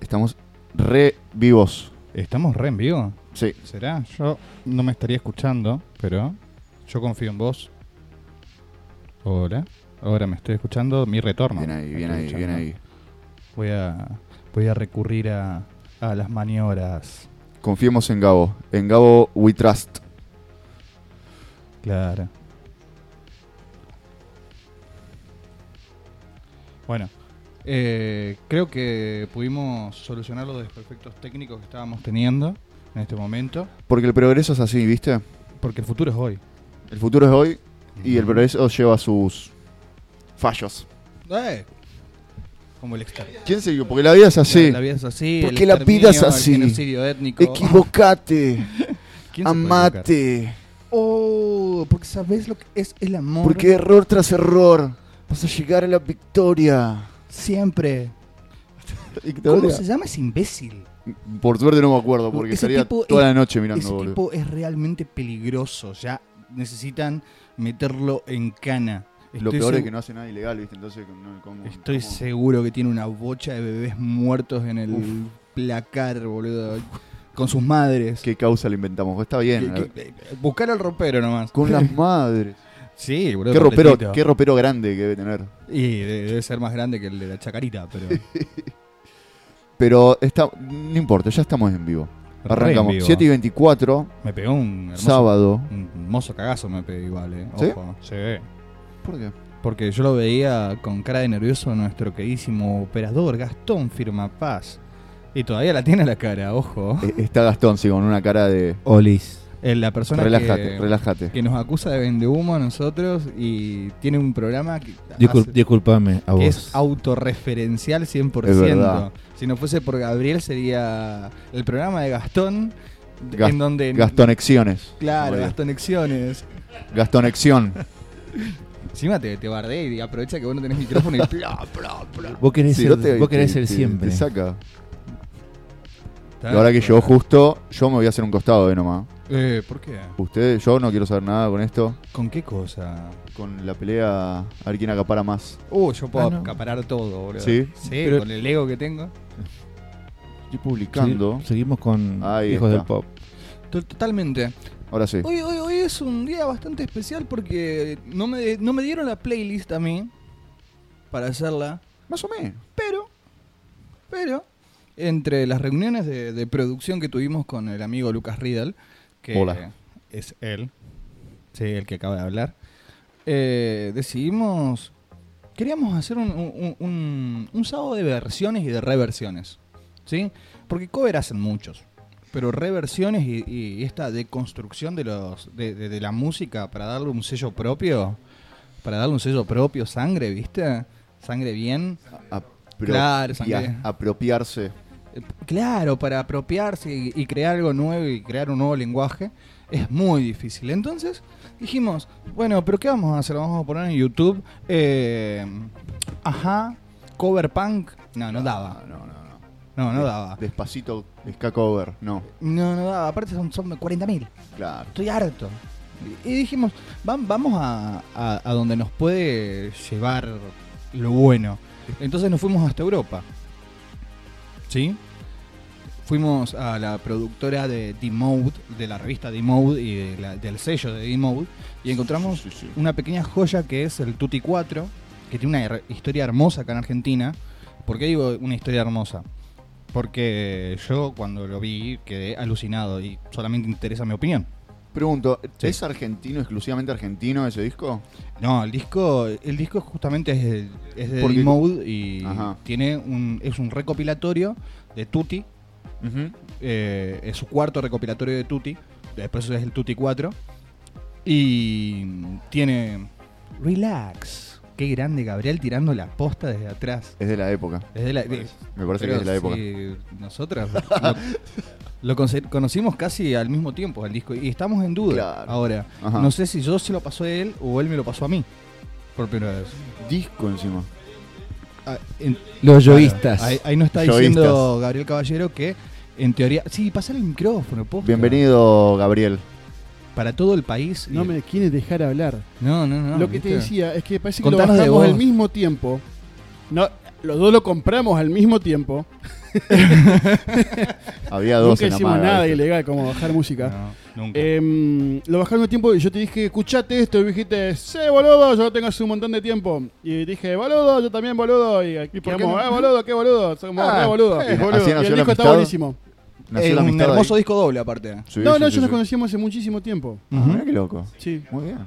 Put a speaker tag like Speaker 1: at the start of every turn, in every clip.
Speaker 1: Estamos re vivos.
Speaker 2: ¿Estamos re en vivo?
Speaker 1: Sí.
Speaker 2: ¿Será? Yo no me estaría escuchando, pero yo confío en vos. Hola. Ahora me estoy escuchando mi retorno.
Speaker 1: Bien ahí,
Speaker 2: Me
Speaker 1: bien
Speaker 2: estoy
Speaker 1: ahí, bien
Speaker 2: escuchando.
Speaker 1: ahí.
Speaker 2: Voy a, voy a recurrir a, a las maniobras.
Speaker 1: Confiemos en Gabo. En Gabo we trust.
Speaker 2: Claro. Bueno, eh, creo que pudimos solucionar los desperfectos técnicos que estábamos teniendo en este momento,
Speaker 1: Porque el progreso es así, ¿viste?
Speaker 2: porque el futuro es hoy.
Speaker 1: El futuro es hoy y el progreso lleva sus fallos.
Speaker 2: ¡Eh! Como el exterminio.
Speaker 1: ¿Quién se Porque la vida es así.
Speaker 2: La vida es así.
Speaker 1: ¿Por
Speaker 2: el
Speaker 1: qué la vida es
Speaker 2: exterminio, el
Speaker 1: así?
Speaker 2: genocidio étnico. Ah,
Speaker 1: Equivocate.
Speaker 2: ¿Quién se puede equivocar?
Speaker 1: amate.
Speaker 2: Oh, porque sabes lo que es el amor.
Speaker 1: Porque error tras error vas a llegar a la victoria.
Speaker 2: siempre. ¿Cómo se llama ese imbécil?
Speaker 1: Por suerte no me acuerdo porque
Speaker 2: Ese
Speaker 1: estaría
Speaker 2: tipo
Speaker 1: toda
Speaker 2: es-
Speaker 1: la noche mirando,
Speaker 2: Ese
Speaker 1: boludo.
Speaker 2: tipo es realmente peligroso. Ya necesitan meterlo en cana.
Speaker 1: Lo peor es
Speaker 2: segu-
Speaker 1: que no hace nada ilegal, ¿viste? Entonces, no, ¿cómo-
Speaker 2: Estoy
Speaker 1: cómo?
Speaker 2: seguro que tiene una bocha de bebés muertos en el
Speaker 1: Uf.
Speaker 2: placar, boludo. Con sus madres.
Speaker 1: ¿Qué causa le inventamos? Está bien.
Speaker 2: Que- que- buscar al ropero nomás.
Speaker 1: Con las madres.
Speaker 2: Sí, boludo.
Speaker 1: qué, ropero,
Speaker 2: completito.
Speaker 1: qué ropero grande que debe tener.
Speaker 2: Y de- debe ser más grande que el de la chacarita, pero.
Speaker 1: Pero está, no importa, ya estamos en vivo. Arrancamos.
Speaker 2: Re en vivo.
Speaker 1: 7 y 24,
Speaker 2: Me pegó un hermoso,
Speaker 1: sábado.
Speaker 2: un hermoso cagazo, me pegó igual, eh.
Speaker 1: ¿Sí?
Speaker 2: Ojo. Sí.
Speaker 1: ¿Por qué?
Speaker 2: Porque yo lo veía con cara de nervioso a nuestro queridísimo operador Gastón Firma Paz. Y todavía la tiene la cara, ojo.
Speaker 1: Eh, Está Gastón, sí, con una cara de.
Speaker 3: Olis.
Speaker 2: Es la persona
Speaker 1: Relájate,
Speaker 2: que,
Speaker 1: relájate.
Speaker 2: que nos acusa de vende humo a nosotros y tiene un programa que,
Speaker 1: Ah,
Speaker 3: Discul-
Speaker 2: hace-
Speaker 3: disculpame a
Speaker 2: que
Speaker 3: vos.
Speaker 2: es autorreferencial 100%.
Speaker 1: Es verdad.
Speaker 2: si no fuese por Gabriel sería el programa de Gastón
Speaker 1: Gas-
Speaker 2: en donde
Speaker 1: Gastonexiones.
Speaker 2: Claro,
Speaker 1: Muy bien.
Speaker 2: Gastonexiones.
Speaker 1: Gastonexión.
Speaker 2: Encima te, te bardea y aprovecha que vos no tenés micrófono y plá, plá, plá.
Speaker 3: Vos querés
Speaker 1: Sí,
Speaker 3: ser,
Speaker 1: no te-
Speaker 3: vos querés
Speaker 1: te-
Speaker 3: ser
Speaker 1: te-
Speaker 3: siempre.
Speaker 1: Te saca. Y ahora que llegó justo, yo me voy a hacer un costado de nomás.
Speaker 2: Eh, ¿por qué?
Speaker 1: Ustedes, yo no quiero saber nada con esto.
Speaker 2: ¿Con qué cosa?
Speaker 1: Con la pelea, a ver quién acapara más.
Speaker 2: Uh, yo puedo
Speaker 3: Ah, no.
Speaker 2: acaparar todo, boludo.
Speaker 1: Sí.
Speaker 2: Sí,
Speaker 3: Pero-
Speaker 2: con el ego que tengo.
Speaker 1: Estoy publicando.
Speaker 3: Segui- Seguimos con
Speaker 1: Ahí
Speaker 3: Hijos
Speaker 1: está.
Speaker 3: del Pop.
Speaker 2: To- Totalmente.
Speaker 1: Ahora sí.
Speaker 2: Hoy, hoy, hoy es un día bastante especial porque no me, no me dieron la playlist a mí para hacerla,
Speaker 1: Más o menos.
Speaker 2: pero, pero, entre las reuniones de, de producción que tuvimos con el amigo Lucas Riddle, que
Speaker 1: Hola.
Speaker 2: es él, sí, el que acaba de hablar, eh, decidimos, queríamos hacer un, un- un- un sábado de versiones y de reversiones, ¿sí? Porque cover hacen muchos, pero reversiones y, y esta deconstrucción de, los, de, de- de la música para darle un sello propio, para darle un sello propio, sangre, ¿viste? Sangre bien. Claro, sangre.
Speaker 1: apropiarse.
Speaker 2: Eh, Claro, para apropiarse y, y crear algo nuevo y crear un nuevo lenguaje es muy difícil. Entonces dijimos, bueno, pero ¿qué vamos a hacer? ¿Vamos a poner en YouTube? eh, ajá, cover punk. No, no daba.
Speaker 1: No, no, no.
Speaker 2: No, no daba.
Speaker 1: Despacito, ska cover. No,
Speaker 2: No, no daba. Aparte son, son 40.000.
Speaker 1: claro.
Speaker 2: Estoy harto. Y y dijimos, "Vam- vamos a, a- a donde nos puede llevar lo bueno. Entonces nos fuimos hasta Europa. ¿Sí? Fuimos a la productora de D-Mode, de la revista D-Mode y de la- del sello de D-Mode, y encontramos
Speaker 1: Sí, sí, sí.
Speaker 2: una pequeña joya que es el Tutti 4, que tiene una her- historia hermosa acá en Argentina. ¿Por qué digo una historia hermosa? Porque yo cuando lo vi quedé alucinado y solamente interesa mi opinión.
Speaker 1: Pregunto,
Speaker 2: Sí.
Speaker 1: ¿es argentino, exclusivamente argentino ese disco?
Speaker 2: No, el disco, el disco justamente es, de- es de
Speaker 1: Porque-
Speaker 2: D-Mode y
Speaker 1: Ajá.
Speaker 2: tiene un, es un recopilatorio de Tutti, eh, es su cuarto recopilatorio de Tutti, después es el Tutti 4 y tiene Relax, qué grande Gabriel tirando la posta desde atrás.
Speaker 1: Es de la época.
Speaker 2: Desde la, de-
Speaker 1: Me parece que
Speaker 2: pero
Speaker 1: es de la época.
Speaker 2: si nosotros lo, lo conce- conocimos casi al mismo tiempo al disco y estamos en duda
Speaker 1: Claro.
Speaker 2: ahora.
Speaker 1: Ajá.
Speaker 2: No sé si yo se lo pasó a él o él me lo pasó a mí por primera vez.
Speaker 1: Disco encima.
Speaker 2: Ah, en-
Speaker 3: Los
Speaker 2: claro,
Speaker 3: yoístas.
Speaker 2: ahí, ahí no está
Speaker 1: Yoístas.
Speaker 2: diciendo Gabriel Caballero que en teoría. Sí, pasa el micrófono, posta.
Speaker 1: Bienvenido, Gabriel.
Speaker 2: Para todo el país.
Speaker 4: No me quieres dejar hablar.
Speaker 2: no, no, no,
Speaker 4: lo que te
Speaker 2: ¿viste?
Speaker 4: decía es que parece que
Speaker 2: Contanos
Speaker 4: lo
Speaker 2: de
Speaker 4: bajamos
Speaker 2: vos.
Speaker 4: al mismo tiempo. No,
Speaker 3: los dos lo compramos al mismo tiempo.
Speaker 1: Había dos
Speaker 3: Nunca
Speaker 1: en la
Speaker 3: hicimos
Speaker 1: mano,
Speaker 3: nada
Speaker 1: ¿viste?
Speaker 3: ilegal como bajar música.
Speaker 2: No, nunca.
Speaker 3: Em, lo bajé un tiempo y yo te dije, escuchate esto. Y me dijiste, sí, boludo, yo lo tengo hace un montón de tiempo. Y dije, boludo, yo también, boludo. Y aquí
Speaker 2: por qué
Speaker 3: quedamos,
Speaker 2: no?
Speaker 3: "Ah, boludo, qué boludo. Somos
Speaker 2: Ah,
Speaker 3: re boludo.
Speaker 1: eh,
Speaker 3: boludo.
Speaker 1: así
Speaker 3: Y
Speaker 1: nació
Speaker 3: el
Speaker 1: la
Speaker 3: disco está
Speaker 1: amistad.
Speaker 3: buenísimo.
Speaker 1: Nació
Speaker 2: Eh,
Speaker 1: la
Speaker 2: un
Speaker 1: amistad
Speaker 2: hermoso
Speaker 1: ahí.
Speaker 2: disco doble aparte.
Speaker 1: Sí,
Speaker 3: no,
Speaker 1: sí,
Speaker 3: no,
Speaker 1: sí,
Speaker 3: yo
Speaker 1: sí.
Speaker 3: los conocí hace muchísimo tiempo.
Speaker 1: Ah, mirá qué loco.
Speaker 3: Sí.
Speaker 1: Muy bien.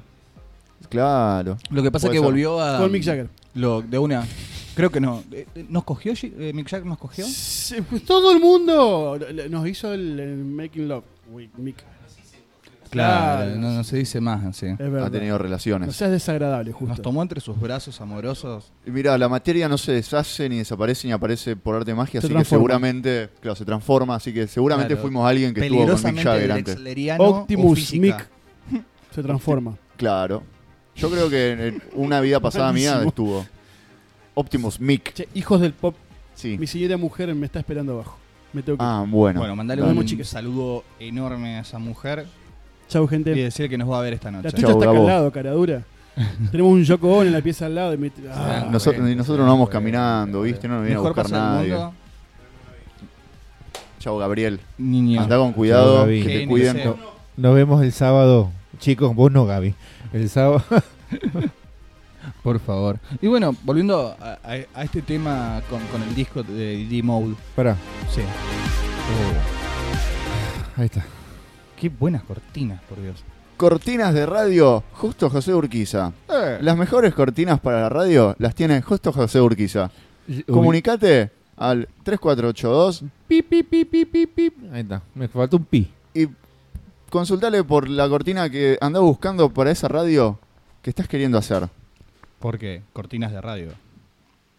Speaker 1: Claro.
Speaker 2: Lo que pasa es
Speaker 1: Puede
Speaker 2: que
Speaker 1: ser.
Speaker 2: volvió a.
Speaker 3: Con Mick Jagger.
Speaker 2: Lo, de una. Creo que no. Eh, eh, ¿Nos cogió? G- eh, ¿Mick Jagger nos cogió?
Speaker 3: Sí, pues todo el mundo le- nos hizo el, el Making Love. with Mick. Claro.
Speaker 2: No, no se dice más así.
Speaker 3: Es
Speaker 1: Ha
Speaker 3: verdad.
Speaker 1: tenido
Speaker 3: No
Speaker 1: relaciones.
Speaker 3: seas desagradable,
Speaker 2: Nos
Speaker 3: justo.
Speaker 2: tomó entre sus brazos amorosos.
Speaker 1: Y Mirá, la materia no se deshace ni desaparece ni aparece por arte de magia, así
Speaker 3: Se
Speaker 1: que
Speaker 3: transforma.
Speaker 1: seguramente, claro, se transforma, así que seguramente
Speaker 2: Claro.
Speaker 1: fuimos alguien que estuvo con Mick Jagger antes.
Speaker 2: drexleriano o
Speaker 3: Optimus
Speaker 2: física.
Speaker 3: Mick se transforma.
Speaker 1: Claro. Yo creo que en- en una vida pasada mía
Speaker 3: Malísimo.
Speaker 1: estuvo. Optimus Mick.
Speaker 3: Che, hijos del pop,
Speaker 1: Sí.
Speaker 3: mi señora mujer me está esperando abajo. Me tengo que.
Speaker 1: Ah, bueno.
Speaker 2: Bueno, mandale
Speaker 1: Nos
Speaker 2: un
Speaker 1: vemos,
Speaker 3: chicos.
Speaker 2: saludo enorme a esa mujer
Speaker 3: Chau,
Speaker 2: y
Speaker 3: gente.
Speaker 2: decir que nos va a ver esta
Speaker 3: La
Speaker 2: noche.
Speaker 1: Chau,
Speaker 3: tuya está acá
Speaker 1: Gabo.
Speaker 3: al lado, cara dura. Tenemos un Yoko Ono en la pieza al lado. Y me- ah,
Speaker 2: Ah,
Speaker 1: Nosotros,
Speaker 2: bueno,
Speaker 1: y nosotros nos vamos
Speaker 2: bueno,
Speaker 1: caminando,
Speaker 2: bueno.
Speaker 1: ¿viste? No nos viene a
Speaker 2: Mejor
Speaker 1: buscar
Speaker 2: pasar el
Speaker 1: nadie.
Speaker 2: mundo,
Speaker 1: Chao, Gabriel.
Speaker 2: Niño.
Speaker 1: Andá con cuidado,
Speaker 4: Chau,
Speaker 1: que
Speaker 4: Gaby.
Speaker 1: te
Speaker 2: GNC.
Speaker 1: cuiden.
Speaker 4: Nos vemos el sábado. Chicos, vos no, Gaby. El sábado.
Speaker 2: Por favor. Y bueno, volviendo a, a- a este tema con, con el disco de D-Mode.
Speaker 4: Pará.
Speaker 2: Sí. Oh.
Speaker 4: Ahí está.
Speaker 2: Qué buenas cortinas, por Dios.
Speaker 1: Cortinas de radio, justo José Urquiza.
Speaker 2: Eh.
Speaker 1: Las mejores cortinas para la radio las tiene justo José Urquiza. Comunicate al 3482
Speaker 4: Pi, pi, pi, pi, pi, pi. Ahí está. Me faltó un pi.
Speaker 1: y consultale por la cortina que andás buscando para esa radio que estás queriendo hacer.
Speaker 2: ¿Por qué? Cortinas de radio.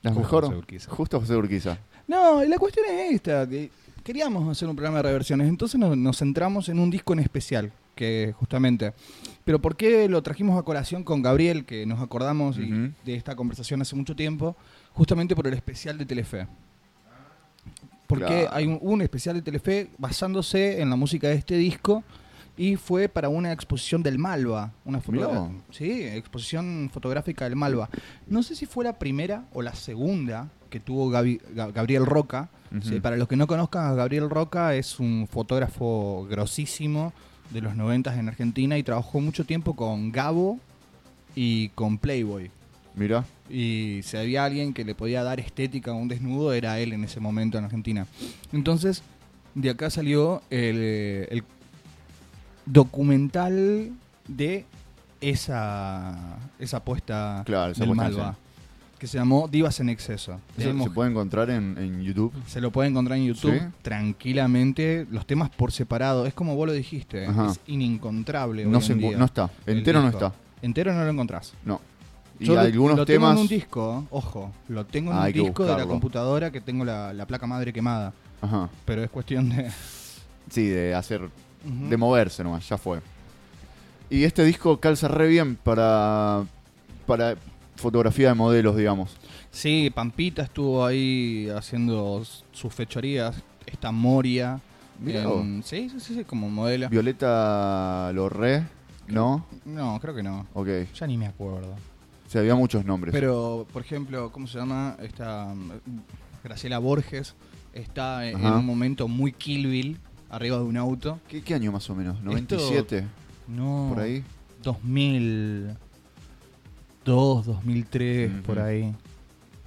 Speaker 1: Las
Speaker 2: Justo
Speaker 1: mejores.
Speaker 2: José Urquiza.
Speaker 1: Justo José Urquiza.
Speaker 2: No, y la cuestión es esta. que queríamos hacer un programa de reversiones, entonces no- nos, centramos en un disco en especial, que justamente... Pero ¿por qué lo trajimos a colación con Gabriel, que nos acordamos y-
Speaker 1: Ujú.
Speaker 2: de esta conversación hace mucho tiempo? Justamente por el especial de Telefe. Porque
Speaker 1: Claro.
Speaker 2: hay un, un especial de Telefe basándose en la música de este disco y fue para una exposición del Malva, una
Speaker 1: Mirá
Speaker 2: foto,
Speaker 1: vos.
Speaker 2: sí, exposición fotográfica del Malva. No sé si fue la primera o la segunda que tuvo Gabi- Ga- Gabriel Roca.
Speaker 1: Ujú.
Speaker 2: Sí, para los que no conozcan, a Gabriel Roca es un fotógrafo grosísimo de los 90 en Argentina y trabajó mucho tiempo con Gabo y con Playboy.
Speaker 1: Mirá.
Speaker 2: Y si había alguien que le podía dar estética a un desnudo, era él en ese momento en Argentina. Entonces, de acá salió el, el documental de esa, esa apuesta
Speaker 1: Claro, esa
Speaker 2: del
Speaker 1: puesta en
Speaker 2: Malva,
Speaker 1: escena.
Speaker 2: que se llamó Divas en Exceso.
Speaker 1: ¿Se,
Speaker 2: Tenemos-
Speaker 1: se puede encontrar en, en YouTube?
Speaker 2: se lo puede encontrar en YouTube
Speaker 1: Sí.
Speaker 2: tranquilamente, los temas por separado. Es como vos lo dijiste,
Speaker 1: Ajá.
Speaker 2: es inencontrable.
Speaker 1: No,
Speaker 2: hoy
Speaker 1: se
Speaker 2: en
Speaker 1: encu-
Speaker 2: día
Speaker 1: no está.
Speaker 2: el
Speaker 1: Entero no
Speaker 2: disco.
Speaker 1: está.
Speaker 2: Entero no lo encontrás.
Speaker 1: No. Y
Speaker 2: Yo lo-
Speaker 1: algunos
Speaker 2: lo
Speaker 1: temas.
Speaker 2: Tengo en un disco, ojo, lo tengo en
Speaker 1: Ah, hay
Speaker 2: un
Speaker 1: que
Speaker 2: disco de la
Speaker 1: buscarlo.
Speaker 2: computadora que tengo la, la placa madre quemada.
Speaker 1: Ajá.
Speaker 2: Pero es cuestión de.
Speaker 1: Sí, de hacer.
Speaker 2: Ujú.
Speaker 1: De moverse nomás, ya fue. Y este disco calza re bien para. para fotografía de modelos, digamos.
Speaker 2: Sí, Pampita estuvo ahí haciendo s- sus fechorías. Está Moria.
Speaker 1: Mirá
Speaker 2: em,
Speaker 1: vos.
Speaker 2: sí, sí, sí, sí, como modelo.
Speaker 1: Violeta Lorre, ¿no?
Speaker 2: No, creo que no.
Speaker 1: Ok.
Speaker 2: Ya ni me acuerdo.
Speaker 1: Sí, había muchos nombres.
Speaker 2: Pero, por ejemplo, ¿cómo se llama? Está mm, Graciela Borges. Está en en
Speaker 1: Ajá.
Speaker 2: un momento muy Kill Bill, arriba de un auto.
Speaker 1: ¿Qué, qué año más o menos? ¿97?
Speaker 2: No.
Speaker 1: ¿Por ahí?
Speaker 2: 2002, 2003,
Speaker 1: Ujú.
Speaker 2: por ahí.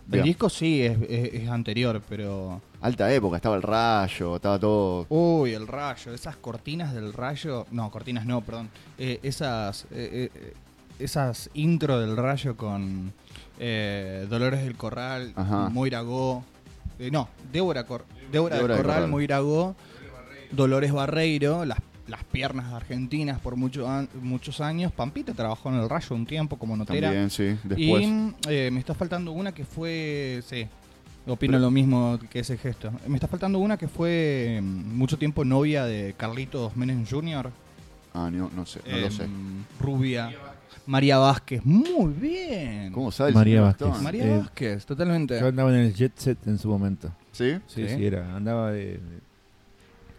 Speaker 2: El
Speaker 1: Bien.
Speaker 2: disco sí es, es- es anterior, pero.
Speaker 1: Alta época, estaba el rayo, estaba todo.
Speaker 2: Uy, el rayo, esas cortinas del rayo. No, cortinas no, perdón. Eh, esas. eh, eh, esas intro del rayo con eh, Dolores del Corral,
Speaker 1: Ajá.
Speaker 2: Moira Go. eh, no, Débora, Cor- Débora
Speaker 1: Débora
Speaker 2: del
Speaker 1: del
Speaker 2: Corral,
Speaker 1: Corral.
Speaker 2: Moira Go, Dolores Barreiro, las, las piernas argentinas por mucho an- muchos años. Pampita trabajó en el rayo un tiemempo como notera.
Speaker 1: También, sí. Después.
Speaker 2: Y eh, me está faltando una que fue. Sí, opino lo mismo que ese gesto. Me está faltando una que fue mm, mucho tiempo novia de Carlitos Menem Jr.
Speaker 1: Ah, no, no sé, no
Speaker 2: em,
Speaker 1: lo sé.
Speaker 2: Rubia. María Vázquez. Muy bien.
Speaker 1: ¿Cómo sabe el
Speaker 4: María
Speaker 1: señor
Speaker 4: Vázquez.
Speaker 1: Gastón?
Speaker 2: María
Speaker 4: Eh,
Speaker 2: Vázquez, totalmente.
Speaker 4: Yo andaba en el jet set en su momento.
Speaker 1: ¿Sí?
Speaker 4: Sí,
Speaker 2: Sí.
Speaker 4: sí, era. Andaba de, de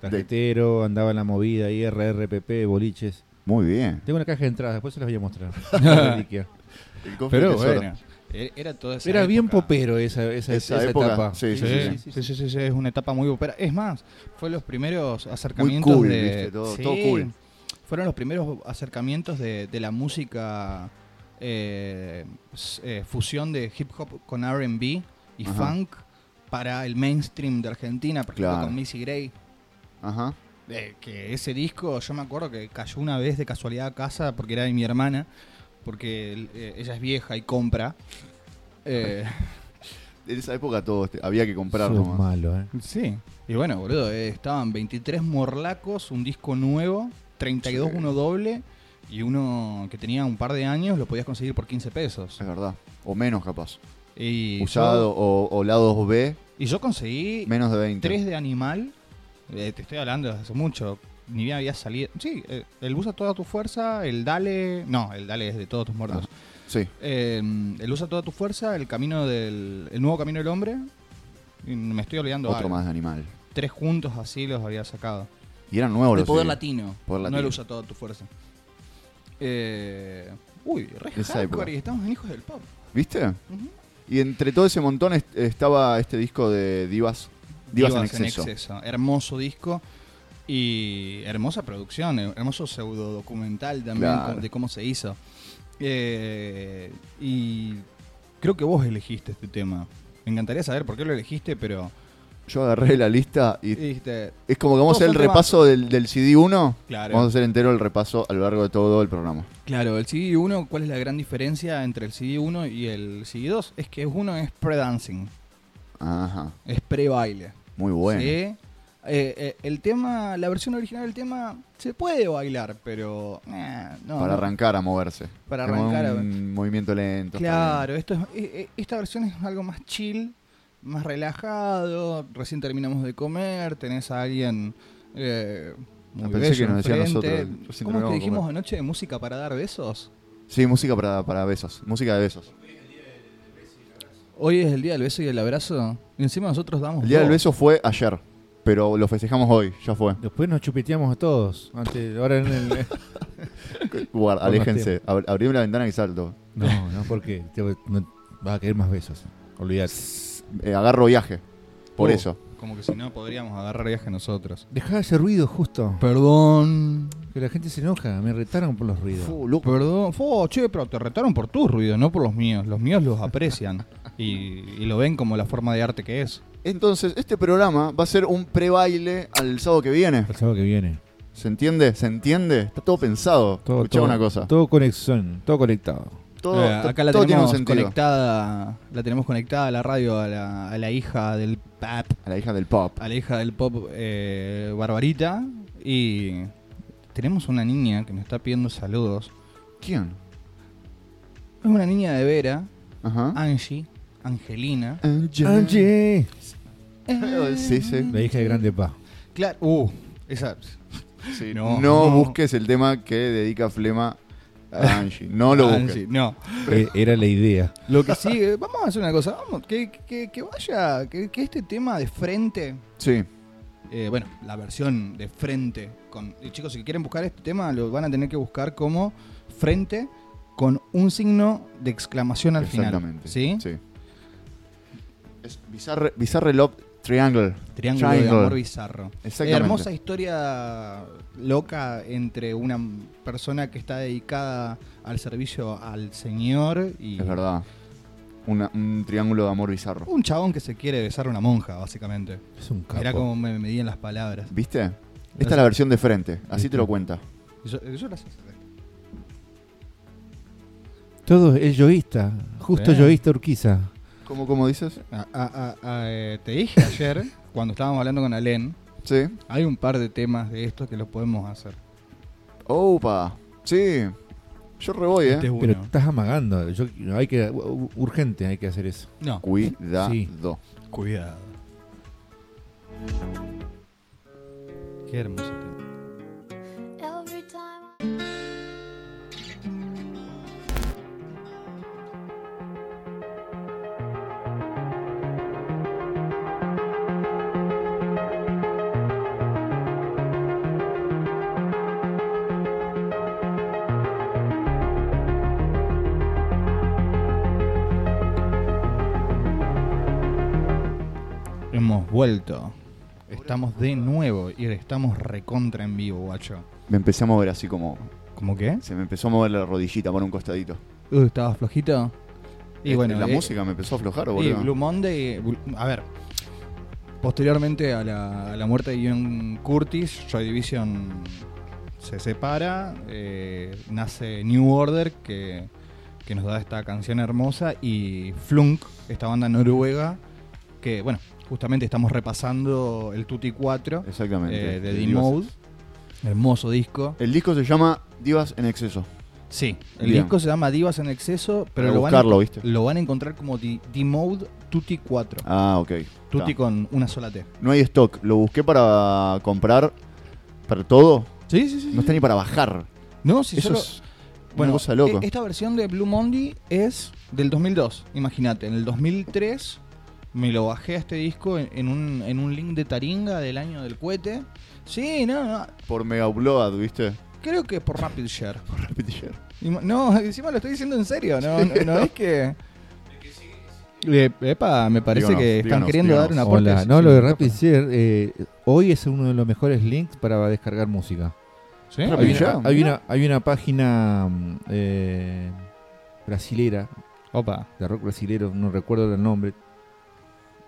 Speaker 4: tarjetero, andaba en la movida, IRRPP, boliches.
Speaker 1: Muy bien.
Speaker 4: Tengo una caja de entradas, después se las voy a mostrar. Una reliquia.
Speaker 1: El cofre
Speaker 2: Pero
Speaker 1: tesoro.
Speaker 2: bueno. E- Era toda esa
Speaker 4: Era bien
Speaker 2: época.
Speaker 4: popero esa, esa,
Speaker 1: Esa
Speaker 4: esa
Speaker 1: época,
Speaker 4: etapa.
Speaker 1: sí, sí, sí,
Speaker 2: Sí, sí, sí, sí, es una etapa muy popera. Es más, fue los primeros
Speaker 1: Muy
Speaker 2: acercamientos
Speaker 1: cool,
Speaker 2: de.
Speaker 1: viste, todo,
Speaker 2: Sí,
Speaker 1: todo cool.
Speaker 2: Fueron los primeros acercamientos de, de la música eh, s- eh, fusión de hip hop con RB y
Speaker 1: Ajá.
Speaker 2: funk para el mainstream de Argentina, por ejemplo,
Speaker 1: Claro.
Speaker 2: con Missy Gray.
Speaker 1: Ajá.
Speaker 2: Eh, que ese disco, yo me acuerdo que cayó una vez de casualidad a casa porque era de mi hermana, porque eh, ella es vieja y compra. Eh,
Speaker 1: En esa época todo este- había que comprar
Speaker 4: Sos
Speaker 1: nomás.
Speaker 4: malo, ¿eh?
Speaker 2: sí. Y bueno, boludo, eh, estaban 23 morlacos, un disco nuevo, 32
Speaker 1: Sí.
Speaker 2: uno doble y uno que tenía un par de años lo podías conseguir por 15 pesos.
Speaker 1: Es verdad. O menos capaz.
Speaker 2: Y
Speaker 1: Usado
Speaker 2: Yo,
Speaker 1: o, o lados B,
Speaker 2: y yo conseguí
Speaker 1: menos de 20.
Speaker 2: 3 de animal. eh, te estoy hablando desde hace mucho. Ni bien había salido. Sí, eh, el usa toda tu fuerza, el dale. No, el dale es de todos tus muertos.
Speaker 1: Ah. Sí.
Speaker 2: Eh, el usa toda tu fuerza, el camino del. El nuevo camino del hombre. y me estoy olvidando.
Speaker 1: Otro
Speaker 2: algo.
Speaker 1: más de animal.
Speaker 2: Tres juntos así los había sacado.
Speaker 1: Y eran nuevos
Speaker 2: el
Speaker 1: los
Speaker 2: poder
Speaker 1: CDs.
Speaker 2: latino.
Speaker 1: Poder
Speaker 2: No el
Speaker 1: Latino.
Speaker 2: usa toda tu fuerza. Eh, uy, re
Speaker 1: Esa
Speaker 2: hardcore
Speaker 1: época.
Speaker 2: y estamos en hijos del pop.
Speaker 1: ¿Viste?
Speaker 2: Ujú.
Speaker 1: Y entre todo ese montón est- estaba este disco de Divas. Divas, en, exceso.
Speaker 2: Hermoso disco y hermosa producción, eh, hermoso pseudo documental también
Speaker 1: Claro.
Speaker 2: co- de cómo se hizo. Eh, y creo que vos elegiste este tema. Me encantaría saber por qué lo elegiste, pero
Speaker 1: Yo agarré la lista y
Speaker 2: dijiste,
Speaker 1: es como que vamos a hacer el
Speaker 2: Todos son
Speaker 1: repaso del, del CD1.
Speaker 2: Claro.
Speaker 1: Vamos a hacer entero el repaso a lo largo de todo el programa.
Speaker 2: claro, el CD1, ¿cuál es la gran diferencia entre el CD1 y el CD2? Es que uno es pre-dancing,
Speaker 1: Ajá.
Speaker 2: es pre-baile.
Speaker 1: Muy bueno.
Speaker 2: Sí. Eh, eh, el tema, la versión original del tema se puede bailar, pero eh, no,
Speaker 1: para
Speaker 2: no.
Speaker 1: arrancar a moverse.
Speaker 2: Para
Speaker 1: Es como
Speaker 2: arrancar a-
Speaker 1: Un movimiento lento. está
Speaker 2: Claro, esto es, e- e- esta versión es algo más chill, más relajado. Recién terminamos de comer, tenés a alguien eh, muy
Speaker 1: Ah, pensé
Speaker 2: bello
Speaker 1: que nos decía a
Speaker 2: enfrente.
Speaker 1: nosotros, recién
Speaker 2: ¿Cómo es
Speaker 1: terminamos
Speaker 2: que
Speaker 1: de
Speaker 2: dijimos
Speaker 1: comer.
Speaker 2: anoche? ¿Música para dar besos?
Speaker 1: bien. Sí, música para, para besos. Música de besos.
Speaker 2: Hoy es el día del beso y el abrazo. Y encima nosotros damos
Speaker 1: El día del
Speaker 2: dos.
Speaker 1: beso fue ayer, pero lo festejamos hoy. Ya fue.
Speaker 4: Después nos chupeteamos a todos. Antes, ahora en el... eh.
Speaker 1: Guarda,
Speaker 4: Por más
Speaker 1: aléjense. Ab- Abrime la ventana y salto.
Speaker 4: No, no, porque te, no- vas a querer más besos. Olvídate.
Speaker 1: Eh, agarro viaje. Por
Speaker 2: Uh.
Speaker 4: Oh.
Speaker 1: eso.
Speaker 2: Como que si no podríamos agarrar viaje nosotros.
Speaker 4: Dejá ese ruido justo.
Speaker 2: Perdón.
Speaker 4: Que la gente se enoja. Me retaron por los ruidos.
Speaker 1: Fu, loco.
Speaker 2: Perdón, Fo, che, pero te retaron por tus ruidos, no por los míos. Los míos los aprecian y, y lo ven como la forma de arte que es.
Speaker 1: Entonces, este programa va a ser un pre-baile al sábado que viene.
Speaker 4: El sábado que viene.
Speaker 1: ¿Se entiende? ¿Se entiende? Está todo pensado.
Speaker 4: Todo,
Speaker 1: Escuchá
Speaker 4: todo-
Speaker 1: una cosa.
Speaker 4: Todo conexión. Todo conectado.
Speaker 1: Todo,
Speaker 2: Eh,
Speaker 1: to-
Speaker 2: acá la
Speaker 1: todo tiene un
Speaker 2: tenemos
Speaker 1: sentido.
Speaker 2: conectada, la tenemos conectada a la radio, a la, a la hija del pop,
Speaker 1: A la hija del pop.
Speaker 2: a la hija del pop eh, Barbarita y tenemos una niña que nos está pidiendo saludos.
Speaker 1: ¿Quién?
Speaker 2: Es una niña de Vera,
Speaker 1: Ajá.
Speaker 2: Angie, Angelina.
Speaker 1: Angel.
Speaker 4: Angie.
Speaker 1: Eh, Sí, sí.
Speaker 4: La hija de Grande Pa.
Speaker 2: Claro, uh, esa
Speaker 1: Sí, no,
Speaker 2: No.
Speaker 1: busques el tema que dedica Flema a Angie. No lo busques.
Speaker 2: Angie, no.
Speaker 4: Eh, Era la idea.
Speaker 2: Lo que sí, eh, vamos a hacer una cosa, vamos, que, que- que vaya, que, que este tema de frente,
Speaker 1: Sí.
Speaker 2: eh, bueno, la versión de frente, con, y chicos, si quieren buscar este tema, lo van a tener que buscar como frente con un signo de exclamación al final.
Speaker 1: Exactamente.
Speaker 2: ¿Sí?
Speaker 1: Es Bizarre, Bizarre Love Triangle.
Speaker 2: Triángulo de
Speaker 1: Triangle.
Speaker 2: amor bizarro.
Speaker 1: Exactamente.
Speaker 2: Hermosa historia loca entre una persona que está dedicada al servicio al Señor y
Speaker 1: Es verdad. Una- un triángulo de amor bizarro.
Speaker 2: un chabón que se quiere besar a una monja, básicamente.
Speaker 4: Es un capo.
Speaker 2: Mirá cómo me medían las palabras.
Speaker 1: ¿Viste? Esta es la versión de frente. Así te lo cuenta.
Speaker 2: Yo, yo las hice.
Speaker 4: Todo el yoísta. Justo
Speaker 2: Bien.
Speaker 4: yoísta Urquiza.
Speaker 1: ¿Cómo, cómo dices?
Speaker 2: A- a- a- a- eh, te dije ayer, cuando estábamos hablando con Alen,
Speaker 1: Sí.
Speaker 2: hay un par de temas de estos que los podemos hacer.
Speaker 1: Opa. Sí. Yo re voy,
Speaker 2: Este
Speaker 1: eh.
Speaker 2: es uno.
Speaker 4: Pero estás amagando. Yo, hay que, u- urgente hay que hacer eso.
Speaker 2: No,
Speaker 1: Cuidado.
Speaker 4: Sí.
Speaker 2: cuidado. Qué hermoso tema.
Speaker 5: Every time I
Speaker 2: vuelto. Estamos de nuevo y estamos recontra en vivo, guacho.
Speaker 1: Me empecé a mover así como.
Speaker 2: ¿Cómo qué?
Speaker 1: Se me empezó a mover la rodillita por un costadito.
Speaker 2: Uh, ¿Estabas flojito? Y
Speaker 1: Este,
Speaker 2: bueno,
Speaker 1: la
Speaker 2: eh,
Speaker 1: música me empezó a aflojar,
Speaker 2: Y
Speaker 1: boludo.
Speaker 2: Blue Monday. Blu- A ver. Posteriormente a la, a la muerte de Ian Curtis, Joy Division se separa. eh, nace New Order, que, que nos da esta canción hermosa. Y Flunk, esta banda noruega, que, bueno, justamente estamos repasando el Tutti 4
Speaker 1: Exactamente.
Speaker 2: eh, de
Speaker 1: De
Speaker 2: D-Mode. Hermoso disco.
Speaker 1: El disco se llama Divas en Exceso.
Speaker 2: Sí, el
Speaker 1: Bien.
Speaker 2: disco se llama Divas en Exceso, pero
Speaker 1: Para
Speaker 2: lo van, a,
Speaker 1: buscarlo, ¿viste?
Speaker 2: lo van a encontrar como D- D-Mode Tutti 4.
Speaker 1: Ah, ok.
Speaker 2: Tutti
Speaker 1: Está.
Speaker 2: con una sola T.
Speaker 1: No hay stock. Lo busqué para comprar. Para todo.
Speaker 2: Sí, sí, sí.
Speaker 1: No está ni para bajar.
Speaker 2: No, si
Speaker 1: Eso
Speaker 2: solo-
Speaker 1: es una cosa de loco.
Speaker 2: e- Esta versión de Blue Monday es del 2002. Imagínate, en el 2003 me lo bajé a este disco en, en un, en un link de Taringa del año del cohete. Sí, no, no.
Speaker 1: Por Mega Upload, ¿viste?
Speaker 2: Creo que por Rapid Share.
Speaker 1: Por repetir.
Speaker 2: Ima- No, encima lo estoy diciendo en serio, no, no, no es que. Eh, epa, me parece
Speaker 1: Díganos,
Speaker 2: que están
Speaker 1: díganos,
Speaker 2: queriendo
Speaker 1: díganos.
Speaker 2: dar una
Speaker 4: Hola. No, lo de Rapid Share, eh, hoy es uno de los mejores links para descargar música.
Speaker 2: ¿Sí?
Speaker 1: Rapid
Speaker 4: Hay
Speaker 1: Share.
Speaker 4: una, hay una, hay una página mm, eh, brasilera,
Speaker 2: Opa,
Speaker 4: de rock brasilero, no recuerdo el nombre.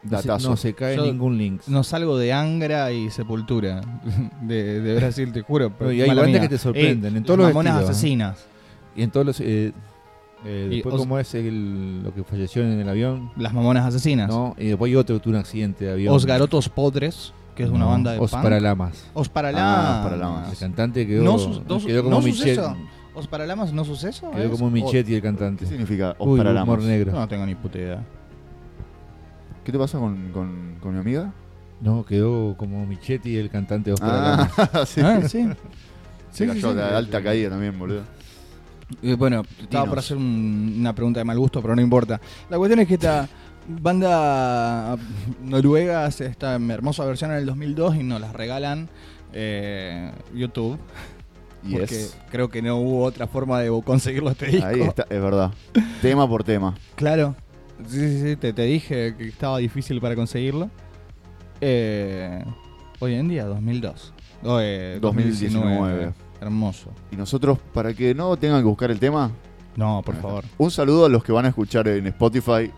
Speaker 4: No se,
Speaker 1: Datazo.
Speaker 4: no se cae
Speaker 2: Yo-
Speaker 4: ningún link.
Speaker 2: no salgo de Angra y Sepultura de, de Brasil, te juro. pero
Speaker 4: No, y hay
Speaker 2: mala
Speaker 4: bandas
Speaker 2: mía.
Speaker 4: que te sorprenden, en
Speaker 2: las
Speaker 4: todos los
Speaker 2: Mamonas
Speaker 4: estilos, ¿eh?
Speaker 2: asesinas,
Speaker 4: Y en todos los. eh, eh,
Speaker 2: Y
Speaker 4: después,
Speaker 2: os-
Speaker 4: como es el- lo que falleció en el avión?
Speaker 2: las mamonas asesinas.
Speaker 4: ¿no? Y después hay otro que tuvo un accidente de avión.
Speaker 2: Os Garotos Podres, que es una
Speaker 4: No,
Speaker 2: banda de
Speaker 4: Os
Speaker 2: punk.
Speaker 4: Paralamas.
Speaker 2: Os
Speaker 1: Ah, Paralamas.
Speaker 4: El cantante quedó,
Speaker 2: No sus- no su-
Speaker 4: quedó como
Speaker 2: no
Speaker 4: Michet.
Speaker 2: suceso. Os Paralamas no suceso.
Speaker 4: Quedó
Speaker 2: ¿es?
Speaker 4: como Michetti el cantante.
Speaker 1: ¿Qué significa os
Speaker 4: Uy,
Speaker 1: paralamos?
Speaker 4: humor negro.
Speaker 2: No tengo ni puta idea.
Speaker 1: ¿Qué te pasa con, con- con mi amiga?
Speaker 4: No, quedó como Michetti el cantante de Os Paralamas.
Speaker 1: Ah, sí.
Speaker 2: Ah, sí.
Speaker 1: Se cayó de alta caída también, boludo.
Speaker 2: Eh, bueno, estaba
Speaker 1: Dinos.
Speaker 2: por hacer un- una pregunta de mal gusto, pero no importa. La cuestión es que esta banda noruega hace esta hermosa versión en el 2002 y nos las regalan eh, YouTube.
Speaker 1: Y
Speaker 2: Porque
Speaker 1: es.
Speaker 2: creo que no hubo otra forma de conseguirlo este disco.
Speaker 1: Ahí está, es verdad. tema por tema.
Speaker 2: Claro. Sí, sí, sí, te, te dije que estaba difícil para conseguirlo. Eh, hoy en día, 2002. Oh, eh,
Speaker 1: 2019.
Speaker 2: 2019. Hermoso.
Speaker 1: Y nosotros, para que no tengan que buscar el tema,
Speaker 2: No, por favor.
Speaker 1: un saludo a los que van a escuchar en Spotify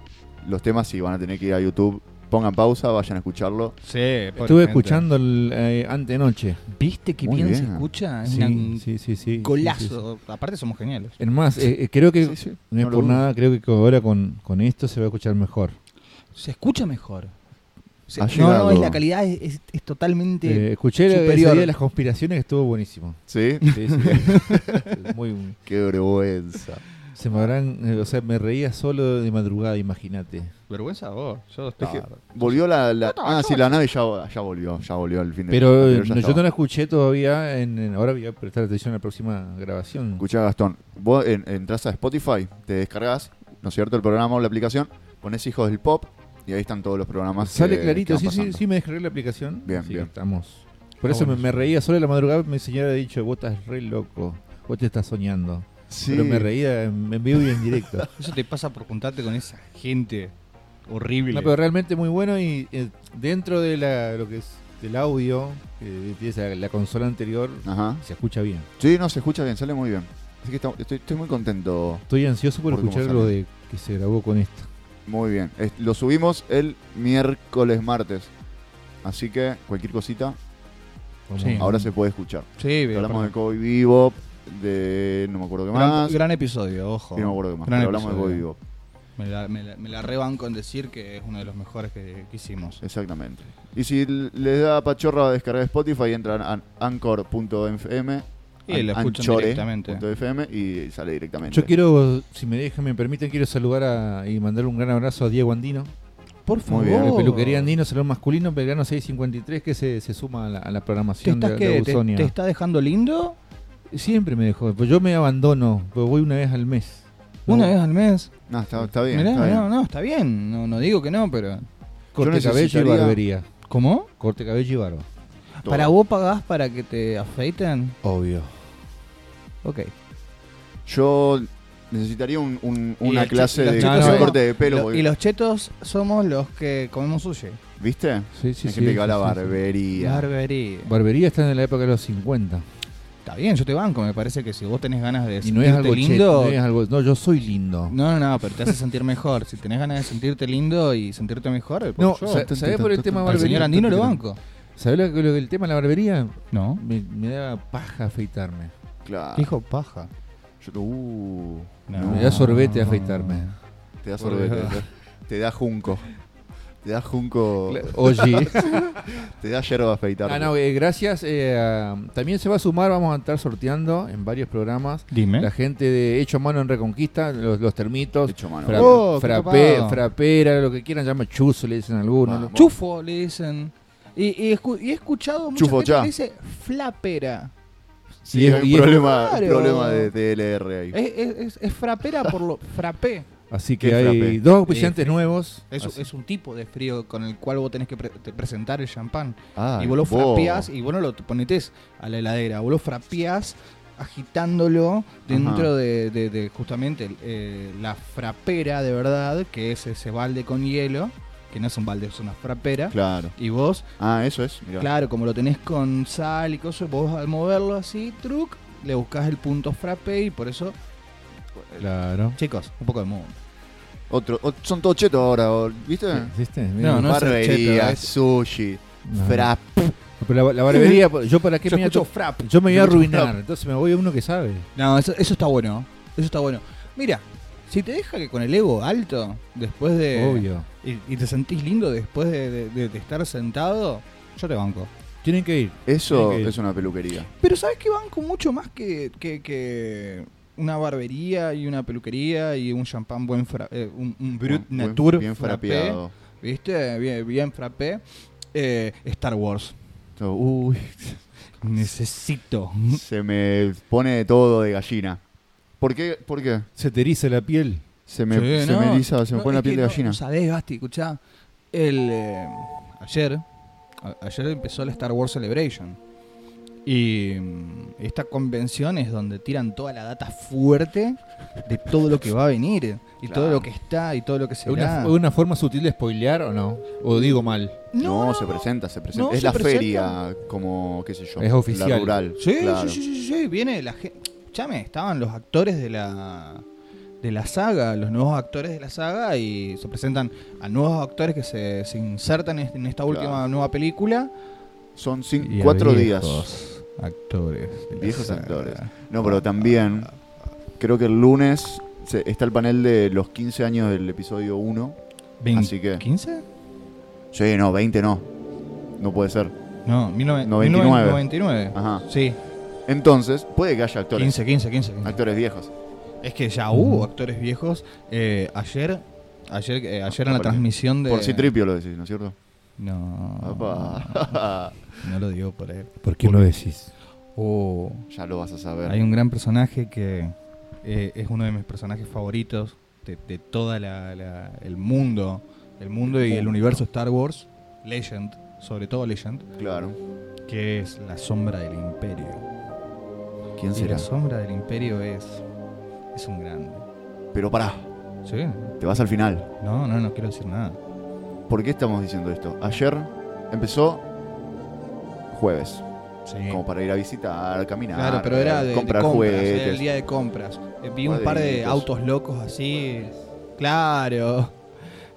Speaker 1: los temas si van a tener que ir a YouTube. Pongan pausa, vayan a escucharlo.
Speaker 2: Sí, pobre
Speaker 4: Estuve
Speaker 2: gente.
Speaker 4: escuchando el, eh, antenoche.
Speaker 2: ¿Viste que
Speaker 1: Muy
Speaker 2: bien, se
Speaker 1: bien.
Speaker 2: escucha? Es
Speaker 4: Sí,
Speaker 2: un
Speaker 4: sí, sí, sí.
Speaker 2: golazo.
Speaker 4: Sí, sí,
Speaker 2: Aparte somos geniales.
Speaker 4: sí. Es más, eh, eh, creo que
Speaker 1: Sí, sí,
Speaker 4: no es
Speaker 1: no lo
Speaker 4: por
Speaker 1: dudo.
Speaker 4: nada, creo que ahora con, con esto se va a escuchar mejor.
Speaker 2: Se escucha mejor. Se-
Speaker 1: Ha
Speaker 2: no,
Speaker 1: llegado.
Speaker 2: no, es la calidad es, es- es totalmente...
Speaker 4: Eh, escuché el- ese
Speaker 2: superior.
Speaker 4: día de las conspiraciones que estuvo buenísimo.
Speaker 1: ¿Sí?
Speaker 4: Sí, sí, sí. Muy,
Speaker 1: Qué vergüenza.
Speaker 4: se me habrán, eh, o sea, me reía solo de madrugada, imagínate.
Speaker 2: Vergüenza vos. Yo
Speaker 1: Es que volvió la. la- ah, sí, la nave ya, ya volvió. Ya volvió al fin de
Speaker 4: Pero eh,
Speaker 1: ya
Speaker 4: no, yo
Speaker 1: estaba.
Speaker 4: no la escuché todavía. En, en- ahora voy a prestar atención a la próxima grabación.
Speaker 1: Escuchá, Gastón. Vos en- entras a Spotify, te descargas, ¿no es cierto? El programa o la aplicación, pones Hijos del Pop y ahí están todos los programas.
Speaker 4: Sale
Speaker 1: que- que
Speaker 4: clarito,
Speaker 1: van
Speaker 4: sí, sí,
Speaker 1: pasando.
Speaker 4: sí, me descargué la aplicación.
Speaker 1: Bien,
Speaker 4: Así
Speaker 1: bien.
Speaker 4: que Estamos. Por
Speaker 2: Ah,
Speaker 4: eso me,
Speaker 2: bueno.
Speaker 4: me reía solo de la madrugada. Mi señora ha dicho, vos estás re loco, vos te estás soñando.
Speaker 1: Sí.
Speaker 4: Pero me reía en, en vivo y en directo.
Speaker 2: Eso te pasa por juntarte con esa gente horrible.
Speaker 4: No, pero realmente muy bueno y eh, dentro de la, lo que es del audio, que tienes la, la consola anterior,
Speaker 1: Ajá.
Speaker 4: se escucha bien.
Speaker 1: Sí, no, se escucha bien, sale muy bien. Así que está- estoy, estoy muy contento.
Speaker 4: Estoy ansioso por,
Speaker 1: Por cómo
Speaker 4: escuchar
Speaker 1: sale.
Speaker 4: lo de que se grabó con esto.
Speaker 1: Muy bien. Es- lo subimos el miércoles, martes. Así que cualquier cosita
Speaker 4: Vamos.
Speaker 2: Sí.
Speaker 1: ahora se puede escuchar.
Speaker 2: Sí, pero-
Speaker 1: hablamos de Kobe Bebop, de no me acuerdo qué
Speaker 2: gran,
Speaker 1: más.
Speaker 2: gran episodio, ojo.
Speaker 1: y no me acuerdo qué más.
Speaker 2: Gran
Speaker 1: pero hablamos de Kobe
Speaker 2: episodio.
Speaker 1: Bebop.
Speaker 2: Me la, me, la, me la rebanco en decir que es uno de los mejores que, que hicimos.
Speaker 1: Exactamente. Y si l- les da pachorra a descargar Spotify, entran a anchor.fm
Speaker 2: Y lo
Speaker 1: an-
Speaker 2: escuchan directamente.
Speaker 1: punto FM y sale directamente.
Speaker 4: Yo quiero, si me dejan, me permiten, quiero saludar a- y mandar un gran abrazo a Diego Andino.
Speaker 2: Por
Speaker 1: Muy bien.
Speaker 4: De
Speaker 1: Oh.
Speaker 4: Peluquería Andino, Salón Masculino, Belgrano 653, que se, se suma a la, a la
Speaker 2: ¿Te,
Speaker 4: programación
Speaker 2: estás
Speaker 4: de,
Speaker 2: que-
Speaker 4: de
Speaker 2: te-
Speaker 4: Ausonia.
Speaker 2: te está dejando lindo?
Speaker 4: Siempre me dejó, pues yo me abandono, pues voy una vez al mes.
Speaker 2: ¿Una vez al mes?
Speaker 1: No, está, está bien.
Speaker 2: Mirá,
Speaker 1: está bien.
Speaker 2: no, no, está bien. No, no digo que no, pero...
Speaker 4: Corte
Speaker 1: Yo
Speaker 4: cabello y
Speaker 1: necesitaría-
Speaker 4: barbería.
Speaker 2: ¿Cómo? este
Speaker 4: Corte cabello y barba.
Speaker 1: Todo.
Speaker 2: ¿Para vos pagás para que te afeiten?
Speaker 4: Obvio.
Speaker 2: Ok.
Speaker 1: Yo necesitaría un- un-
Speaker 2: Y
Speaker 1: una
Speaker 2: el che-
Speaker 1: clase
Speaker 2: los
Speaker 1: de,
Speaker 2: chetos
Speaker 1: de
Speaker 4: somos-
Speaker 1: corte de pelo.
Speaker 2: Lo-
Speaker 1: porque-
Speaker 2: y los chetos somos los que comemos sushi.
Speaker 1: ¿Viste?
Speaker 4: Sí, sí,
Speaker 1: es
Speaker 4: sí,
Speaker 1: que pegó
Speaker 4: sí,
Speaker 1: la
Speaker 4: sí, sí.
Speaker 1: barbería.
Speaker 2: Barbería.
Speaker 4: Barbería está en la época de los 50.
Speaker 2: Está bien, yo te banco. Me parece que si vos tenés ganas de
Speaker 4: Y no es
Speaker 2: sentirte
Speaker 4: algo cheto,
Speaker 2: lindo.
Speaker 4: no es algo- no, yo soy lindo.
Speaker 2: no, no, no, pero te hace sentir mejor. Si tenés ganas de sentirte lindo y sentirte mejor, por
Speaker 4: No,
Speaker 2: yo.
Speaker 4: sa- ¿sabés por el tema
Speaker 2: Al
Speaker 4: barbería?
Speaker 2: señor Andino lo banco.
Speaker 4: ¿Sabés lo que, lo que el tema de la barbería?
Speaker 2: No.
Speaker 4: Me, me daba paja afeitarme.
Speaker 1: Claro.
Speaker 2: Dijo paja.
Speaker 1: Yo- uh,
Speaker 2: No.
Speaker 4: Me da sorbete afeitarme.
Speaker 1: te da sorbete. te da- Te da junco. Te da junco.
Speaker 4: Oye.
Speaker 1: Te da yerba a afeitar.
Speaker 4: Ah, no, eh, gracias. eh, a- también se va a sumar, vamos a estar sorteando en varios programas.
Speaker 2: Dime.
Speaker 4: La gente de Hecho a Mano en Reconquista, los, los termitos,
Speaker 1: Hecho a mano.
Speaker 4: fra-
Speaker 2: Oh, qué
Speaker 4: frape-
Speaker 2: copado.
Speaker 4: frapera, lo que quieran, llama chuzo, le dicen algunos.
Speaker 1: Vamos.
Speaker 2: Chufo, le dicen. Y, y escu- y he escuchado mucha
Speaker 1: Chufo,
Speaker 2: gente
Speaker 1: ya.
Speaker 2: que dice flapera.
Speaker 1: Sí,
Speaker 4: Y es-
Speaker 1: hay un
Speaker 4: y es-
Speaker 1: problema, un
Speaker 2: Claro.
Speaker 1: problema de TLR ahí.
Speaker 2: Es, es- es- es frapera por lo frappé.
Speaker 4: Así
Speaker 1: ¿Qué
Speaker 4: que hay
Speaker 1: frape?
Speaker 4: dos
Speaker 2: Eh,
Speaker 4: auspiciantes nuevos.
Speaker 2: Es,
Speaker 4: Así-
Speaker 2: es un tipo de frío con el cual vos tenés que pre- te presentar el champán.
Speaker 1: Ah,
Speaker 2: y vos lo
Speaker 1: vos.
Speaker 2: frapeás y vos no lo ponetés a la heladera. Vos lo frapeás agitándolo dentro de, de- de justamente eh, la frapera de verdad, que es ese balde con hielo, que no es un balde, es una frapera.
Speaker 1: Claro.
Speaker 2: Y vos
Speaker 1: Ah, eso es. mirá.
Speaker 2: Claro, como lo tenés con sal y cosas, vos al moverlo así, truc, le buscás el punto frappe y por eso,
Speaker 4: Claro.
Speaker 2: chicos, un poco de mundo.
Speaker 1: Otro, o- son todos chetos ahora, o- ¿viste?
Speaker 4: ¿Viste?
Speaker 2: Ah. No, no es ser
Speaker 1: Barbería,
Speaker 2: cheto, es-
Speaker 1: sushi,
Speaker 4: No.
Speaker 1: frap.
Speaker 4: Pero la, la barbería, yo para qué
Speaker 2: Yo
Speaker 4: me voy a
Speaker 2: escucho
Speaker 4: to-
Speaker 2: frap.
Speaker 4: Yo me voy
Speaker 2: Yo
Speaker 4: a
Speaker 2: escucho
Speaker 4: arruinar,
Speaker 2: frap.
Speaker 4: entonces me voy a uno que sabe.
Speaker 2: No, eso, eso está bueno, eso está bueno. Mira, si te deja que con el ego alto, después de...
Speaker 4: Obvio.
Speaker 2: Y, y te sentís lindo después de, de- de- de estar sentado, yo te banco.
Speaker 4: Tienen que ir.
Speaker 1: Eso
Speaker 4: Sí, que-
Speaker 1: es una peluquería.
Speaker 2: Pero ¿sabes que banco mucho más que, que- que una barbería y una peluquería y un champán buen... fra- eh, un, un Brut
Speaker 1: Buen-
Speaker 2: Nature
Speaker 1: Bien
Speaker 2: frappé?
Speaker 1: frapeado.
Speaker 2: ¿Viste? Bien, bien frappé. Eh, Star Wars.
Speaker 1: Todo, uh, Uy,
Speaker 2: Necesito.
Speaker 1: se me pone todo de gallina. ¿Por qué? ¿Por qué?
Speaker 4: Se te eriza la piel.
Speaker 1: Se me, se me eriza, se me pone la piel de gallina.
Speaker 2: No sabés, Basti, escuchá. El, eh, ayer, a- ayer empezó la Star Wars Celebration. Y mm, esta convención es donde tiran toda la data fuerte de todo lo que va a venir. Y todo
Speaker 1: Claro.
Speaker 2: lo que está y todo lo que
Speaker 4: ¿Es
Speaker 2: se
Speaker 4: una, es una forma sutil de spoilear o no? ¿O digo mal?
Speaker 1: No, se presenta, se presenta.
Speaker 2: No,
Speaker 1: es
Speaker 2: se
Speaker 1: la
Speaker 2: presenta.
Speaker 1: feria, como, qué sé yo.
Speaker 4: Es oficial.
Speaker 1: La rural.
Speaker 2: Sí,
Speaker 1: claro.
Speaker 2: sí, sí, sí, sí, viene la gente. Chame, estaban los actores de la de la saga, los nuevos actores de la saga y se presentan a nuevos actores que se, se insertan en- en esta última
Speaker 1: Claro.
Speaker 2: nueva película.
Speaker 1: Son cinco- cuatro días.
Speaker 2: Actores. de la
Speaker 1: Viejos
Speaker 2: saga.
Speaker 1: actores. No, pero también creo que el lunes se- está el panel de los 15 años del episodio 1.
Speaker 2: Vein-
Speaker 1: Así que-
Speaker 2: ¿15?
Speaker 1: Sí, no, 20 no. No puede ser.
Speaker 2: No, 19-
Speaker 1: 99.
Speaker 2: 1999.
Speaker 1: Ajá.
Speaker 2: Sí,
Speaker 1: Entonces, puede que haya actores.
Speaker 2: 15, 15, 15. 15.
Speaker 1: Actores viejos.
Speaker 2: Es que
Speaker 1: Mm.
Speaker 2: ya hubo actores viejos. Eh, ayer ayer, eh, ayer en la
Speaker 1: Por-
Speaker 2: transmisión de.
Speaker 1: Por Citripio lo decís, ¿no es cierto?
Speaker 2: No.
Speaker 1: Apa.
Speaker 2: No lo digo por ahí.
Speaker 4: ¿Por qué lo decís?
Speaker 2: Oh,
Speaker 1: ya lo vas a saber.
Speaker 2: hay un gran personaje que eh, es uno de mis personajes favoritos de, de toda la, la- el mundo, el mundo y el universo Star Wars, Legend, sobre todo Legend,
Speaker 1: Claro.
Speaker 2: que es la sombra del imperio.
Speaker 1: ¿Quién
Speaker 2: Y
Speaker 1: será?
Speaker 2: la sombra del imperio es es un grande.
Speaker 1: Pero pará,
Speaker 2: ¿Sí?
Speaker 1: te vas al final.
Speaker 2: No, no, no quiero decir nada.
Speaker 1: ¿Por qué estamos diciendo esto? Ayer empezó jueves.
Speaker 2: Sí.
Speaker 1: Como para ir a visitar, caminar.
Speaker 2: Claro, pero era de, de
Speaker 1: comprar
Speaker 2: compras,
Speaker 1: juguetes.
Speaker 2: era el día de compras. Eh, vi un
Speaker 1: Cuadritos.
Speaker 2: par de autos locos así, claro.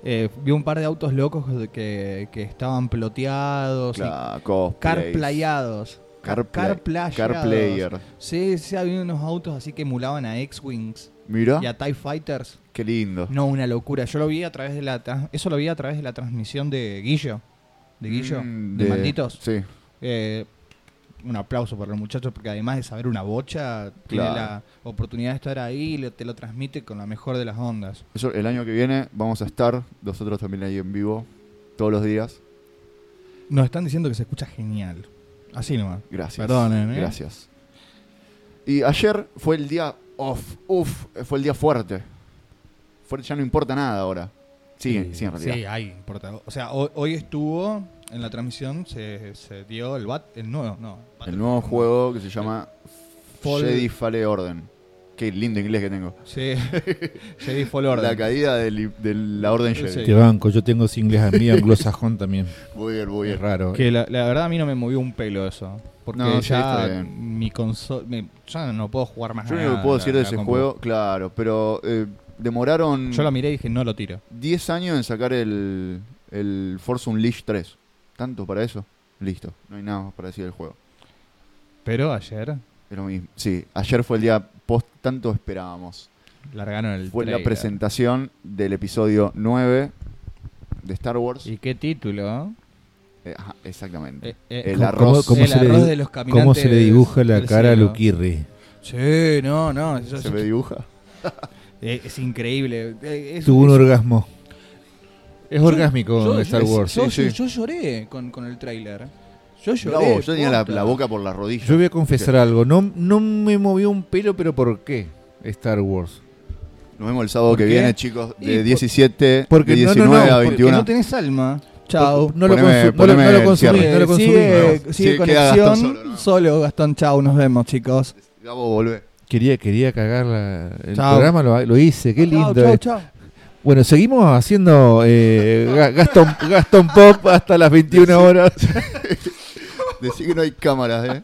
Speaker 2: Eh, vi un par de autos locos de que, que estaban ploteados, y
Speaker 1: Claro, cosplays.
Speaker 2: carplayados.
Speaker 1: Carplay-
Speaker 2: ah, carplayados.
Speaker 1: Carplayer.
Speaker 2: Sí, sí, había unos autos así que emulaban a X-Wings
Speaker 1: Mira,
Speaker 2: y a TIE Fighters.
Speaker 1: qué lindo.
Speaker 2: No, una locura. Yo lo vi a través de la... trans- Eso lo vi a través de la transmisión de Guillo. De Guillo,
Speaker 1: Mm,
Speaker 2: de, Malditos.
Speaker 1: Sí.
Speaker 2: Eh, un aplauso para el muchacho porque además de saber una bocha, tiene
Speaker 1: Claro.
Speaker 2: la oportunidad de estar ahí y lo- te lo transmite con la mejor de las ondas.
Speaker 1: Eso, el año que viene vamos a estar nosotros también ahí en vivo, todos los días.
Speaker 2: Nos están diciendo que se escucha genial. Así nomás.
Speaker 1: Gracias.
Speaker 2: Perdonen, ¿eh?
Speaker 1: Gracias. Y ayer fue el día off, uff, fue el día fuerte. Fue- ya no importa nada ahora. Sí, sí, en realidad.
Speaker 2: Sí, ahí importa. O sea, ho- hoy, estuvo en la transmisión, se, se dio el, bat, el nuevo, no,
Speaker 1: El nuevo juego que se llama
Speaker 2: Fall-
Speaker 1: Jedi Fallen Order. Qué lindo inglés que tengo.
Speaker 2: Sí. Jedi Fall Order.
Speaker 1: La caída del i- de la Orden Jedi.
Speaker 2: Sí.
Speaker 4: Te banco, yo tengo singles a mí, anglosajón también.
Speaker 1: Muy bien, muy
Speaker 4: Muy
Speaker 1: bien.
Speaker 4: raro.
Speaker 2: Que la, la verdad a mí no me movió un pelo eso. Porque
Speaker 1: No, sí, está
Speaker 2: ya
Speaker 1: bien.
Speaker 2: mi consola. Ya no puedo jugar más
Speaker 1: Yo lo
Speaker 2: nada.
Speaker 1: único que puedo
Speaker 2: la-
Speaker 1: decir de
Speaker 2: la
Speaker 1: ese
Speaker 2: compu.
Speaker 1: juego, mm. claro, pero eh, demoraron
Speaker 2: Yo lo miré y dije, no lo tiro.
Speaker 1: 10 años en sacar el, el Force Unleashed 3. ¿Tanto para eso? Listo, no hay nada más para decir del juego.
Speaker 2: Pero ayer
Speaker 1: Es lo mismo. Sí, ayer fue el día post, tanto esperábamos.
Speaker 2: largaron el.
Speaker 1: Fue la
Speaker 2: trailer.
Speaker 1: presentación del episodio 9 de Star Wars.
Speaker 2: ¿Y qué título?
Speaker 1: Eh, ajá, exactamente.
Speaker 2: Eh, eh,
Speaker 1: El
Speaker 4: ¿Cómo-
Speaker 1: arroz.
Speaker 4: cómo
Speaker 2: el
Speaker 4: se le
Speaker 2: arroz
Speaker 4: di-
Speaker 2: de los caminantes.
Speaker 4: ¿Cómo se le dibuja la
Speaker 2: del
Speaker 4: cara a
Speaker 2: cielo?
Speaker 4: Luquirri?
Speaker 2: Sí, no, no. eso es,
Speaker 1: ¿Se me dibuja?
Speaker 2: eh, es increíble. Eh, es-
Speaker 4: Tuvo un
Speaker 2: es-
Speaker 4: orgasmo. Es
Speaker 2: Yo-
Speaker 4: orgásmico
Speaker 2: yo-
Speaker 4: Star
Speaker 2: yo-
Speaker 4: Wars.
Speaker 2: Yo,
Speaker 1: sí, sí.
Speaker 2: yo- yo lloré con, con el tráiler. Yo lloré.
Speaker 1: Bravo, yo tenía la,
Speaker 2: posta.
Speaker 1: la boca por las rodillas.
Speaker 4: Yo voy a confesar algo. No, no me movió un pelo, pero ¿por qué Star Wars?
Speaker 1: Nos vemos el sábado
Speaker 2: ¿Por
Speaker 1: que
Speaker 2: qué?
Speaker 1: viene, chicos,
Speaker 2: Y
Speaker 1: de
Speaker 2: por-
Speaker 1: 17,
Speaker 4: porque
Speaker 1: de
Speaker 4: no, no,
Speaker 1: 19
Speaker 4: no,
Speaker 1: a
Speaker 4: porque
Speaker 1: 21.
Speaker 2: No tenés alma. Chao.
Speaker 4: No lo,
Speaker 1: Poneme-
Speaker 4: consu- no lo-
Speaker 1: poneme
Speaker 4: no lo
Speaker 1: el
Speaker 4: consumí,
Speaker 1: cierre.
Speaker 4: no lo consumí.
Speaker 2: sigue,
Speaker 1: no.
Speaker 2: sigue
Speaker 1: Sí, queda
Speaker 2: conexión.
Speaker 1: Gastón
Speaker 2: solo,
Speaker 1: solo, ¿no?
Speaker 2: Gastón, chao, nos vemos, chicos.
Speaker 1: Gabo, volvé.
Speaker 4: Quería, quería cagar la- el
Speaker 2: Chao.
Speaker 4: programa, lo, lo hice, qué lindo.
Speaker 2: Chao,
Speaker 4: eh.
Speaker 2: chao, chao.
Speaker 4: Bueno, seguimos haciendo eh, Ga- Gaston, Gaston Pop hasta las 21 horas.
Speaker 1: Decí que no hay cámaras, ¿eh?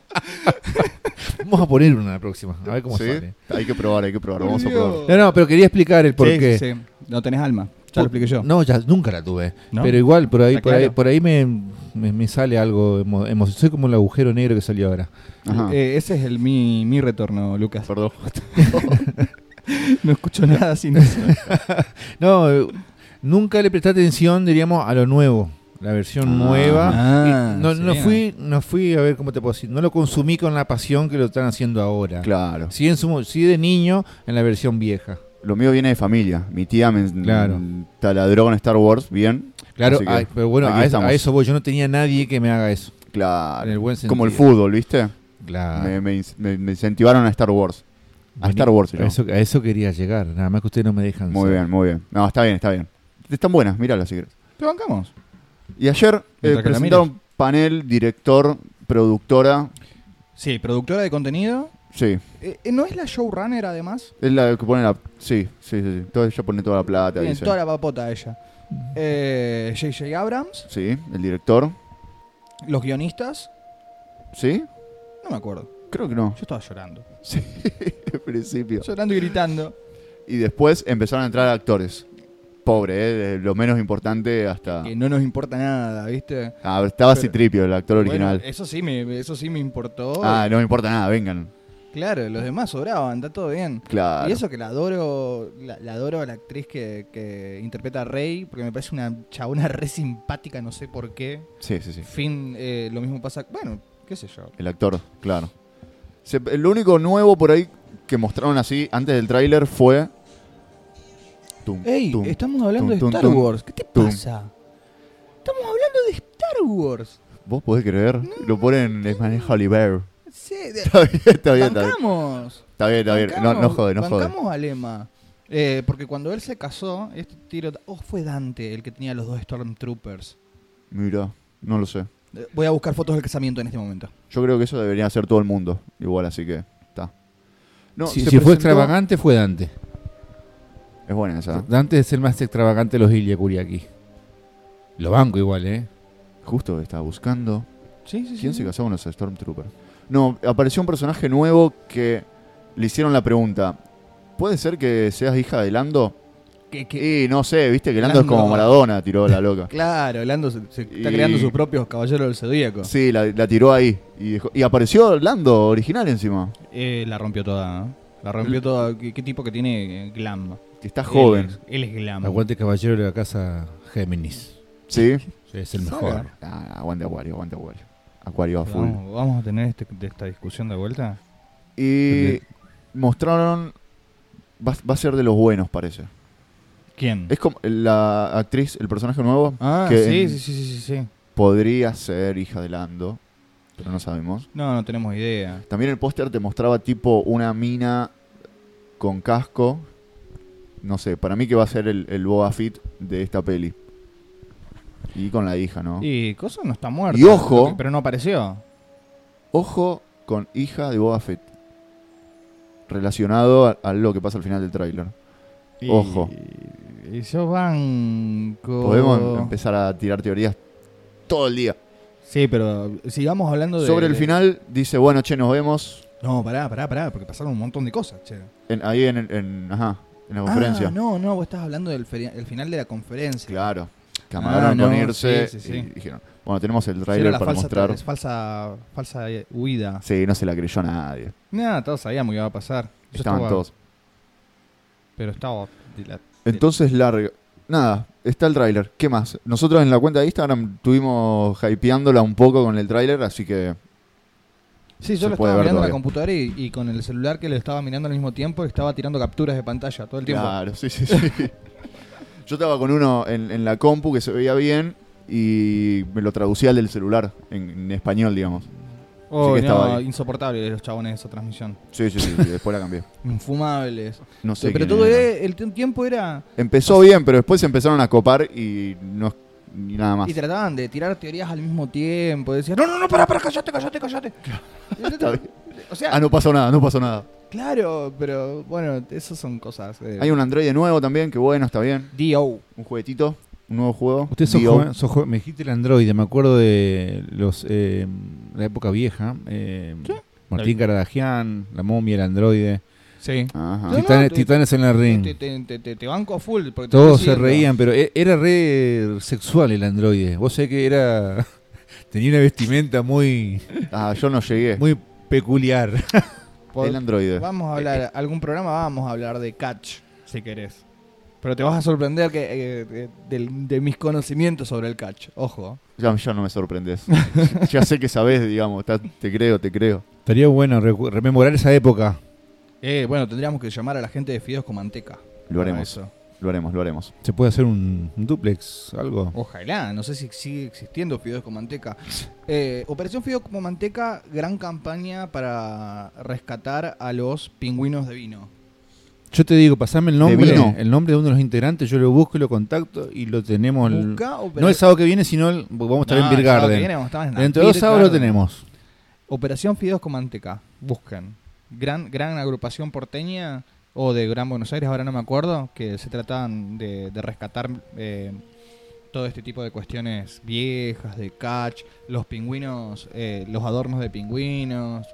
Speaker 4: Vamos a poner una próxima, a ver cómo
Speaker 1: Sí,
Speaker 4: sale.
Speaker 1: Hay que probar, hay que probar. Vamos a
Speaker 2: Dios.
Speaker 1: probar.
Speaker 4: No, no, pero quería explicar el porqué.
Speaker 2: Sí, sí, sí. No tenés alma. Ya lo expliqué yo.
Speaker 4: No, ya nunca la tuve.
Speaker 2: ¿No?
Speaker 4: Pero igual, por ahí,
Speaker 2: Está
Speaker 4: por ahí,
Speaker 2: claro.
Speaker 4: por ahí me, me, me sale algo emo- emocionante. Soy como el agujero negro que salió ahora.
Speaker 1: Ajá.
Speaker 2: Eh, ese es el, mi, mi retorno, Lucas.
Speaker 1: Perdón.
Speaker 2: No escucho nada sin eso.
Speaker 4: No, eh, nunca le presté atención, diríamos, a lo nuevo. La versión
Speaker 1: Ah,
Speaker 4: nueva.
Speaker 2: ah,
Speaker 4: Y no, no
Speaker 2: sí.
Speaker 4: fui, no fui, a ver cómo te puedo decir, no lo consumí con la pasión que lo están haciendo ahora.
Speaker 1: Claro.
Speaker 4: Sí, en su, sí de niño, en la versión vieja.
Speaker 1: Lo mío viene de familia. Mi tía me
Speaker 4: Claro.
Speaker 1: taladró con Star Wars, bien.
Speaker 4: Claro,
Speaker 1: Así que
Speaker 4: ay, pero bueno,
Speaker 1: aquí
Speaker 4: a, eso-
Speaker 1: estamos.
Speaker 4: a eso voy. Yo no tenía nadie que me haga eso. En
Speaker 1: Claro.
Speaker 4: el buen sentido.
Speaker 1: Como el fútbol, ¿viste?
Speaker 2: Ah.
Speaker 4: Claro.
Speaker 1: Me, me in- me- me incentivaron a Star Wars. A Star Wars, yo.
Speaker 4: A eso, a eso quería llegar. Nada más que ustedes no me dejan.
Speaker 1: Muy
Speaker 4: ser.
Speaker 1: bien, muy bien. No, está bien, está bien. Están buenas, míralas si querés.
Speaker 2: Te bancamos.
Speaker 1: Y ayer eh,
Speaker 2: que la
Speaker 1: presentaron panel, director, productora.
Speaker 2: Sí, productora de contenido.
Speaker 1: Sí,
Speaker 2: Eh, eh, ¿No es la showrunner además?
Speaker 1: es la que pone la. Sí, sí, sí. sí. Todo- Ella pone toda la plata.
Speaker 2: Tiene
Speaker 1: dice.
Speaker 2: toda la papota ella. Eh, J.J. Abrams,
Speaker 1: Sí, el director.
Speaker 2: los guionistas,
Speaker 1: Sí,
Speaker 2: no me acuerdo.
Speaker 1: creo que no.
Speaker 2: Yo estaba llorando.
Speaker 1: Sí, al principio.
Speaker 2: Llorando y gritando.
Speaker 1: Y después empezaron a entrar actores. Pobre, ¿eh? de lo menos importante hasta.
Speaker 2: Que no nos importa nada, ¿viste?
Speaker 1: Ah, estaba
Speaker 2: Pero-
Speaker 1: Citripio, el actor original.
Speaker 2: Bueno, eh, eso sí me, eso sí me importó.
Speaker 1: ah, no me importa nada, vengan.
Speaker 2: Claro, los demás sobraban, está todo bien.
Speaker 1: Claro.
Speaker 2: Y eso que la adoro, la, la adoro a la actriz que, que interpreta a Rey, porque me parece una chabona re simpática, no sé por qué.
Speaker 1: Sí, sí, sí.
Speaker 2: Fin, eh, lo mismo pasa, bueno, qué sé yo.
Speaker 1: El actor, claro. Se- lo único nuevo por ahí que mostraron así antes del tráiler fue. Tum,
Speaker 2: Ey,
Speaker 1: tum.
Speaker 2: estamos hablando
Speaker 1: tum,
Speaker 2: de Star
Speaker 1: tum,
Speaker 2: Wars, ¿qué te
Speaker 1: tum.
Speaker 2: pasa? Estamos hablando de Star Wars.
Speaker 1: ¿Vos podés creer? Lo ponen en Smash Oliver.
Speaker 2: Sí, de-
Speaker 1: Está bien, está bien, está bien.
Speaker 2: bancamos.
Speaker 1: Está bien, está bien. No, no
Speaker 2: Bancamos-
Speaker 1: jode, no jode.
Speaker 2: Bancamos a Lema. Eh, porque cuando él se casó, este tiro. Oh, fue Dante el que tenía los dos Stormtroopers.
Speaker 1: Mira, no lo sé.
Speaker 2: Eh, Voy a buscar fotos del casamiento en este momento.
Speaker 1: Yo creo que eso debería hacer todo el mundo. Igual, así que está. No,
Speaker 4: si
Speaker 1: se
Speaker 4: si fue
Speaker 1: presentó-
Speaker 4: extravagante, fue Dante.
Speaker 1: Es buena esa.
Speaker 4: Dante es el más extravagante de los Ilya Kuriaki. Lo banco igual, ¿eh?
Speaker 1: Justo estaba buscando.
Speaker 2: Sí, sí,
Speaker 1: ¿Quién se casó con los Stormtroopers? No, apareció un personaje nuevo que le hicieron la pregunta. ¿Puede ser que seas hija de Lando?
Speaker 2: Que- que-
Speaker 1: Y no sé, viste que Lando, es como
Speaker 2: Lando.
Speaker 1: Maradona, tiró la loca.
Speaker 2: claro, Lando se, se está
Speaker 1: Y-
Speaker 2: creando sus propios caballeros del Zodíaco.
Speaker 1: Sí, la, la tiró ahí. Y, dejó- y apareció Lando original encima.
Speaker 2: Eh, la rompió toda, ¿no? La rompió toda. ¿Qué, qué tipo que tiene eh, glam?
Speaker 1: Que Mm. está joven.
Speaker 2: Él es, él es glam.
Speaker 4: Aguante caballero de la casa Géminis.
Speaker 1: Sí.
Speaker 4: Es el
Speaker 2: Saga.
Speaker 4: mejor.
Speaker 1: Ah, aguante Acuario, aguante Acuario. Acuario a full.
Speaker 2: Vamos, vamos a tener este- de esta discusión de vuelta.
Speaker 1: Y mostraron. Va, va a ser de los buenos,
Speaker 2: Mm.
Speaker 1: parece.
Speaker 2: ¿Quién?
Speaker 1: Es como la actriz, el personaje nuevo,
Speaker 2: Ah,
Speaker 1: que
Speaker 2: sí,
Speaker 1: en-
Speaker 2: sí, sí, sí, sí, sí.
Speaker 1: podría ser hija de Lando, pero no sabemos.
Speaker 2: No, no tenemos idea.
Speaker 1: También el póster te mostraba tipo una mina con casco. No sé, para mí que va a ser el, el Boba Fett de esta peli. Y con la hija, ¿no?
Speaker 2: Y Coso no está muerto.
Speaker 1: Y ojo-
Speaker 2: Pero no apareció.
Speaker 1: Ojo con hija de Boba Fett. relacionado a, a lo que pasa al final del tráiler.
Speaker 2: Y-
Speaker 1: Ojo.
Speaker 2: Y yo banco.
Speaker 1: Podemos
Speaker 2: Oh.
Speaker 1: em- empezar a tirar teorías todo el día.
Speaker 2: Sí, pero sigamos hablando de.
Speaker 1: Sobre el
Speaker 2: de-
Speaker 1: final, dice, bueno, che, nos vemos
Speaker 2: No, pará, pará, pará, porque pasaron un montón de cosas, che.
Speaker 1: en- ahí en, el- en- ajá, en la conferencia.
Speaker 2: Ah, no, no, vos estás hablando del feria- el final de la conferencia.
Speaker 1: Claro. Camararon
Speaker 2: Ah, no,
Speaker 1: con irse
Speaker 2: sí, sí, sí.
Speaker 1: y dijeron, bueno, tenemos el
Speaker 2: Sí, era
Speaker 1: trailer
Speaker 2: la
Speaker 1: para
Speaker 2: falsa,
Speaker 1: mostrar.
Speaker 2: es falsa, falsa eh, huida.
Speaker 1: Sí, no se la creyó nadie.
Speaker 2: Nada, todos sabíamos que iba a pasar. Yo
Speaker 1: Estaban
Speaker 2: estaba-
Speaker 1: todos.
Speaker 2: Pero estaba. de la-
Speaker 1: Entonces, largo. Nada, está el tráiler. ¿Qué más? Nosotros en la cuenta de Instagram estuvimos hypeándola un poco con el tráiler, así que
Speaker 2: Sí, yo
Speaker 1: Se
Speaker 2: lo
Speaker 1: puede ver
Speaker 2: estaba mirando en la
Speaker 1: todavía.
Speaker 2: computadora y, y con el celular que lo estaba mirando al mismo tiempo estaba tirando capturas de pantalla todo el tiempo.
Speaker 1: Claro, sí, sí, sí. Yo estaba con uno en, en la compu que se veía bien y me lo traducía al del celular, en, en español, digamos.
Speaker 2: Oh,
Speaker 1: Sí que estaba
Speaker 2: no,
Speaker 1: ahí.
Speaker 2: insoportable los chabones de esa transmisión.
Speaker 1: Sí, sí, sí, y después la cambié.
Speaker 2: Infumables.
Speaker 1: No sé.
Speaker 2: pero
Speaker 1: quién
Speaker 2: todo
Speaker 1: era.
Speaker 2: era- el t- tiempo era.
Speaker 1: Empezó bien, pero después se empezaron a copar y no y nada más.
Speaker 2: Y trataban de tirar teorías al mismo tiempo. Decían, no, no, no, pará, pará, callate, callate, callate.
Speaker 1: Está bien.
Speaker 2: o sea,
Speaker 1: Ah, no pasó nada, no pasó nada.
Speaker 2: claro, pero bueno, esas son cosas. eh.
Speaker 1: Hay un Android nuevo también, que bueno, está bien.
Speaker 2: DO.
Speaker 1: Un juguetito, un nuevo juego.
Speaker 4: Usted sos
Speaker 1: Dio.
Speaker 4: joven, sos joven. me dijiste el androide, me acuerdo de los eh, la época vieja. eh, Martín Caradagian, la momia, el androide.
Speaker 2: Sí.
Speaker 1: Ajá.
Speaker 2: No, no,
Speaker 4: Titanes,
Speaker 2: te-
Speaker 4: Titanes en la ring.
Speaker 2: Te, te- te- te- te banco a full. porque te
Speaker 4: Todos
Speaker 2: estoy
Speaker 4: se
Speaker 2: siguiendo.
Speaker 4: reían, pero e- era re sexual el androide. Vos sé que era. Tenía una vestimenta muy,
Speaker 1: Ah, yo no llegué.
Speaker 4: muy peculiar.
Speaker 2: Pod-
Speaker 1: El Android.
Speaker 2: Vamos a hablar, algún programa vamos a hablar de catch, si querés. Pero te vas a sorprender que eh, de, del- de mis conocimientos sobre el catch. Ojo.
Speaker 1: Ya, ya no me sorprendes. ya sé que sabes, digamos. está- te creo, te creo.
Speaker 4: Estaría bueno recu- rememorar esa época.
Speaker 2: Eh, bueno, tendríamos que llamar a la gente de Fideos con Manteca.
Speaker 1: Lo
Speaker 2: para
Speaker 1: haremos,
Speaker 2: eso.
Speaker 1: lo haremos, lo haremos.
Speaker 4: Se puede hacer un, un duplex, algo.
Speaker 2: Ojalá, no sé si sigue existiendo Fideos con Manteca. Eh, Operación Fideos con Manteca, gran campaña para rescatar a los pingüinos de vino.
Speaker 4: Yo te digo, pasame el nombre,
Speaker 1: vino?
Speaker 4: el nombre de uno de los integrantes, yo lo busco y lo contacto y lo tenemos. el-
Speaker 2: Busca opera-
Speaker 4: no el sábado que viene, sino el- vamos a estar
Speaker 2: No,
Speaker 4: en
Speaker 2: Ah, el
Speaker 4: Beer
Speaker 2: sábado que
Speaker 4: Garden.
Speaker 2: viene vamos a estar en la
Speaker 4: Dentro de dos
Speaker 2: Beer
Speaker 4: sábados lo
Speaker 2: Garden.
Speaker 4: tenemos.
Speaker 2: Operación Fideos con Manteca. Buscan. Gran, gran agrupación porteña o de Gran Buenos Aires, ahora no me acuerdo, que se trataban de, de rescatar eh, todo este tipo de cuestiones viejas, de catch, los pingüinos, eh, los adornos de pingüinos,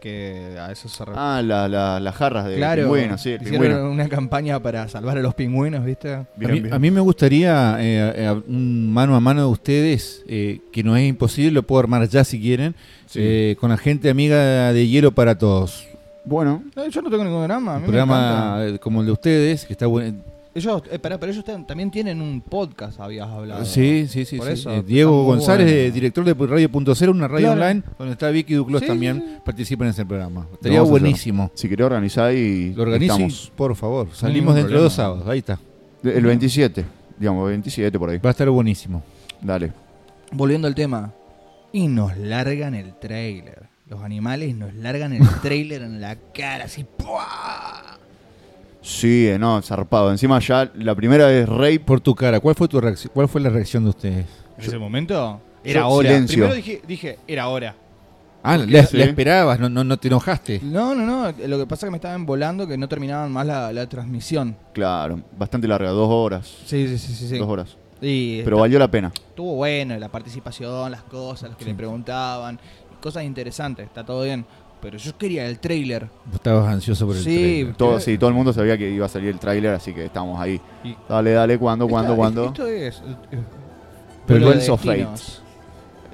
Speaker 2: que a eso se refiere.
Speaker 1: Ah, la- la- las jarras de
Speaker 2: claro,
Speaker 1: pingüino, sí, el
Speaker 2: hicieron
Speaker 1: pingüino.
Speaker 2: una campaña para salvar a los pingüinos, ¿viste?
Speaker 1: Bien,
Speaker 4: a, mí,
Speaker 1: bien.
Speaker 4: a mí me gustaría eh, eh, un mano a mano de ustedes, eh, que no es imposible, lo puedo armar ya si quieren,
Speaker 1: Sí.
Speaker 4: eh, con la gente amiga de Hielo para Todos.
Speaker 1: Bueno,
Speaker 2: Eh, Yo no tengo ningún drama. a
Speaker 4: Un
Speaker 2: mí me encanta.
Speaker 4: programa eh, como el de ustedes, que está bueno.
Speaker 2: Ellos, eh, pará, pero ellos ten- también tienen un podcast, habías hablado.
Speaker 4: Sí, sí, sí.
Speaker 2: Por
Speaker 4: sí.
Speaker 2: eso,
Speaker 4: Eh, Diego
Speaker 2: está muy
Speaker 4: González,
Speaker 2: bueno.
Speaker 4: eh, director de Radio.0, una radio
Speaker 2: Claro.
Speaker 4: online, donde está Vicky Duclos
Speaker 2: Sí,
Speaker 4: también,
Speaker 2: sí,
Speaker 4: participa en ese programa. Estaría
Speaker 1: vamos a hacer.
Speaker 4: buenísimo.
Speaker 1: si querés organizar y
Speaker 4: Lo organizo,
Speaker 1: estamos.
Speaker 4: por favor.
Speaker 2: ningún
Speaker 4: Salimos dentro de dos
Speaker 2: problema.
Speaker 4: sábados, ahí está.
Speaker 1: El 27, digamos, 27 por ahí.
Speaker 4: Va a estar buenísimo.
Speaker 1: Dale.
Speaker 2: Volviendo al tema. Y nos largan el trailer. Los animales nos largan el trailer en la cara, así. ¡pua!
Speaker 1: Sí, eh, no, zarpado. Encima ya la primera es rape.
Speaker 4: Por tu cara, ¿cuál fue tu reacción? ¿Cuál fue la reacción de ustedes?
Speaker 2: En ese momento
Speaker 1: Yo-
Speaker 2: era hora.
Speaker 1: silencio.
Speaker 2: Primero dije, dije, era hora.
Speaker 4: Ah, la,
Speaker 1: sí.
Speaker 4: la esperabas, no, no, no te enojaste.
Speaker 2: No, no, no. Lo que pasa es que me estaban volando que no terminaban más la, la transmisión.
Speaker 1: Claro, bastante larga, dos horas.
Speaker 2: Sí, sí, sí, sí. sí.
Speaker 1: Dos horas.
Speaker 2: Y
Speaker 1: Pero valió la pena.
Speaker 2: estuvo bueno la participación, las cosas, los que le preguntaban, cosas interesantes, está todo bien. Pero yo quería el trailer.
Speaker 4: Vos Estabas ansioso por el
Speaker 2: Sí,
Speaker 4: trailer.
Speaker 1: Todo,
Speaker 2: Claro.
Speaker 1: sí, todo el mundo sabía que iba a salir el tráiler, así que estamos ahí.
Speaker 2: Y-
Speaker 1: Dale, dale, cuando, cuando,
Speaker 2: Esta-
Speaker 1: cuando.
Speaker 2: Esto es. eh, eh,
Speaker 1: Pero
Speaker 2: vuelo de
Speaker 1: Lens of Fate.
Speaker 2: destinos.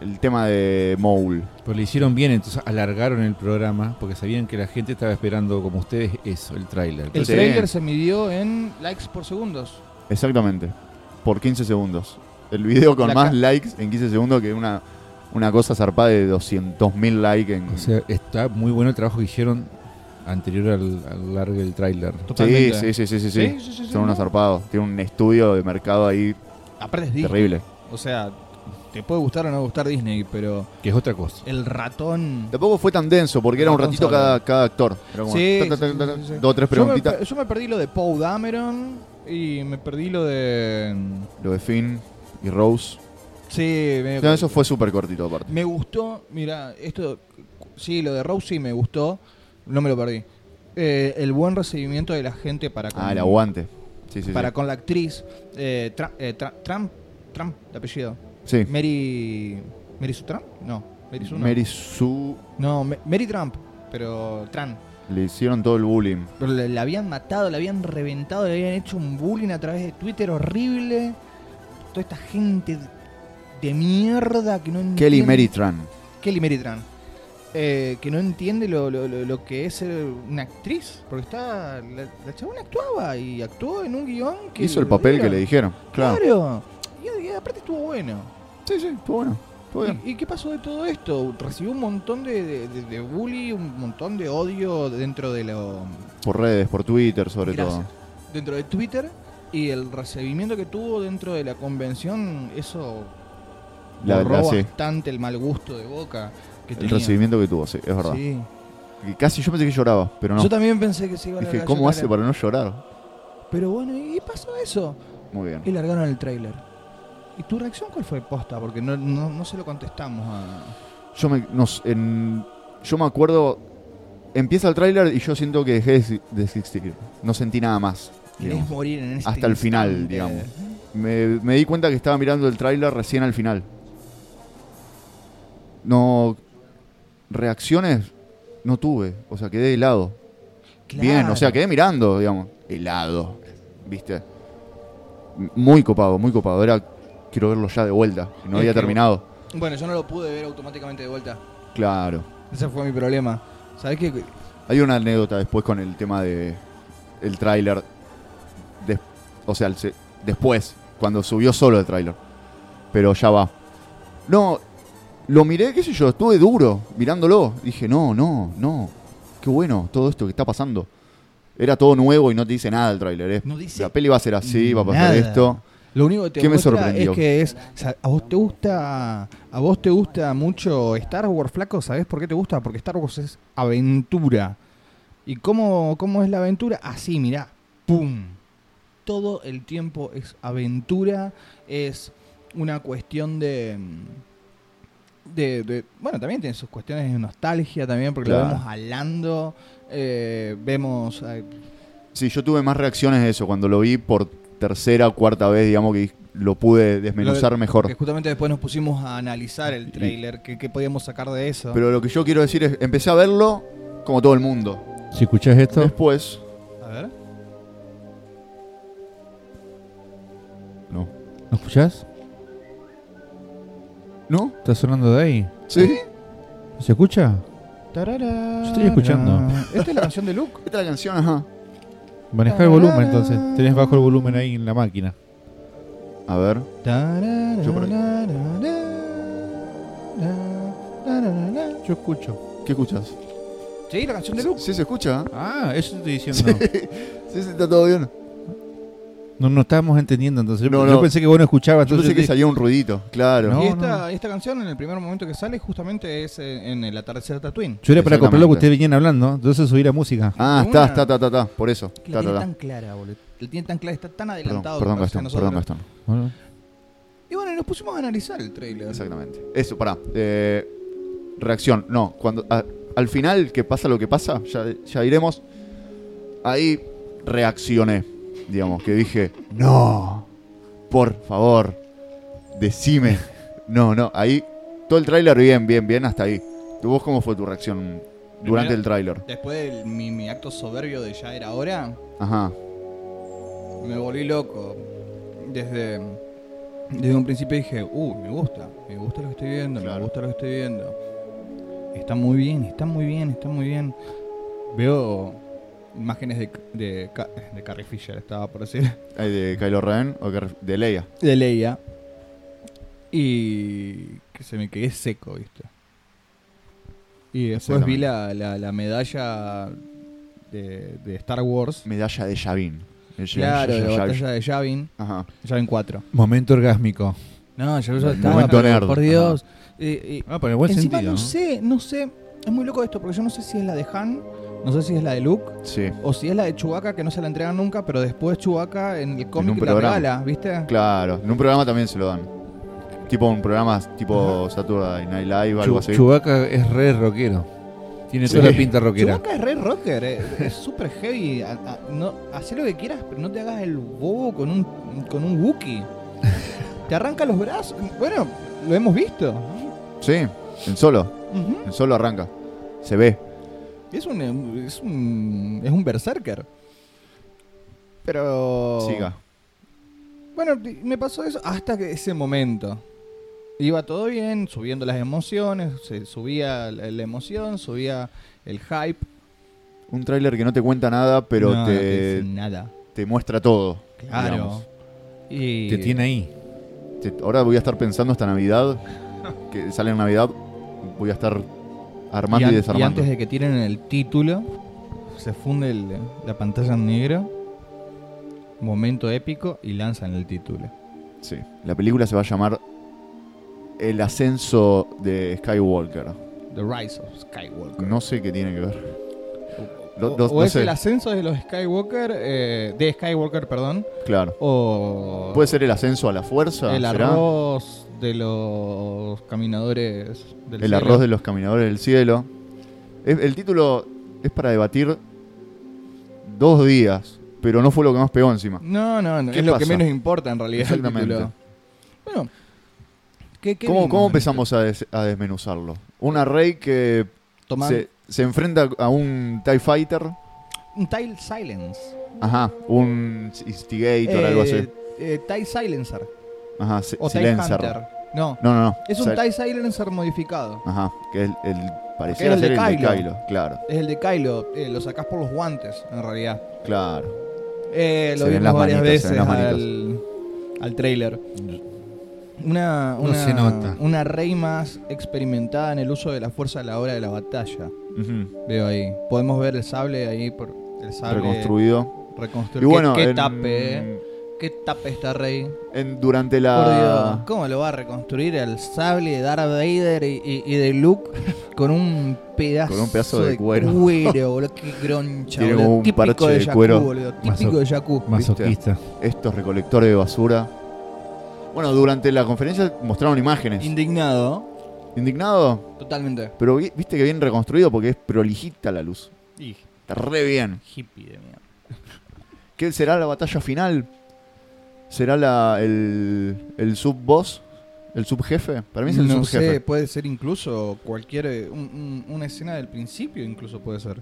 Speaker 1: El tema de Mole.
Speaker 4: Pero le hicieron bien, entonces alargaron el programa porque sabían que la gente estaba esperando como ustedes eso, el tráiler.
Speaker 2: El
Speaker 1: Sí.
Speaker 2: trailer se midió en likes por segundos.
Speaker 1: Exactamente. Por 15 segundos. El video con
Speaker 2: La
Speaker 1: más
Speaker 2: ca-
Speaker 1: likes en 15 segundos que una, una cosa zarpada de 200.000 likes en...
Speaker 4: O sea, está muy bueno el trabajo que hicieron anterior al, al largo del tráiler.
Speaker 1: sí,
Speaker 2: Totalmente.
Speaker 1: sí, sí, sí, sí, sí.
Speaker 2: Sí, sí, sí, sí,
Speaker 1: Son unos
Speaker 2: no.
Speaker 1: zarpados. Tiene un estudio de mercado ahí
Speaker 2: Aparte es Disney.
Speaker 1: terrible.
Speaker 2: O sea, te puede gustar o no gustar Disney, pero
Speaker 4: Que es otra cosa.
Speaker 2: el ratón.
Speaker 1: Tampoco fue tan denso porque era un ratito cada, cada actor. Era como
Speaker 2: Sí,
Speaker 1: ta, ta,
Speaker 2: sí,
Speaker 1: ta,
Speaker 2: sí,
Speaker 1: ta,
Speaker 2: sí, sí.
Speaker 1: Dos o tres
Speaker 2: Yo me,
Speaker 1: preguntitas.
Speaker 2: per- yo me perdí lo de Poe Dameron y me perdí lo de.
Speaker 1: Lo de Finn y Rose.
Speaker 2: Sí, me,
Speaker 1: No, eso fue súper cortito aparte.
Speaker 2: me gustó. Mira, esto. Sí, lo de Rousey me gustó. No me lo perdí. eh, el buen recibimiento de la gente para con,
Speaker 1: Ah, el aguante. Sí, sí,
Speaker 2: para
Speaker 1: sí.
Speaker 2: con la actriz eh, Tra- eh, Tra- Tram, Tram, de apellido.
Speaker 1: Sí.
Speaker 2: Mary. ¿Mary Sue Tram? No, Mary Sue no.
Speaker 1: Mary Sue
Speaker 2: No, Me- Mary Trump, pero Tran.
Speaker 1: le hicieron todo el bullying.
Speaker 2: Pero le, la habían matado, la habían reventado, le habían hecho un bullying a través de Twitter horrible. Toda esta gente de mierda que no entiende.
Speaker 1: Kelly Mary Tran.
Speaker 2: Kelly Mary Tran. Eh, que no entiende lo, lo- lo- lo que es ser una actriz. Porque está. La, la chabona actuaba y actuó en un guión que.
Speaker 1: Hizo el papel que le dijeron. Claro.
Speaker 2: Claro. Y, y aparte estuvo bueno.
Speaker 1: Sí, sí, estuvo bueno. Estuvo bien.
Speaker 2: ¿Y, y qué pasó de todo esto? Recibió un montón de, de, de- de bully, un montón de odio dentro de lo,
Speaker 1: Por redes, por Twitter, sobre
Speaker 2: Gracias.
Speaker 1: todo.
Speaker 2: dentro de Twitter y el recibimiento que tuvo dentro de la convención, eso
Speaker 1: La,
Speaker 2: borró
Speaker 1: la- sí.
Speaker 2: bastante el mal gusto de Boca que
Speaker 1: El
Speaker 2: tenía.
Speaker 1: recibimiento que tuvo, sí, es verdad.
Speaker 2: Sí.
Speaker 1: Y Casi yo pensé que lloraba, pero no.
Speaker 2: Yo también pensé que se iba a
Speaker 1: Dije,
Speaker 2: largar
Speaker 1: ¿cómo
Speaker 2: esa
Speaker 1: hace
Speaker 2: cara.
Speaker 1: para no llorar?
Speaker 2: Pero bueno, y pasó eso.
Speaker 1: Muy bien.
Speaker 2: Y largaron el tráiler. ¿Y tu reacción cuál fue posta? Porque no, no, no se lo contestamos a...
Speaker 1: Yo me, nos, en- yo me acuerdo. Empieza el tráiler y yo siento que dejé de si- de existir. No sentí nada más.
Speaker 2: Querés
Speaker 1: digamos.
Speaker 2: morir en este
Speaker 1: Hasta el final,
Speaker 2: instante.
Speaker 1: digamos. Me, me di cuenta que estaba mirando el tráiler recién al final. No. Reacciones no tuve. O sea, quedé helado. Bien, o sea,
Speaker 2: Claro.
Speaker 1: quedé mirando, digamos. Helado. ¿Viste? M- Muy copado, muy copado. Era. Quiero verlo ya de vuelta. y No
Speaker 2: Es
Speaker 1: había
Speaker 2: que-
Speaker 1: terminado.
Speaker 2: Bueno, yo no lo pude ver automáticamente de vuelta.
Speaker 1: Claro.
Speaker 2: Ese fue mi problema. ¿Sabes qué?
Speaker 1: Hay una anécdota después con el tema de el tráiler. Des- o sea, el se- después, cuando subió solo el tráiler. Pero ya va. No, lo miré, qué sé yo, estuve duro mirándolo. Dije, no, no, no. Qué bueno todo esto que está pasando. Era todo nuevo y no te dice nada el tráiler. es-
Speaker 2: No dice
Speaker 1: la peli va a ser así, va a pasar
Speaker 2: nada.
Speaker 1: esto.
Speaker 2: Lo único que te
Speaker 1: ¿Qué me
Speaker 2: muestra
Speaker 1: sorprendió?
Speaker 2: es que es, o sea, a vos te gusta, a vos te gusta mucho Star Wars, flaco, ¿sabés por qué te gusta? Porque Star Wars es aventura. ¿Y cómo, cómo es la aventura? Así, mirá, pum. Todo el tiempo es aventura, es una cuestión de de, de- bueno, también tiene sus cuestiones de nostalgia también porque lo
Speaker 1: Claro.
Speaker 2: vemos hablando, eh, vemos eh,
Speaker 1: Sí, yo tuve más reacciones de eso cuando lo vi por tercera o cuarta vez, digamos que lo pude desmenuzar
Speaker 2: Lo de-
Speaker 1: mejor.
Speaker 2: Porque justamente después nos pusimos a analizar el trailer, qué, qué podíamos sacar de eso.
Speaker 1: Pero lo que yo quiero decir es, empecé a verlo como todo el mundo.
Speaker 4: Si escuchás esto,
Speaker 1: Después...
Speaker 2: a ver.
Speaker 1: No.
Speaker 4: ¿lo escuchás?
Speaker 1: ¿No?
Speaker 4: ¿Está sonando de ahí?
Speaker 1: ¿Sí?
Speaker 4: ¿Se escucha?
Speaker 2: Tarara,
Speaker 4: Yo estoy escuchando.
Speaker 2: Esta es la canción de Luke.
Speaker 1: Esta es la canción, ajá.
Speaker 4: Manejá el volumen entonces. Tenés bajo el volumen ahí en la máquina.
Speaker 1: A ver. Yo por ahí.
Speaker 4: Yo escucho.
Speaker 1: ¿Qué escuchas?
Speaker 2: Sí, la canción de Luke.
Speaker 1: Sí, se escucha.
Speaker 4: Ah, eso te estoy diciendo.
Speaker 1: Sí, sí, está todo bien.
Speaker 4: No, no estábamos entendiendo entonces. Yo,
Speaker 1: No,
Speaker 4: yo
Speaker 1: no.
Speaker 4: pensé que vos no escuchabas.
Speaker 1: Yo
Speaker 4: Entonces
Speaker 1: pensé que
Speaker 4: yo
Speaker 1: salía un ruidito, claro.
Speaker 4: No,
Speaker 2: y
Speaker 4: no.
Speaker 2: esta, esta canción en el primer momento que sale justamente es en, en el atardecer de Tatooine.
Speaker 4: te- yo era para comprar lo que
Speaker 1: Exactamente.
Speaker 4: ustedes venían hablando. Entonces subí la música.
Speaker 1: Ah, está, está, está, está, está. Por eso.
Speaker 2: La
Speaker 1: Está,
Speaker 2: tiene
Speaker 1: está,
Speaker 2: tan
Speaker 1: está.
Speaker 2: clara, boludo. La tiene tan clara, está tan
Speaker 1: Perdón,
Speaker 2: adelantado.
Speaker 1: perdón,
Speaker 2: que parece a
Speaker 1: Gastón, perdón,
Speaker 2: nosotros.
Speaker 1: Gastón.
Speaker 4: Bueno,
Speaker 2: Y bueno, nos pusimos a analizar el trailer.
Speaker 1: Exactamente. Eso, pará. Eh, reacción. No, cuando a- al final que pasa lo que pasa, ya, ya iremos. Ahí reaccioné, digamos, que dije, no, por favor, decime. No, no, ahí todo el tráiler bien, bien, bien, hasta ahí. ¿Tú vos cómo fue tu reacción durante
Speaker 2: Primero-
Speaker 1: el tráiler?
Speaker 2: Después de mi, mi acto soberbio de ya era hora,
Speaker 1: Ajá.
Speaker 2: me volví loco. Desde, desde un principio dije, uh, me gusta, me gusta lo que estoy viendo, me
Speaker 1: Claro.
Speaker 2: gusta lo que estoy viendo. Está muy bien, está muy bien, está muy bien. Veo imágenes de, de, Ca- de Carrie Fisher, estaba por decir,
Speaker 1: Eh, De Kylo Ren o que- de Leia.
Speaker 2: de Leia. Y que se me quedé seco, viste. Y después vi la, la, la medalla de, de Star Wars.
Speaker 1: Medalla de Yavin. El Yavin,
Speaker 2: Claro,
Speaker 1: Yavin,
Speaker 2: la
Speaker 1: Yavin.
Speaker 2: batalla de Yavin.
Speaker 1: Ajá.
Speaker 2: Yavin 4.
Speaker 4: momento orgásmico.
Speaker 2: No, yo
Speaker 1: ya estaba, Momento pero, nerd. por
Speaker 2: por
Speaker 1: Dios.
Speaker 2: Dios. Eh, eh,
Speaker 4: Ah, pero en buen
Speaker 2: encima
Speaker 4: sentido.
Speaker 2: no
Speaker 4: ¿no?
Speaker 2: sé, no sé. Es muy loco esto, porque yo no sé si es la de Han, no sé si es la de Luke,
Speaker 1: Sí,
Speaker 2: o si es la de Chewbacca, que no se la entregan nunca, pero después Chewbacca en el cómic
Speaker 1: un
Speaker 2: la
Speaker 1: programa.
Speaker 2: regala, ¿viste?
Speaker 1: claro. En un programa también se lo dan. Tipo un programa tipo Saturday Night Live, algo
Speaker 4: Chu-
Speaker 1: así.
Speaker 4: Chewbacca es re rockero. Tiene
Speaker 1: Sí.
Speaker 4: toda la pinta rockera.
Speaker 2: Chewbacca es re rocker, eh, es súper heavy. a- a- no, hacé lo que quieras, pero no te hagas el bobo con un, con un Wookiee. te arranca los brazos. Bueno, lo hemos visto. ¿no?
Speaker 1: Sí, en solo.
Speaker 2: Ujú.
Speaker 1: En solo arranca. Se ve.
Speaker 2: Es un, es un, es un berserker. Pero...
Speaker 1: Siga.
Speaker 2: Bueno, me pasó eso hasta que ese momento. Iba todo bien, subiendo las emociones, se subía la la emoción, subía el hype.
Speaker 1: Un tráiler que no te cuenta nada, pero
Speaker 2: No, no te
Speaker 1: te,
Speaker 2: dice nada.
Speaker 1: te muestra todo.
Speaker 2: Claro.
Speaker 1: digamos.
Speaker 2: Y
Speaker 4: Te tiene ahí.
Speaker 1: Te- ahora voy a estar pensando hasta Navidad, que sale en Navidad, voy a estar armando y,
Speaker 2: an-
Speaker 1: desarmando.
Speaker 2: antes de que tiren el título, se funde el- la pantalla en negro, momento épico y lanzan el título.
Speaker 1: Sí. La película se va a llamar El ascenso de Skywalker.
Speaker 2: The Rise of Skywalker.
Speaker 1: No sé qué tiene que ver.
Speaker 2: O,
Speaker 1: No- no-
Speaker 2: o
Speaker 1: no
Speaker 2: es
Speaker 1: sé.
Speaker 2: el ascenso de los Skywalker, eh, de Skywalker, perdón,
Speaker 1: Claro.
Speaker 2: o
Speaker 1: ¿Puede ser el ascenso a la fuerza?
Speaker 2: el
Speaker 1: ¿Será?
Speaker 2: arroz de los caminadores del
Speaker 1: El
Speaker 2: cielo.
Speaker 1: arroz de los caminadores del cielo. Es- el título es para debatir dos días, pero no fue lo que más pegó encima.
Speaker 2: No, no, no, es
Speaker 1: ¿Qué
Speaker 2: lo que
Speaker 1: pasa?
Speaker 2: menos importa en realidad. el
Speaker 1: Exactamente.
Speaker 2: título. Bueno, ¿qué, qué
Speaker 1: ¿Cómo,
Speaker 2: vimos
Speaker 1: cómo
Speaker 2: en esto?
Speaker 1: empezamos a, des- a desmenuzarlo? Una rey que
Speaker 2: Tomá-
Speaker 1: se, se enfrenta a un TIE Fighter,
Speaker 2: un Tile Silence.
Speaker 1: ajá, un Instigator, algo así.
Speaker 2: eh, TIE Silencer.
Speaker 1: Ajá, si-
Speaker 2: O
Speaker 1: Silencer.
Speaker 2: TIE Hunter. No,
Speaker 1: No, no, no.
Speaker 2: es un
Speaker 1: Sil-
Speaker 2: TIE Silencer modificado.
Speaker 1: Ajá, que es el, pareciera
Speaker 2: el de
Speaker 1: ser el de
Speaker 2: Kylo.
Speaker 1: Kylo. Claro,
Speaker 2: Es el de Kylo, eh, lo sacás por los guantes, en realidad.
Speaker 1: claro.
Speaker 2: Eh,
Speaker 1: Se
Speaker 2: lo
Speaker 1: ven
Speaker 2: vimos
Speaker 1: las
Speaker 2: varias
Speaker 1: manitos, se
Speaker 2: veces
Speaker 1: ven las
Speaker 2: al, al trailer. Una,
Speaker 4: No
Speaker 2: una,
Speaker 4: se nota.
Speaker 2: una rey más experimentada en el uso de la fuerza a la hora de la batalla.
Speaker 1: Ujú,
Speaker 2: Veo ahí. Podemos ver el sable ahí por el sable
Speaker 1: Reconstruido.
Speaker 2: reconstruido.
Speaker 1: Y bueno,
Speaker 2: qué, qué
Speaker 1: en-
Speaker 2: tape, eh. qué tape esta rey.
Speaker 1: en- durante
Speaker 2: Por
Speaker 1: la...
Speaker 2: Dios, ¿cómo lo va a reconstruir el sable de Darth Vader y, y- y de Luke con un pedazo,
Speaker 1: Con un pedazo de cuero.
Speaker 2: boludo? Qué groncha,
Speaker 1: Tiene
Speaker 2: boludo.
Speaker 1: como un
Speaker 2: Típico
Speaker 1: parche
Speaker 2: de,
Speaker 1: de
Speaker 2: Jakku,
Speaker 1: cuero.
Speaker 2: boludo. Típico
Speaker 4: Mazo-
Speaker 2: de Jakku.
Speaker 4: Masoquista.
Speaker 1: estos recolectores de basura. Bueno, durante la conferencia mostraron imágenes.
Speaker 2: Indignado,
Speaker 1: Indignado,
Speaker 2: totalmente.
Speaker 1: pero vi- viste que bien reconstruido porque es prolijita la luz.
Speaker 2: Y
Speaker 1: Está re bien.
Speaker 2: hippie de mierda.
Speaker 1: ¿Qué será la batalla final? ¿Será la, el, el sub-boss? ¿El subjefe? Para mí es el
Speaker 2: no
Speaker 1: subjefe.
Speaker 2: sé, puede ser incluso cualquier. eh, un- un- una escena del principio, incluso puede ser.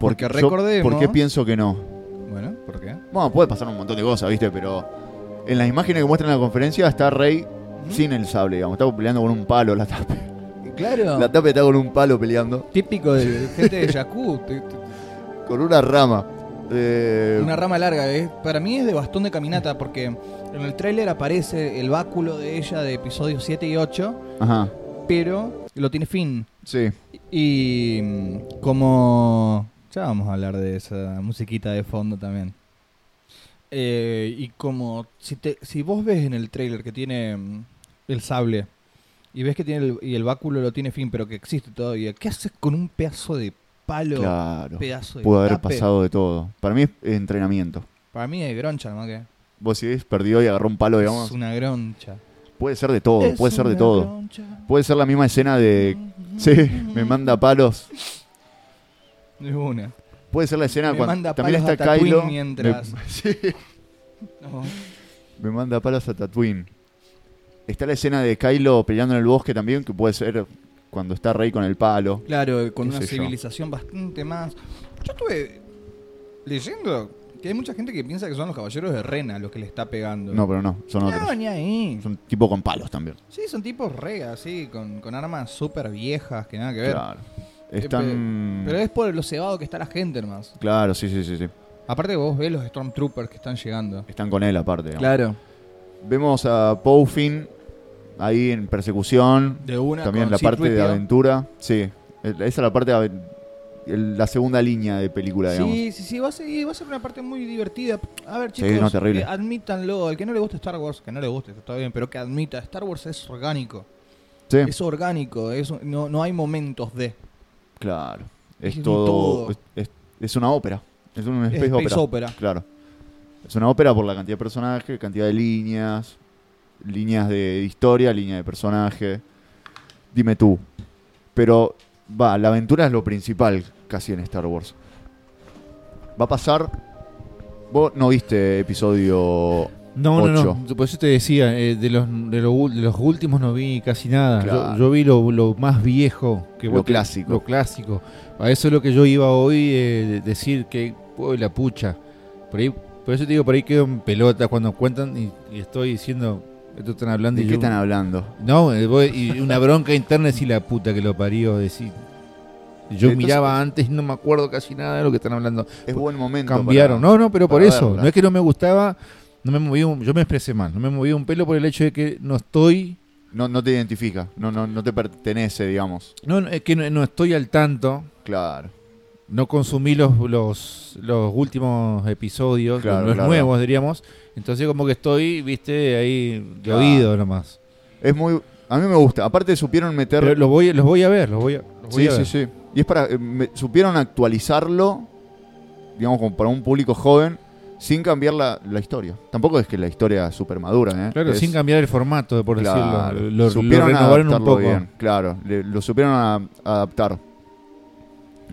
Speaker 2: porque
Speaker 1: Yo-
Speaker 2: recordemos-
Speaker 1: ¿Por qué pienso que no?
Speaker 2: Bueno, ¿por qué?
Speaker 1: Bueno, puede pasar un montón de cosas, viste, pero... En las imágenes que muestran en la conferencia está Rey
Speaker 2: ¿Mm?
Speaker 1: sin el sable, digamos. Está peleando con un palo la tape.
Speaker 2: Claro.
Speaker 1: La tape está con un palo peleando.
Speaker 2: Típico de de gente de Jakku. te- te-
Speaker 1: Con una rama. Eh,
Speaker 2: Una rama larga, eh. para mí es de bastón de caminata porque en el tráiler aparece el báculo de ella de episodios 7 y 8,
Speaker 1: Ajá,
Speaker 2: pero lo tiene fin.
Speaker 1: sí.
Speaker 2: Y mm, como... Ya vamos a hablar de esa musiquita de fondo también. Eh, y como si, te, si vos ves en el tráiler que tiene mm, el sable y ves que tiene el, y el báculo lo tiene fin, pero que existe todavía, ¿qué haces con un pedazo de palo?
Speaker 1: Claro.
Speaker 2: Pedazo de
Speaker 1: Pudo haber
Speaker 2: tape?
Speaker 1: pasado de todo. Para mí es entrenamiento.
Speaker 2: Para mí es groncha, ¿no? Que...
Speaker 1: Vos si es perdido y agarró un palo, digamos.
Speaker 2: Es una groncha.
Speaker 1: Puede ser de todo, puede ser de todo. Puede ser la misma escena de... Sí, me manda palos.
Speaker 2: Es una.
Speaker 1: Puede ser la escena
Speaker 2: Me
Speaker 1: cuando...
Speaker 2: manda
Speaker 1: también
Speaker 2: palos
Speaker 1: está
Speaker 2: a Tatooine
Speaker 1: Kylo.
Speaker 2: mientras.
Speaker 1: Me, sí,
Speaker 2: No.
Speaker 1: me manda palos a Tatooine. Está la escena de Kylo peleando en el bosque también, que puede ser cuando está Rey con el palo.
Speaker 2: Claro, con
Speaker 1: Qué
Speaker 2: una
Speaker 1: sé yo.
Speaker 2: civilización bastante más. Yo estuve leyendo que hay mucha gente que piensa que son los caballeros de Rena los que le está pegando.
Speaker 1: No, pero no, son
Speaker 2: no,
Speaker 1: otros.
Speaker 2: ni ahí.
Speaker 1: Son tipo con palos también.
Speaker 2: Sí, son tipos re así, con, con armas súper viejas que nada que ver.
Speaker 1: Claro.
Speaker 2: Eh,
Speaker 1: Están...
Speaker 2: pe- Pero es por lo cebado que está la gente nomás.
Speaker 1: Claro, sí, sí, sí, sí.
Speaker 2: Aparte vos ves los Stormtroopers que están llegando.
Speaker 1: Están con él aparte. digamos.
Speaker 2: Claro.
Speaker 1: Vemos a Poufin ahí en persecución.
Speaker 2: De una
Speaker 1: También
Speaker 2: con
Speaker 1: la parte de
Speaker 2: C-3PO.
Speaker 1: aventura. Sí, el- esa es la parte de aven- el- la segunda línea de película, digamos.
Speaker 2: Sí, sí, sí, va a, ser, va a ser una parte muy divertida. A ver,
Speaker 1: Sí,
Speaker 2: chicos,
Speaker 1: no, terrible.
Speaker 2: eh, admítanlo. Al que no le gusta Star Wars, que no le guste, está bien, pero que admita, Star Wars es orgánico.
Speaker 1: Sí,
Speaker 2: Es orgánico, es- no, no hay momentos de.
Speaker 1: claro. Es
Speaker 2: es
Speaker 1: todo.
Speaker 2: todo.
Speaker 1: Es, es- es una ópera. Es una
Speaker 2: Es
Speaker 1: space,
Speaker 2: space
Speaker 1: ópera.
Speaker 2: opera.
Speaker 1: Ah, Claro. Es una ópera por la cantidad de personajes, cantidad de líneas, líneas de historia, línea de personaje. Dime tú. Pero va, la aventura es lo principal casi en Star Wars. Va a pasar. Vos no viste episodio.
Speaker 4: No, no,
Speaker 1: Ocho.
Speaker 4: no. Por eso te decía, eh, de, los, de, lo ul- de los últimos no vi casi nada. Yo-
Speaker 1: Claro.
Speaker 4: Yo, vi lo, lo más viejo. Que
Speaker 1: Lo
Speaker 4: vos te-
Speaker 1: clásico.
Speaker 4: Lo clásico. A eso es lo que yo iba hoy, eh, de- decir que, uy, la pucha. Por, ahí, por eso te digo, por ahí quedo en pelota cuando cuentan y, y estoy diciendo, esto están hablando
Speaker 1: ¿De
Speaker 4: y
Speaker 1: qué
Speaker 4: yo-
Speaker 1: están hablando?
Speaker 4: No, eh, voy- y una bronca interna decir la puta que lo parió, decir. Yo
Speaker 1: Entonces-
Speaker 4: miraba antes y no me acuerdo casi nada de lo que están hablando
Speaker 1: Es buen momento.
Speaker 4: cambiaron.
Speaker 1: para-
Speaker 4: No, no, pero por
Speaker 1: para
Speaker 4: eso.
Speaker 1: verla.
Speaker 4: No es que no me gustaba, no me moví un- yo me expresé mal, no me moví un pelo por el hecho de que no estoy,
Speaker 1: No, no te identifica, no, no, no te pertenece, digamos.
Speaker 4: no, no, es que no, no estoy al tanto,
Speaker 1: Claro.
Speaker 4: no consumí los, los, los últimos episodios,
Speaker 1: Claro,
Speaker 4: los
Speaker 1: claro.
Speaker 4: nuevos diríamos, entonces como que estoy, viste, ahí de
Speaker 1: Claro.
Speaker 4: oído nomás.
Speaker 1: Es muy. A mí me gusta. Aparte, supieron meter.
Speaker 4: Pero los voy, los voy a ver, los voy a, los voy
Speaker 1: sí,
Speaker 4: a
Speaker 1: sí,
Speaker 4: ver.
Speaker 1: sí. Y es para. eh, me- supieron actualizarlo, digamos, como para un público joven, sin cambiar la, la historia. Tampoco es que la historia es súper madura, ¿eh?
Speaker 4: Claro,
Speaker 1: Es-
Speaker 4: sin cambiar el formato, por
Speaker 1: Claro,
Speaker 4: decirlo. Lo, lo
Speaker 1: supieron
Speaker 4: renovaron un
Speaker 1: adaptarlo
Speaker 4: poco.
Speaker 1: bien, claro, le- lo supieron a- adaptar.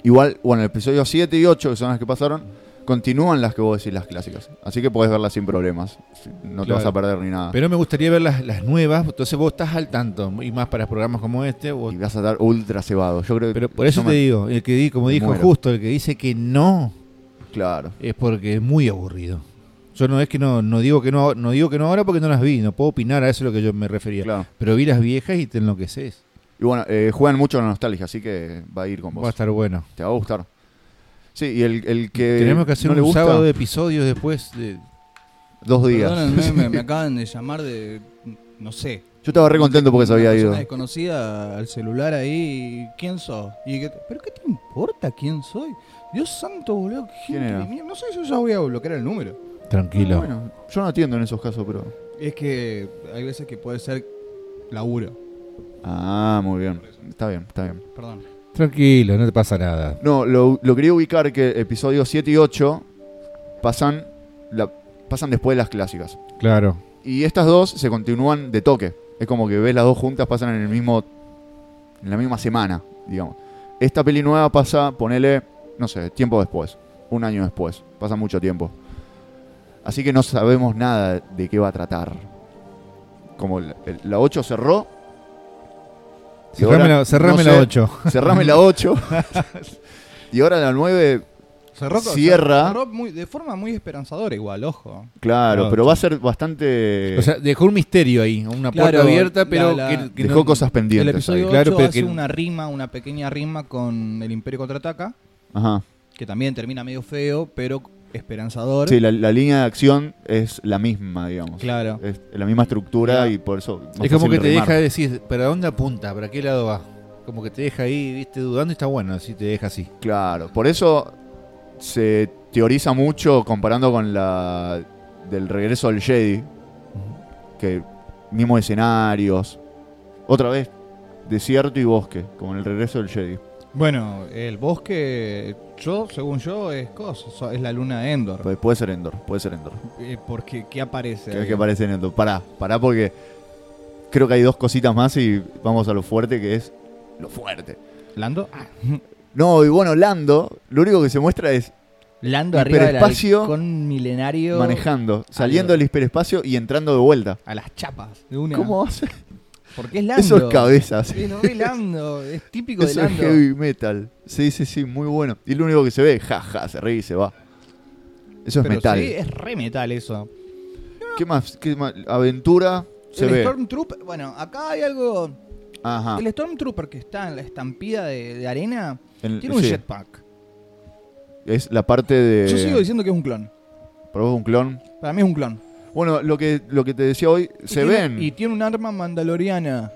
Speaker 1: Igual, bueno, el episodio 7 y 8, que son las que pasaron, continúan las que vos decís, las clásicas. Así que podés verlas sin problemas. No te
Speaker 4: Claro.
Speaker 1: vas a perder ni nada.
Speaker 4: Pero me gustaría ver las, las nuevas, entonces vos estás al tanto, y más para programas como este, vos
Speaker 1: y vas a estar ultra cebado. Yo creo que-
Speaker 4: Pero por eso
Speaker 1: yo me-
Speaker 4: te digo, el que di, como
Speaker 1: me
Speaker 4: dijo
Speaker 1: muero.
Speaker 4: justo, el que dice que no
Speaker 1: Claro.
Speaker 4: es porque es muy aburrido. Yo no es que no, no digo que no, no digo que no ahora porque no las vi, no puedo opinar, a eso es lo que yo me refería.
Speaker 1: claro.
Speaker 4: Pero vi las viejas y te enloqueces.
Speaker 1: Y bueno, eh, juegan mucho la nostalgia, así que va a ir con vos.
Speaker 4: Va a estar bueno.
Speaker 1: Te va a gustar. Sí, y el, el que.
Speaker 4: Tenemos que hacer
Speaker 1: Eh, no le
Speaker 4: un
Speaker 1: gusta,
Speaker 4: sábado de episodios después de
Speaker 1: Dos días.
Speaker 2: Perdónenme, me, me acaban de llamar de. No sé.
Speaker 1: Yo estaba re contento porque se
Speaker 2: una
Speaker 1: había
Speaker 2: persona
Speaker 1: ido.
Speaker 2: desconocida al celular ahí. y, ¿Quién sos? Y que- ¿Pero qué te importa quién soy? Dios santo, boludo. qué
Speaker 1: ¿Quién
Speaker 2: gente
Speaker 1: era?
Speaker 2: de mierda. No sé, yo ya voy a bloquear el número.
Speaker 4: tranquilo.
Speaker 1: Bueno, yo no atiendo en esos casos, pero.
Speaker 2: Es que hay veces que puede ser laburo.
Speaker 1: Ah, muy bien. Está bien, está bien.
Speaker 2: Perdón.
Speaker 4: Tranquilo, no te pasa nada.
Speaker 1: No, lo, lo quería ubicar que episodios 7 y 8 pasan, la, pasan después de las clásicas.
Speaker 4: Claro.
Speaker 1: Y estas dos se continúan de toque. Es como que ves las dos juntas, pasan en el mismo. en la misma semana, digamos. Esta peli nueva pasa, ponele, no sé, tiempo después. Un año después. Pasa mucho tiempo. Así que no sabemos nada de qué va a tratar. Como la, el- la 8 cerró, Y ahora, no
Speaker 4: Cerrame la, cerrame la
Speaker 1: sé.
Speaker 4: 8.
Speaker 1: cerrame la 8. y ahora la 9
Speaker 2: Cerró, con-
Speaker 1: Cierra.
Speaker 2: cerró muy- de forma muy esperanzadora, igual, ojo.
Speaker 1: Claro,
Speaker 4: Ah,
Speaker 1: pero va a ser bastante.
Speaker 4: O sea, dejó un misterio ahí, una
Speaker 2: Claro,
Speaker 4: puerta abierta, pero
Speaker 2: la- la-
Speaker 4: que, que
Speaker 1: dejó
Speaker 4: no-
Speaker 1: cosas pendientes.
Speaker 2: El
Speaker 1: ahí.
Speaker 2: episodio
Speaker 4: Claro,
Speaker 2: 8
Speaker 4: pero
Speaker 2: hace
Speaker 4: que-
Speaker 2: una rima, una pequeña rima con el Imperio Contraataca,
Speaker 1: Ajá.
Speaker 2: que también termina medio feo, pero esperanzador.
Speaker 1: Sí, la, la línea de acción es la misma, digamos.
Speaker 2: Claro.
Speaker 1: Es la misma estructura
Speaker 2: Claro.
Speaker 1: y por eso. más
Speaker 4: Es como
Speaker 1: fácil
Speaker 4: que te
Speaker 1: remar.
Speaker 4: deja decir, ¿para dónde apunta? ¿Para qué lado va? Como que te deja ahí, viste, dudando y está bueno, así te deja así.
Speaker 1: Claro, por eso se teoriza mucho comparando con la del regreso del Jedi, que mismos escenarios, otra vez desierto y bosque, como en el regreso del Jedi.
Speaker 2: Bueno, el bosque, yo, según yo, es cosa, so- es la luna de Endor.
Speaker 1: Pu- Puede ser Endor, puede ser Endor.
Speaker 2: Eh, porque, ¿qué aparece?
Speaker 1: Que,
Speaker 2: ahí?
Speaker 1: que aparece en el top. Pará, pará porque creo que hay dos cositas más y vamos a lo fuerte que es lo fuerte.
Speaker 2: ¿Lando? Ah.
Speaker 1: No, y bueno, Lando, lo único que se muestra es
Speaker 2: Lando arriba del
Speaker 1: Hiperespacio
Speaker 2: halcón milenario
Speaker 1: manejando, saliendo
Speaker 2: Algo.
Speaker 1: del hiperespacio y entrando de vuelta.
Speaker 2: a las chapas de una.
Speaker 1: ¿Cómo hace?
Speaker 2: Porque es Lando.
Speaker 1: Eso es cabeza. sí.
Speaker 2: Es re Lando, es típico de
Speaker 1: Eso es
Speaker 2: Lando.
Speaker 1: heavy metal. Sí, sí, sí, muy bueno. Y lo único que se ve, jaja, se ríe y se va. Eso es
Speaker 2: Pero
Speaker 1: metal.
Speaker 2: sí, es re metal eso.
Speaker 1: ¿Qué, más, ¿Qué más? Aventura se
Speaker 2: el
Speaker 1: ve. Ah.
Speaker 2: Stormtrooper, bueno, acá hay algo.
Speaker 1: Ajá.
Speaker 2: El Stormtrooper que está en la estampida de, de arena
Speaker 1: En-
Speaker 2: tiene un
Speaker 1: Mm, sí, Eh,
Speaker 2: jetpack.
Speaker 1: Es la parte de.
Speaker 2: Yo sigo diciendo que es un clon.
Speaker 1: Probó un clon.
Speaker 2: Para mí es un clon.
Speaker 1: Bueno, lo que, lo que te decía hoy,
Speaker 2: Y
Speaker 1: se
Speaker 2: tiene-
Speaker 1: ven.
Speaker 2: Y tiene un arma mandaloriana.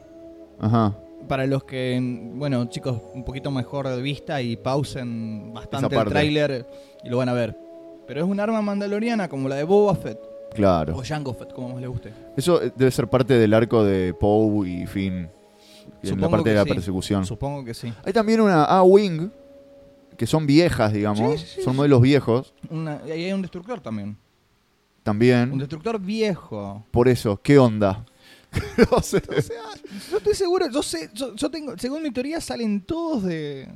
Speaker 1: Ajá.
Speaker 2: Para los que, bueno, chicos, un poquito mejor de vista y pausen
Speaker 1: Esa
Speaker 2: bastante el
Speaker 1: parte.
Speaker 2: tráiler y lo van a ver. Pero es un arma mandaloriana como la de Boba Fett
Speaker 1: Claro.
Speaker 2: o Jango Fett, como más le guste.
Speaker 1: Eso eh, debe ser parte del arco de Poe y Finn. y En la
Speaker 2: Supongo
Speaker 1: parte
Speaker 2: que
Speaker 1: de la
Speaker 2: sí.
Speaker 1: persecución.
Speaker 2: Supongo que sí.
Speaker 1: Hay también una A-Wing, que son viejas, digamos.
Speaker 2: Sí, sí, sí,
Speaker 1: son
Speaker 2: sí.
Speaker 1: modelos viejos
Speaker 2: Una- y ahí hay un destructor también. Un
Speaker 1: también.
Speaker 2: destructor viejo.
Speaker 1: Por eso, ¿qué onda? no sé.
Speaker 2: Yo estoy seguro, yo sé, yo, yo tengo, según mi teoría salen todos de...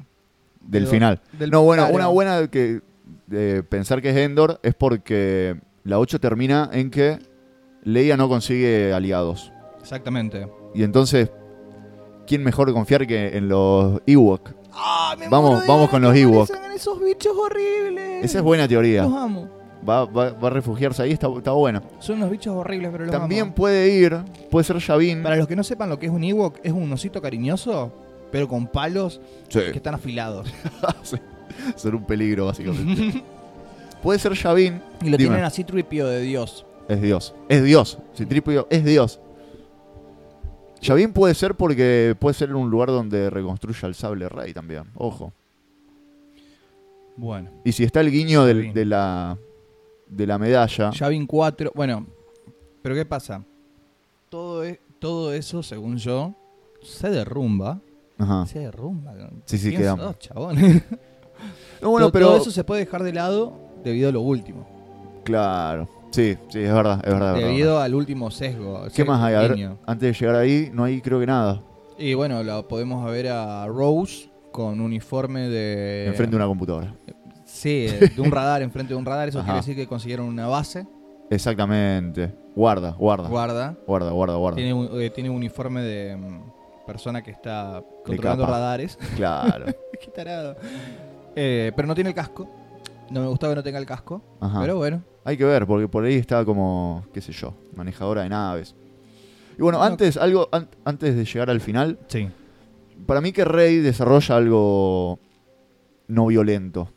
Speaker 1: Del
Speaker 2: de-
Speaker 1: final.
Speaker 2: del-
Speaker 1: no, bueno,
Speaker 2: claro.
Speaker 1: una buena que de pensar que es Endor es porque la 8 termina en que Leia no consigue aliados.
Speaker 2: Exactamente.
Speaker 1: Y entonces, ¿quién mejor que confiar que en los Ewok?
Speaker 2: Ah, me
Speaker 1: Vamos-
Speaker 2: muero de
Speaker 1: vamos
Speaker 2: ganas
Speaker 1: con
Speaker 2: que
Speaker 1: los Ewok.
Speaker 2: aparezcan esos bichos horribles.
Speaker 1: Esa es buena teoría.
Speaker 2: Los amo.
Speaker 1: Va, va- va a refugiarse ahí, está, está buena.
Speaker 2: Son unos bichos horribles, pero los
Speaker 1: También
Speaker 2: amo.
Speaker 1: puede ir, puede ser Yavin.
Speaker 2: Para los que no sepan lo que es un Ewok, es un osito cariñoso, pero con palos
Speaker 1: Sí,
Speaker 2: que están afilados.
Speaker 1: ser un peligro, básicamente. puede ser Yavin.
Speaker 2: Y lo
Speaker 1: Dime.
Speaker 2: tienen así tripio de Dios.
Speaker 1: Es Dios. Es Dios. Citripio es Dios. Yavin puede ser porque puede ser un lugar donde reconstruya el sable rey también. Ojo.
Speaker 2: Bueno.
Speaker 1: Y si está el guiño del-
Speaker 2: Yavin.
Speaker 1: de la de la medalla.
Speaker 2: Yavin 4. Bueno, pero ¿qué pasa? Todo, e- todo eso, según yo, se derrumba.
Speaker 1: Ajá.
Speaker 2: Se derrumba.
Speaker 1: Ah. Sí, sí,
Speaker 2: Piensa,
Speaker 1: quedamos.
Speaker 2: "Oh, chabón".
Speaker 1: No, bueno,
Speaker 2: todo, todo
Speaker 1: pero
Speaker 2: eso se puede dejar de lado debido a lo último.
Speaker 1: claro. Sí, sí, es verdad, es verdad. es verdad.
Speaker 2: debido al último sesgo.
Speaker 1: ¿Qué más hay? A ver,
Speaker 2: guiño.
Speaker 1: antes de llegar ahí, no hay creo que nada.
Speaker 2: Y bueno, la podemos ver a Rose con uniforme de.
Speaker 1: Enfrente de una computadora.
Speaker 2: Sí, eh, de un radar, enfrente de un radar. Eso
Speaker 1: Ajá.
Speaker 2: quiere decir que consiguieron una base.
Speaker 1: Exactamente. Guarda, guarda.
Speaker 2: Guarda.
Speaker 1: Guarda, guarda, guarda.
Speaker 2: Tiene un, eh, tiene un uniforme de mm, persona que está controlando
Speaker 1: capa.
Speaker 2: radares.
Speaker 1: Claro.
Speaker 2: Qué tarado. Eh, pero no tiene el casco. No me gustaba que no tenga el casco.
Speaker 1: Ajá.
Speaker 2: Pero bueno.
Speaker 1: Hay que ver, porque por ahí está como, qué sé yo, manejadora de naves. Y bueno,
Speaker 2: No.
Speaker 1: antes, algo, an- antes de llegar al final,
Speaker 2: Sí.
Speaker 1: para mí que Rey desarrolla algo no violento.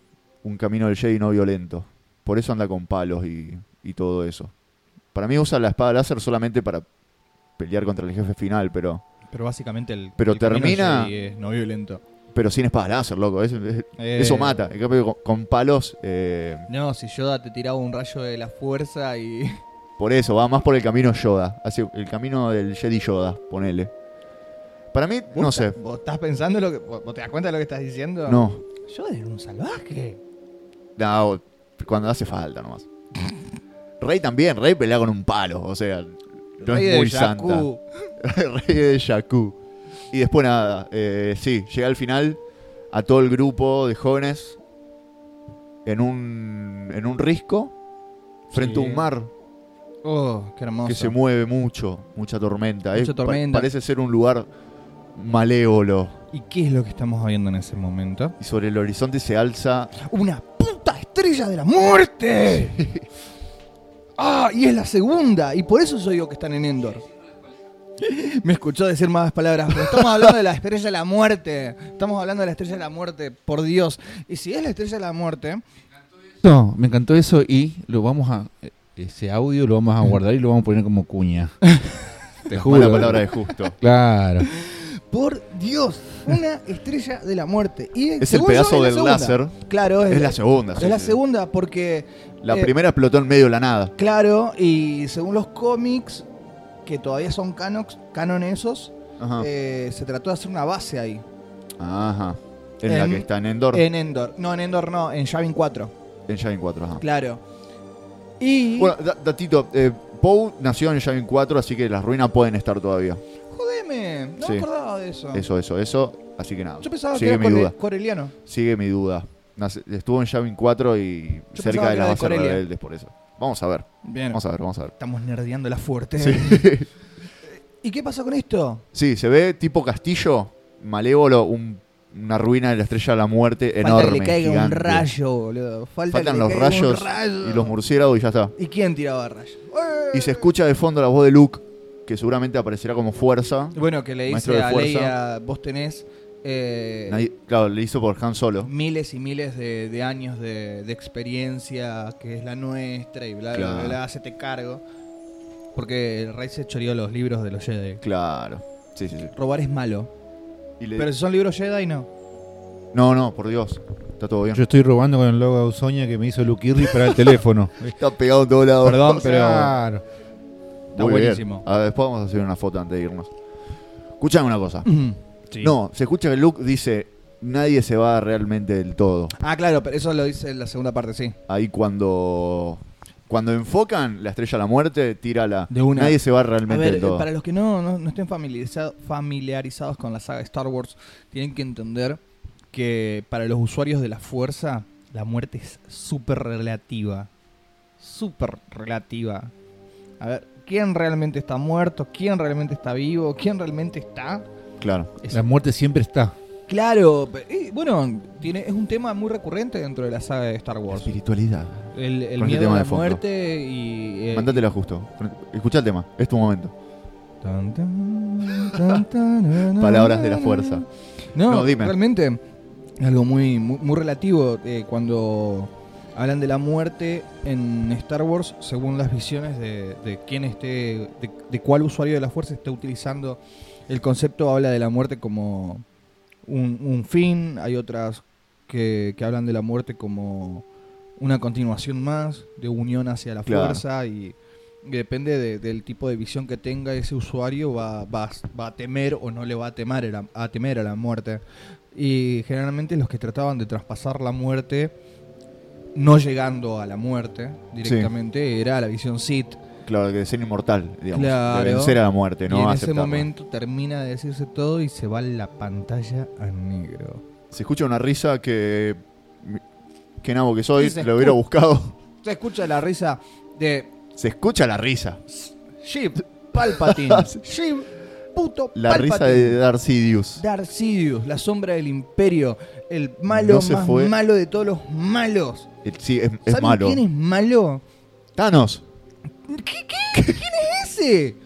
Speaker 1: Un camino del Jedi no violento. Por eso anda con palos y, y todo eso. Para mí usa la espada láser solamente para pelear contra el jefe final, pero,
Speaker 2: Pero básicamente el.
Speaker 1: Pero
Speaker 2: el camino
Speaker 1: termina-
Speaker 2: Jedi es no violento.
Speaker 1: pero sin espada láser, loco. Es- es-
Speaker 2: Eh,
Speaker 1: Eso mata. En cambio, con, con palos, eh,
Speaker 2: No, si Yoda te tiraba un rayo de la fuerza y.
Speaker 1: Por eso, va más por el camino Yoda. Hacia el camino del Jedi Yoda, ponele. Para mí, no
Speaker 2: Vos
Speaker 1: sé.
Speaker 2: estás- ¿Vos estás pensando lo que. ¿Vos vos te das cuenta de lo que estás diciendo?
Speaker 1: No.
Speaker 2: Yo era un salvaje.
Speaker 1: No, cuando hace falta nomás. Rey también, Rey pelea con un palo, o sea, no
Speaker 2: Rey
Speaker 1: es
Speaker 2: de
Speaker 1: muy
Speaker 2: Jakku.
Speaker 1: santa. Rey de Jakku. Y después nada, eh, sí, llega al final a todo el grupo de jóvenes en un, en un risco frente a
Speaker 2: Sí.
Speaker 1: un mar
Speaker 2: Oh, qué hermoso.
Speaker 1: que se mueve mucho, mucha tormenta.
Speaker 2: Mucha
Speaker 1: Es- pa-
Speaker 2: tormenta.
Speaker 1: parece ser un lugar malévolo.
Speaker 2: ¿Y qué es lo que estamos viendo en ese momento?
Speaker 1: Y sobre el horizonte se alza.
Speaker 2: ¡Una puta estrella de la muerte! ¡Ah! Y es la segunda. Y por eso yo digo que están en Endor. Me escuchó decir más palabras. pero estamos hablando de la estrella de la muerte. Estamos hablando de la estrella de la muerte, por Dios. Y si es la estrella de la muerte.
Speaker 4: No, me encantó eso y lo vamos a. eh, Ese audio lo vamos a guardar y lo vamos a poner como cuña. Te juro.
Speaker 1: La palabra de justo.
Speaker 4: Claro.
Speaker 2: Por Dios, una estrella de la muerte. Y
Speaker 1: Es
Speaker 2: según
Speaker 1: el pedazo
Speaker 2: yo, es
Speaker 1: del
Speaker 2: la segunda.
Speaker 1: láser.
Speaker 2: Claro,
Speaker 1: Es la segunda. sí,
Speaker 2: Es la
Speaker 1: sí.
Speaker 2: segunda porque,
Speaker 1: La
Speaker 2: eh,
Speaker 1: primera explotó en medio de la nada.
Speaker 2: claro, y según los cómics, que todavía son canox, canon esos,
Speaker 1: Ajá.
Speaker 2: eh, se trató de hacer una base ahí.
Speaker 1: Ajá. En, la
Speaker 2: en-
Speaker 1: que está en Endor. En,
Speaker 2: En Endor. No, en Endor no, en Yavin 4.
Speaker 1: Yavin 4. Ajá.
Speaker 2: Claro. Y...
Speaker 1: Bueno, da- datito. eh, Poe nació en Yavin 4, así que las ruinas pueden estar todavía.
Speaker 2: jodeme, no
Speaker 1: Sí.
Speaker 2: me acordaba de eso.
Speaker 1: Eso, eso, eso. Así que nada.
Speaker 2: Ah. Yo pensaba
Speaker 1: Sigue
Speaker 2: que
Speaker 1: mi
Speaker 2: era
Speaker 1: duda.
Speaker 2: core- coreliano.
Speaker 1: Sigue mi duda. Nace- estuvo en Yavin 4 y
Speaker 2: Yo
Speaker 1: cerca
Speaker 2: pensaba
Speaker 1: de las
Speaker 2: que era de
Speaker 1: bases
Speaker 2: Corelia.
Speaker 1: rebeldes, por eso. Vamos a ver.
Speaker 2: Bien.
Speaker 1: Vamos a ver, vamos a ver.
Speaker 2: Estamos nerdeando la fuerte. Eh.
Speaker 1: Sí.
Speaker 2: ¿Y qué pasa con esto?
Speaker 1: Sí, se ve tipo castillo, malévolo, un- una ruina de la estrella de la muerte
Speaker 2: Falta
Speaker 1: enorme.
Speaker 2: que le caiga un
Speaker 1: gigante.
Speaker 2: rayo, boludo. Falta
Speaker 1: Faltan
Speaker 2: que
Speaker 1: los
Speaker 2: le caiga un
Speaker 1: rayos
Speaker 2: rayo.
Speaker 1: y los murciélagos y ya está.
Speaker 2: ¿Y quién tiraba rayos?
Speaker 1: Y se escucha de fondo la voz de Luke, que seguramente aparecerá como fuerza.
Speaker 2: Bueno, que le
Speaker 1: Maestro
Speaker 2: dice
Speaker 1: de
Speaker 2: a
Speaker 1: fuerza.
Speaker 2: Leia, vos tenés eh,
Speaker 1: Nadie- claro, le hizo por Han Solo.
Speaker 2: miles y miles de, de años de, de experiencia que es la nuestra y bla, bla,
Speaker 1: Claro.
Speaker 2: bla, bla, hacete cargo. Porque el rey se choreó los libros de los Jedi.
Speaker 1: Claro. Sí, sí, sí.
Speaker 2: Robar es malo.
Speaker 1: Y le-
Speaker 2: Pero si son libros Jedi, no.
Speaker 1: No, no, por Dios. Está todo bien.
Speaker 4: Yo estoy robando con el logo de Usoña que me hizo Luquirri para el teléfono.
Speaker 1: Está pegado en todos lados.
Speaker 2: Perdón, pero-
Speaker 4: Claro.
Speaker 2: Está
Speaker 1: Muy bien.
Speaker 2: buenísimo.
Speaker 1: A ver, después vamos a hacer una foto antes de irnos. Escuchame una cosa.
Speaker 2: Sí.
Speaker 1: No, se escucha que Luke dice, nadie se va realmente del todo.
Speaker 2: Ah, claro, pero eso lo dice en la segunda parte, sí.
Speaker 1: Ahí cuando... Cuando enfocan la estrella de la muerte, tírala.
Speaker 2: De una.
Speaker 1: Nadie se va
Speaker 2: A
Speaker 1: realmente
Speaker 2: ver,
Speaker 1: del
Speaker 2: eh,
Speaker 1: todo.
Speaker 2: para los que no, no, no estén familiarizado- familiarizados con la saga de Star Wars, tienen que entender que para los usuarios de la fuerza, la muerte es súper relativa. Súper relativa. A ver, ¿quién realmente está muerto? ¿Quién realmente está vivo? ¿Quién realmente está?
Speaker 1: Claro.
Speaker 2: Es-
Speaker 4: La muerte siempre está.
Speaker 2: claro, pe- eh, bueno, tiene, es un tema muy recurrente dentro de la saga de Star Wars.
Speaker 1: Espiritualidad.
Speaker 2: El, el
Speaker 1: Con ese
Speaker 2: miedo
Speaker 1: tema
Speaker 2: a la
Speaker 1: de fondo.
Speaker 2: muerte y... eh,
Speaker 1: Mándatela justo. Escucha el tema. Es tu momento.
Speaker 2: Tan, tan, tan, tan, na,
Speaker 1: Palabras
Speaker 2: na,
Speaker 1: de la
Speaker 2: na,
Speaker 1: fuerza.
Speaker 2: No,
Speaker 1: No, dime.
Speaker 2: realmente es algo muy, muy, muy relativo eh, cuando hablan de la muerte en Star Wars según las visiones de, de quién esté, de, de cuál usuario de la fuerza esté utilizando. El concepto habla de la muerte como un, un fin, hay otras que, que hablan de la muerte como una continuación más, de unión hacia la
Speaker 1: Claro.
Speaker 2: fuerza y... y Depende de- del tipo de visión que tenga ese usuario, va, va- va a temer o no le va a temer a la- a temer a la muerte. Y generalmente los que trataban de traspasar la muerte, no llegando a la muerte directamente, era la visión Sith.
Speaker 1: Claro, de ser inmortal, digamos.
Speaker 2: Claro.
Speaker 1: De vencer a la muerte, no
Speaker 2: y en ese
Speaker 1: aceptarla.
Speaker 2: momento termina de decirse todo y se va la pantalla a negro.
Speaker 1: Se escucha una risa que. Que nabo que soy,
Speaker 2: Sí, se
Speaker 1: lo hubiera
Speaker 2: escu-
Speaker 1: buscado.
Speaker 2: Se escucha la risa de
Speaker 1: Se escucha la risa.
Speaker 2: Sheep Palpatine. Sheep puto
Speaker 1: La risa
Speaker 2: Palpatine.
Speaker 1: de Darth Sidious.
Speaker 2: Darth Sidious, la sombra del imperio, el malo
Speaker 1: No se
Speaker 2: más
Speaker 1: fue.
Speaker 2: malo de todos los malos.
Speaker 1: Eh, Sí, es, es
Speaker 2: ¿Saben
Speaker 1: malo.
Speaker 2: quién es malo?
Speaker 1: Thanos.
Speaker 2: ¿Qué, qué? ¿Quién es ese?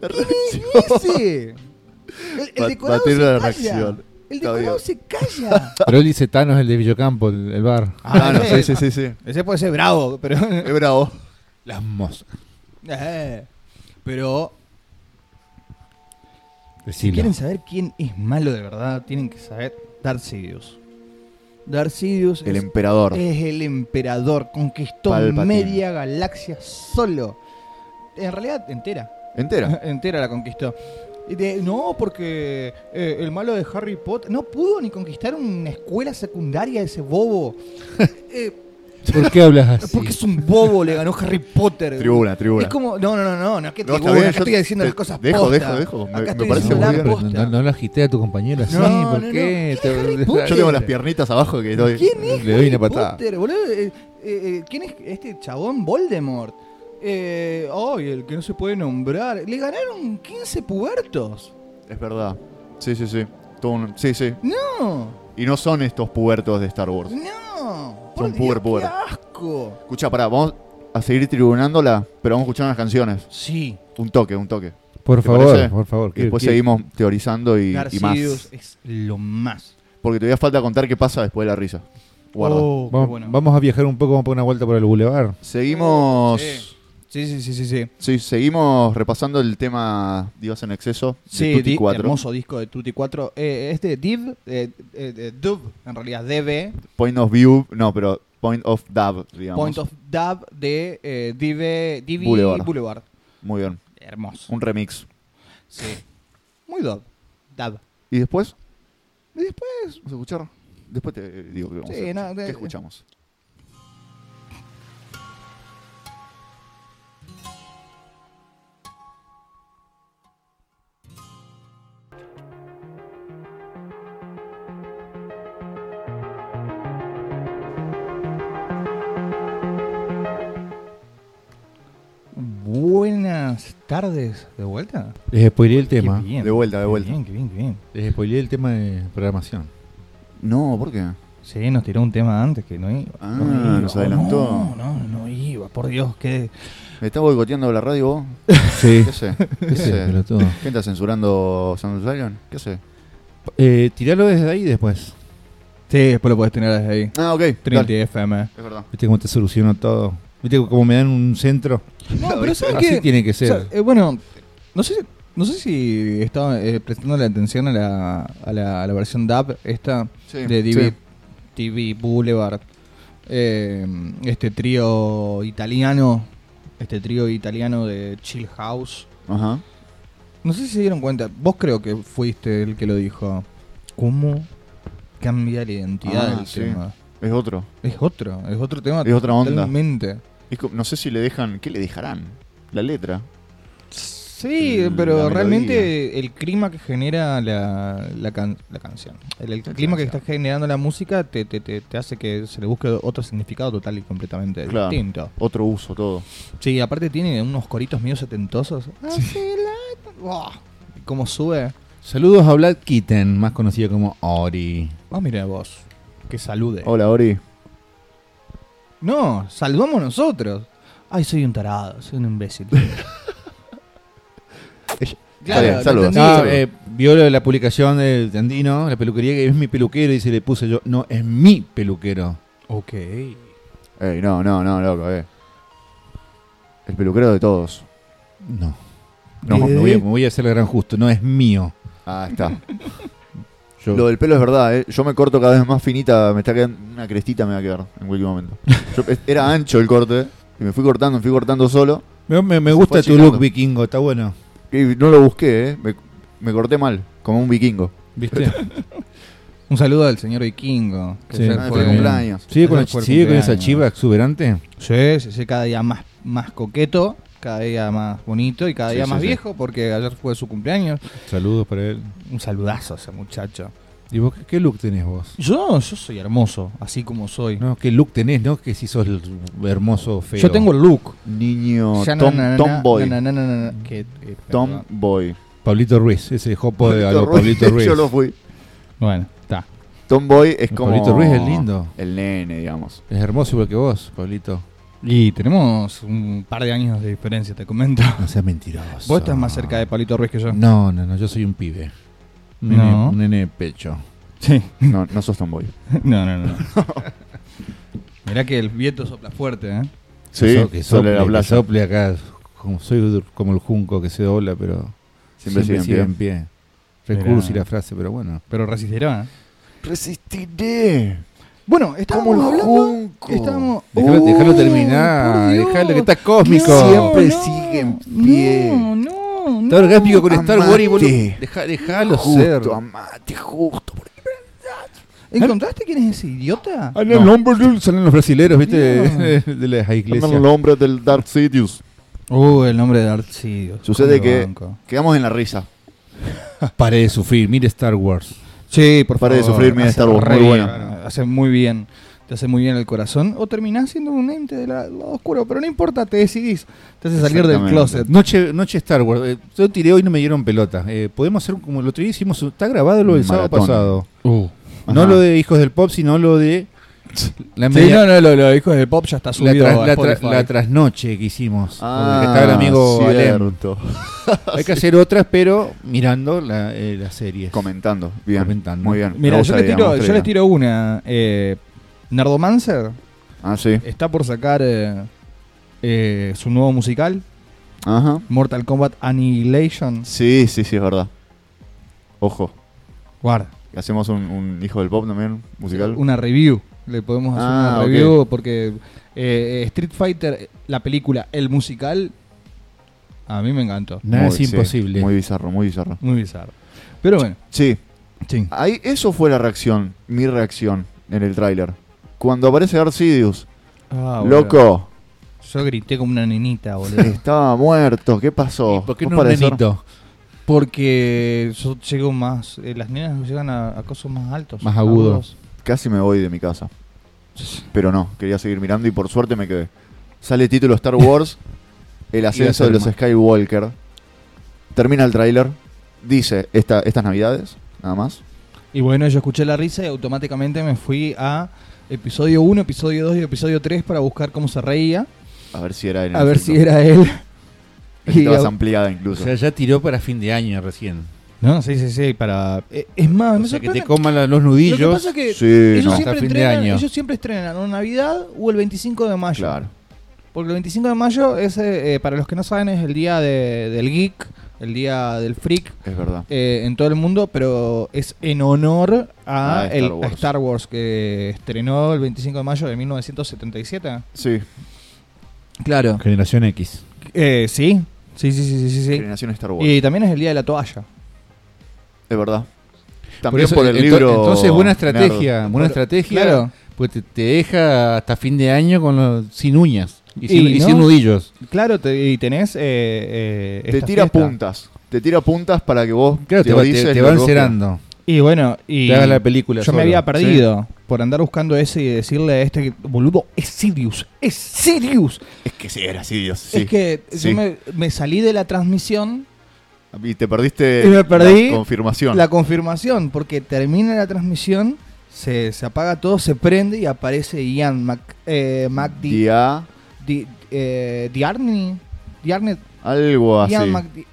Speaker 1: La
Speaker 2: ¿Quién
Speaker 1: reacción.
Speaker 2: es ese? El, el
Speaker 1: Ba-
Speaker 2: decorado
Speaker 1: batir
Speaker 2: se
Speaker 1: la
Speaker 2: calla.
Speaker 1: reacción.
Speaker 2: El
Speaker 1: Está
Speaker 2: decorado
Speaker 1: bien.
Speaker 2: se calla.
Speaker 4: Pero él dice Thanos, el de Villocampo, el, el bar.
Speaker 1: Thanos, sí,
Speaker 2: ese,
Speaker 1: sí, sí, sí.
Speaker 2: ese puede ser bravo, pero.
Speaker 1: Es bravo.
Speaker 4: Las moscas.
Speaker 2: Eh, pero si
Speaker 4: Decilo.
Speaker 2: quieren saber quién es malo de verdad, tienen que saber Darth Sidious. Darth Sidious
Speaker 1: El
Speaker 2: es
Speaker 1: emperador.
Speaker 2: Es el emperador, conquistó
Speaker 1: Palpatine.
Speaker 2: media galaxia solo. En realidad, entera.
Speaker 1: Entera.
Speaker 2: entera la conquistó. Y de- no, porque eh, el malo de Harry Potter no pudo ni conquistar una escuela secundaria ese bobo. Eh,
Speaker 4: ¿Por qué hablas así?
Speaker 2: porque es un bobo, le ganó Harry Potter.
Speaker 1: Tribuna, tribuna.
Speaker 2: Es como, no, no, no, no, no, es que
Speaker 1: No, está
Speaker 2: tribuna,
Speaker 1: bien, yo
Speaker 2: acá estoy diciendo
Speaker 1: te-
Speaker 2: las cosas
Speaker 1: dejo,
Speaker 2: posta.
Speaker 1: dejo, dejo, me-
Speaker 2: Acá
Speaker 1: me
Speaker 2: estoy
Speaker 1: parece
Speaker 2: diciendo
Speaker 1: muy
Speaker 2: las
Speaker 1: bien,
Speaker 4: pero
Speaker 2: postas.
Speaker 4: no, no, no lo agité a tu compañero así.
Speaker 2: No,
Speaker 4: ¿Por
Speaker 2: no, no.
Speaker 4: qué? Te-
Speaker 1: Yo tengo las piernitas abajo que doy.
Speaker 2: ¿Quién es
Speaker 4: Le doy una
Speaker 2: Harry
Speaker 4: patada.
Speaker 2: Potter, boludo? Eh, eh, eh, ¿Quién es este chabón Voldemort? Eh, ay, el que no se puede nombrar. Le ganaron 15 pubertos.
Speaker 1: Es verdad. Sí, sí, sí. Todo un- Sí, sí.
Speaker 2: No,
Speaker 1: Y no son estos pubertos de Star Wars.
Speaker 2: no.
Speaker 1: Son
Speaker 2: Por Dios,
Speaker 1: puber, puber.
Speaker 2: ¡Qué asco!
Speaker 1: Escucha, pará, vamos a seguir tribunándola, pero vamos a escuchar unas canciones.
Speaker 2: Sí,
Speaker 1: Un toque, un toque.
Speaker 4: Por
Speaker 1: ¿Te
Speaker 4: favor,
Speaker 1: parece?
Speaker 4: por favor.
Speaker 1: Y después
Speaker 4: quiero-
Speaker 1: seguimos teorizando y, y más.
Speaker 2: Garcidius es lo más.
Speaker 1: Porque todavía falta contar qué pasa después de la risa. Guarda.
Speaker 2: Oh, qué
Speaker 4: Vamos,
Speaker 2: bueno.
Speaker 4: vamos a viajar un poco, vamos a poner una vuelta por el bulevar.
Speaker 1: Seguimos.
Speaker 2: Sí. Eh, Sí, sí, sí, sí. Sí,
Speaker 1: Sí, seguimos repasando el tema Dios en exceso de
Speaker 2: Sí,
Speaker 1: Tutti
Speaker 2: di-
Speaker 1: 4.
Speaker 2: hermoso disco de Tutti 4. Eh, este de Div, eh, eh, de Dub, en realidad, DB,
Speaker 1: Point of view, no, pero point of dab, digamos.
Speaker 2: Point of Dub de eh, Dive, Divi
Speaker 1: Boulevard.
Speaker 2: Boulevard.
Speaker 1: Muy bien,
Speaker 2: Hermoso.
Speaker 1: un remix.
Speaker 2: Sí. Muy dub. Dub.
Speaker 1: ¿Y después?
Speaker 2: Y después,
Speaker 1: ¿Vamos a escuchar? Después te digo que vamos
Speaker 2: Sí,
Speaker 1: a escuchar.
Speaker 2: no, de-
Speaker 1: ¿Qué escuchamos?
Speaker 2: buenas tardes. ¿De vuelta?
Speaker 4: Les spoileé el tema.
Speaker 2: Qué bien.
Speaker 1: De vuelta, de
Speaker 2: Qué
Speaker 1: vuelta.
Speaker 2: bien, qué bien, qué bien.
Speaker 4: Les spoileé el tema de programación.
Speaker 1: No, ¿por qué?
Speaker 2: Sí, nos tiró un tema antes que no iba.
Speaker 1: Ah,
Speaker 2: no iba. Oh,
Speaker 1: nos adelantó.
Speaker 2: No, no, no iba. Por Dios, qué.
Speaker 1: ¿Me estás boicoteando la radio vos?
Speaker 4: Sí.
Speaker 1: ¿Qué sé?
Speaker 4: ¿Qué
Speaker 1: ¿Qué
Speaker 4: sé,
Speaker 1: sé?
Speaker 4: pelotudo?
Speaker 1: ¿Quién está censurando Sound Lion? ¿Qué sé?
Speaker 4: Eh, tiralo desde ahí después.
Speaker 2: Sí, después lo puedes tener desde ahí.
Speaker 1: Ah, ok.
Speaker 2: Trinity
Speaker 1: dale.
Speaker 2: FM.
Speaker 1: Es verdad.
Speaker 4: Viste cómo te soluciono todo. Viste cómo me dan un centro.
Speaker 2: No, Ah, pero ¿sabes
Speaker 4: Así
Speaker 2: qué?
Speaker 4: tiene que ser.
Speaker 2: O sea, eh, bueno, no sé, no sé si estaba eh, prestándole atención a la, a la, a la versión DAP esta
Speaker 1: Sí,
Speaker 2: de DB,
Speaker 1: sí.
Speaker 2: TV Boulevard. Eh, este trío italiano, este trío italiano de Chill House.
Speaker 1: Ajá.
Speaker 2: No sé si se dieron cuenta, vos creo que fuiste el que lo dijo. ¿Cómo cambia la identidad
Speaker 1: Ah,
Speaker 2: del
Speaker 1: sí.
Speaker 2: tema?
Speaker 1: Es otro.
Speaker 2: Es otro, es otro tema.
Speaker 1: Es otra onda.
Speaker 2: Totalmente.
Speaker 1: Y Es co- no sé si le dejan. ¿Qué le dejarán? La letra.
Speaker 2: Sí,
Speaker 1: La
Speaker 2: pero
Speaker 1: melodía.
Speaker 2: realmente el clima que genera la, la, can- la canción, el, el clima que está
Speaker 1: canción.
Speaker 2: generando la música te, te, te, te hace que se le busque otro significado total y completamente
Speaker 1: Claro.
Speaker 2: distinto.
Speaker 1: Otro uso, todo.
Speaker 2: Sí, aparte tiene unos coritos medio setentosos. Hace la- Buah, Como sube.
Speaker 4: Saludos a Vlad Kitten, más conocido como Ori.
Speaker 2: Ah, mira vos. Que salude.
Speaker 1: Hola, Ori.
Speaker 2: No, saludamos nosotros. Ay, soy un tarado, soy un imbécil.
Speaker 1: Está bien,
Speaker 2: lo
Speaker 1: saludos.
Speaker 2: entendí.
Speaker 4: No, eh, vio lo de la publicación del de Andino, la peluquería que es mi peluquero y se le puse yo, no, es mi peluquero.
Speaker 2: Ok.
Speaker 1: Ey, no, no, no, loco, eh. El peluquero de todos.
Speaker 4: No,
Speaker 1: No.
Speaker 4: me, voy a, me voy a hacer el gran justo, no es mío.
Speaker 1: Ah, está.
Speaker 4: Yo-
Speaker 1: Lo del pelo es verdad, eh. Yo me corto cada vez más finita, me está quedando. Una crestita me va a quedar en cualquier momento. Yo- es- era ancho el corte. Y me fui cortando, me fui cortando solo.
Speaker 4: me, me- me
Speaker 1: Se
Speaker 4: gusta
Speaker 1: fue
Speaker 4: tu
Speaker 1: achicando.
Speaker 4: look vikingo, está bueno.
Speaker 1: Y no lo busqué, eh. Me, me corté mal, como un vikingo.
Speaker 4: ¿Viste?
Speaker 2: Un saludo al señor Vikingo. que
Speaker 4: Sí.
Speaker 2: ayer
Speaker 1: Ah,
Speaker 4: fue
Speaker 1: fue
Speaker 4: bien.
Speaker 1: cumpleaños.
Speaker 4: ¿Sigue con, la-
Speaker 2: Ese fue el
Speaker 4: sigue con esa
Speaker 2: cumpleaños.
Speaker 4: chiva exuberante?
Speaker 2: Sí, sí, sí, cada día más, más coqueto, cada día más bonito y cada
Speaker 1: Sí,
Speaker 2: día
Speaker 1: sí,
Speaker 2: más
Speaker 1: sí.
Speaker 2: viejo, porque ayer fue su cumpleaños.
Speaker 4: Saludos para él.
Speaker 2: Un saludazo a ese muchacho.
Speaker 4: ¿Y vos qué, qué look tenés vos?
Speaker 2: Yo, yo soy hermoso, así como soy.
Speaker 4: No, ¿Qué look tenés, no? Que si sos el hermoso feo.
Speaker 2: yo tengo el look.
Speaker 1: Niño
Speaker 2: Ya
Speaker 1: tom-
Speaker 2: na- na- na-
Speaker 1: Tomboy.
Speaker 2: na- na- na- na- na- que- que- perdón.
Speaker 1: Tomboy.
Speaker 4: Pablito Ruiz, ese jopo de algo,
Speaker 1: Ruiz,
Speaker 4: Pablito Ruiz.
Speaker 1: Yo lo fui.
Speaker 2: Bueno, está.
Speaker 1: Tomboy es
Speaker 4: El
Speaker 1: como.
Speaker 4: Pablito Ruiz es lindo.
Speaker 1: El nene, digamos.
Speaker 4: Es hermoso igual que vos, Pablito.
Speaker 2: Y tenemos un par de años de diferencia, te comento.
Speaker 4: No seas mentiroso.
Speaker 2: Vos estás más cerca de Palito Ruiz que yo.
Speaker 4: No, no, no, yo soy un pibe. Un
Speaker 2: No.
Speaker 4: nene- un nene de pecho.
Speaker 2: Sí.
Speaker 1: No, no sos Tomboy.
Speaker 2: No, no, no. Mirá que el viento sopla fuerte, ¿eh?
Speaker 1: Sí,
Speaker 4: So-
Speaker 1: sobre
Speaker 4: que sople,
Speaker 1: la
Speaker 4: que
Speaker 1: plaza.
Speaker 4: sople acá. Como, soy dur- como el junco que se dobla, pero
Speaker 1: Siempre, sigue en pie.
Speaker 4: pie.
Speaker 2: Mirá.
Speaker 4: Recurso y la frase, pero bueno.
Speaker 2: Pero resistirá. ¿eh?
Speaker 1: Resistiré.
Speaker 2: Bueno, estábamos
Speaker 1: Como el
Speaker 2: hablando.
Speaker 1: junco.
Speaker 2: Estábamos.
Speaker 4: Déjalo,
Speaker 2: ¡Oh,
Speaker 4: déjalo
Speaker 2: por
Speaker 4: terminar.
Speaker 2: Dios!
Speaker 4: Déjalo que está
Speaker 2: No,
Speaker 4: cósmico.
Speaker 1: Siempre
Speaker 2: no,
Speaker 1: sigue en pie.
Speaker 2: No, no,
Speaker 4: Está
Speaker 2: no.
Speaker 4: orgánico con Star
Speaker 1: Amate.
Speaker 4: Wars y vos lo- deja- Dejalo ser.
Speaker 1: Justo, amate, justo. por-
Speaker 2: ¿Encontraste quién es ese idiota?
Speaker 4: Ah, no, el hombre del- salen los brasileros, ¿viste?
Speaker 2: No.
Speaker 4: De las iglesias.
Speaker 1: Llaman el hombre del Dark Sidious.
Speaker 2: Uh, el nombre de Arcidio.
Speaker 1: Sucede que quedamos en la risa.
Speaker 4: Pare de sufrir, mire Star Wars.
Speaker 2: Sí, por
Speaker 1: Pare de
Speaker 2: favor.
Speaker 1: sufrir, mira,
Speaker 2: hace
Speaker 1: Star Wars,
Speaker 2: re
Speaker 1: muy
Speaker 2: bien,
Speaker 1: bueno.
Speaker 2: Hace muy bien. Te hace muy bien el corazón. O terminás siendo un ente del lado oscuro. Pero no importa, te decidís. Te hace salir del
Speaker 1: Exactamente.
Speaker 2: closet.
Speaker 4: Noche, noche Star Wars. Eh, yo tiré hoy y no me dieron pelota. Eh, podemos hacer un- como el otro día hicimos. un- Está grabado lo del sábado
Speaker 1: Maratón.
Speaker 4: pasado.
Speaker 2: Uh.
Speaker 1: Ajá.
Speaker 4: No lo de Hijos del Pop, sino lo de. La,
Speaker 2: Sí,
Speaker 4: media-
Speaker 2: no, no, lo, lo hijos de pop ya está
Speaker 4: la,
Speaker 2: subido
Speaker 4: tras-
Speaker 2: a
Speaker 4: la tra-
Speaker 2: Spotify.
Speaker 4: la trasnoche que hicimos. Porque estaba el amigo Alem.
Speaker 1: Ah, cierto.
Speaker 4: Hay que hacer otras, pero mirando la, eh, las series.
Speaker 1: Comentando. Bien.
Speaker 4: Comentando.
Speaker 1: Muy bien. me
Speaker 2: Mira, yo
Speaker 1: gusta,
Speaker 2: les
Speaker 1: digamos,
Speaker 2: tiro,
Speaker 1: esta
Speaker 2: yo les
Speaker 1: idea.
Speaker 2: tiro una. Eh, Nerdomancer
Speaker 1: Ah, sí.
Speaker 2: está por sacar eh, eh, su nuevo musical,
Speaker 1: Ajá.
Speaker 2: Mortal Kombat Annihilation.
Speaker 1: Sí, sí, sí, es verdad. Ojo.
Speaker 2: Guarda,
Speaker 1: Hacemos un, un hijo del pop también, musical.
Speaker 2: una review. Le podemos hacer
Speaker 1: Ah,
Speaker 2: una
Speaker 1: ok.
Speaker 2: review porque eh, eh, Street Fighter, eh, la película, el musical, a mí me encantó.
Speaker 4: Nada
Speaker 1: Muy-
Speaker 4: es
Speaker 1: sí,
Speaker 4: imposible.
Speaker 1: muy bizarro, muy bizarro.
Speaker 2: Muy bizarro. Pero bueno, Ah,
Speaker 1: Sí,
Speaker 2: sí.
Speaker 1: ahí, eso fue la reacción, mi reacción en el tráiler. Cuando aparece Darth Sidious,
Speaker 2: Ah, boludo.
Speaker 1: loco,
Speaker 2: Yo grité como una nenita, boludo.
Speaker 1: estaba muerto, ¿qué pasó?
Speaker 4: ¿Por qué
Speaker 1: Vos
Speaker 4: no un
Speaker 1: parecer-
Speaker 4: nenito?
Speaker 2: Porque yo llego más. eh, las nenas llegan a, a cosas más altos.
Speaker 4: Más agudos.
Speaker 1: Casi me voy de mi casa, pero no, quería seguir mirando y por suerte me quedé. Sale título Star Wars, el ascenso de los
Speaker 4: más.
Speaker 1: Skywalker. Termina el tráiler, dice esta, estas navidades, nada más.
Speaker 2: Y bueno, yo escuché la risa y automáticamente me fui a episodio 1, episodio 2 y episodio 3 para buscar cómo se reía.
Speaker 1: A ver si era en el
Speaker 2: A ver si
Speaker 1: signo.
Speaker 2: era él.
Speaker 1: Necesitabas
Speaker 2: Y-
Speaker 1: ampliada
Speaker 4: O
Speaker 1: incluso.
Speaker 4: sea, ya tiró para fin de año recién.
Speaker 2: No, sí, sí, sí. Para... eh, Es más,
Speaker 4: O
Speaker 2: me
Speaker 4: sea, que
Speaker 2: sorprende-
Speaker 4: te coman la- los
Speaker 2: Lo que
Speaker 4: nudillos.
Speaker 2: pasa es que
Speaker 1: Sí,
Speaker 2: ellos,
Speaker 1: no.
Speaker 4: Hasta
Speaker 2: siempre
Speaker 4: fin de
Speaker 2: entrenan,
Speaker 4: año.
Speaker 2: ellos siempre estrenan o Navidad o el 25 de mayo.
Speaker 1: Claro.
Speaker 2: Porque el 25 de mayo, es, eh, eh, para los que no saben, es el día de- del geek, el día del freak.
Speaker 1: Es verdad.
Speaker 2: eh, en todo el mundo, pero es en honor a,
Speaker 1: Ah, Star
Speaker 2: el, a
Speaker 1: Wars.
Speaker 2: Star Wars que estrenó el 25 de mayo de 1977.
Speaker 1: Sí,
Speaker 2: Claro.
Speaker 4: Generación X.
Speaker 2: Eh, sí. Sí, sí, sí, sí, sí, sí.
Speaker 1: generación Star Wars.
Speaker 2: Y también es el día de la toalla.
Speaker 1: Es verdad. También por,
Speaker 4: eso,
Speaker 1: el
Speaker 4: ento-
Speaker 1: libro.
Speaker 4: Entonces, buena estrategia.
Speaker 1: Nerd.
Speaker 4: Buena
Speaker 2: Por-
Speaker 4: estrategia.
Speaker 2: claro.
Speaker 4: Pues te, te deja hasta fin de año con los- sin uñas. Y sin,
Speaker 2: Y
Speaker 4: y sin
Speaker 2: no.
Speaker 4: nudillos.
Speaker 2: Claro, te- y tenés. eh, eh,
Speaker 1: Te
Speaker 2: esta
Speaker 1: tira
Speaker 2: fiesta.
Speaker 1: puntas. Te tira puntas para que vos
Speaker 4: Claro, te, va- te-
Speaker 1: teorices
Speaker 4: te
Speaker 1: lo
Speaker 4: va
Speaker 1: que vos querés.
Speaker 4: encerando.
Speaker 2: Y bueno, y.
Speaker 4: Te hagas la película.
Speaker 2: Yo me
Speaker 4: solo.
Speaker 2: había perdido por andar buscando ese y decirle a este que, boludo, es Sirius, es Sirius.
Speaker 1: Es que sí, era así, Dios. sí.
Speaker 2: es que
Speaker 1: sí.
Speaker 2: yo me, me salí de la transmisión,
Speaker 1: Y te perdiste
Speaker 2: Y me perdí
Speaker 1: la confirmación.
Speaker 2: la confirmación, porque termina la transmisión, se, se apaga todo, se prende y aparece Ian Mac, eh, Mac Di,
Speaker 1: Día,
Speaker 2: Di- eh, Diarni, Diarne-
Speaker 1: algo así.
Speaker 2: Ian Mac Di-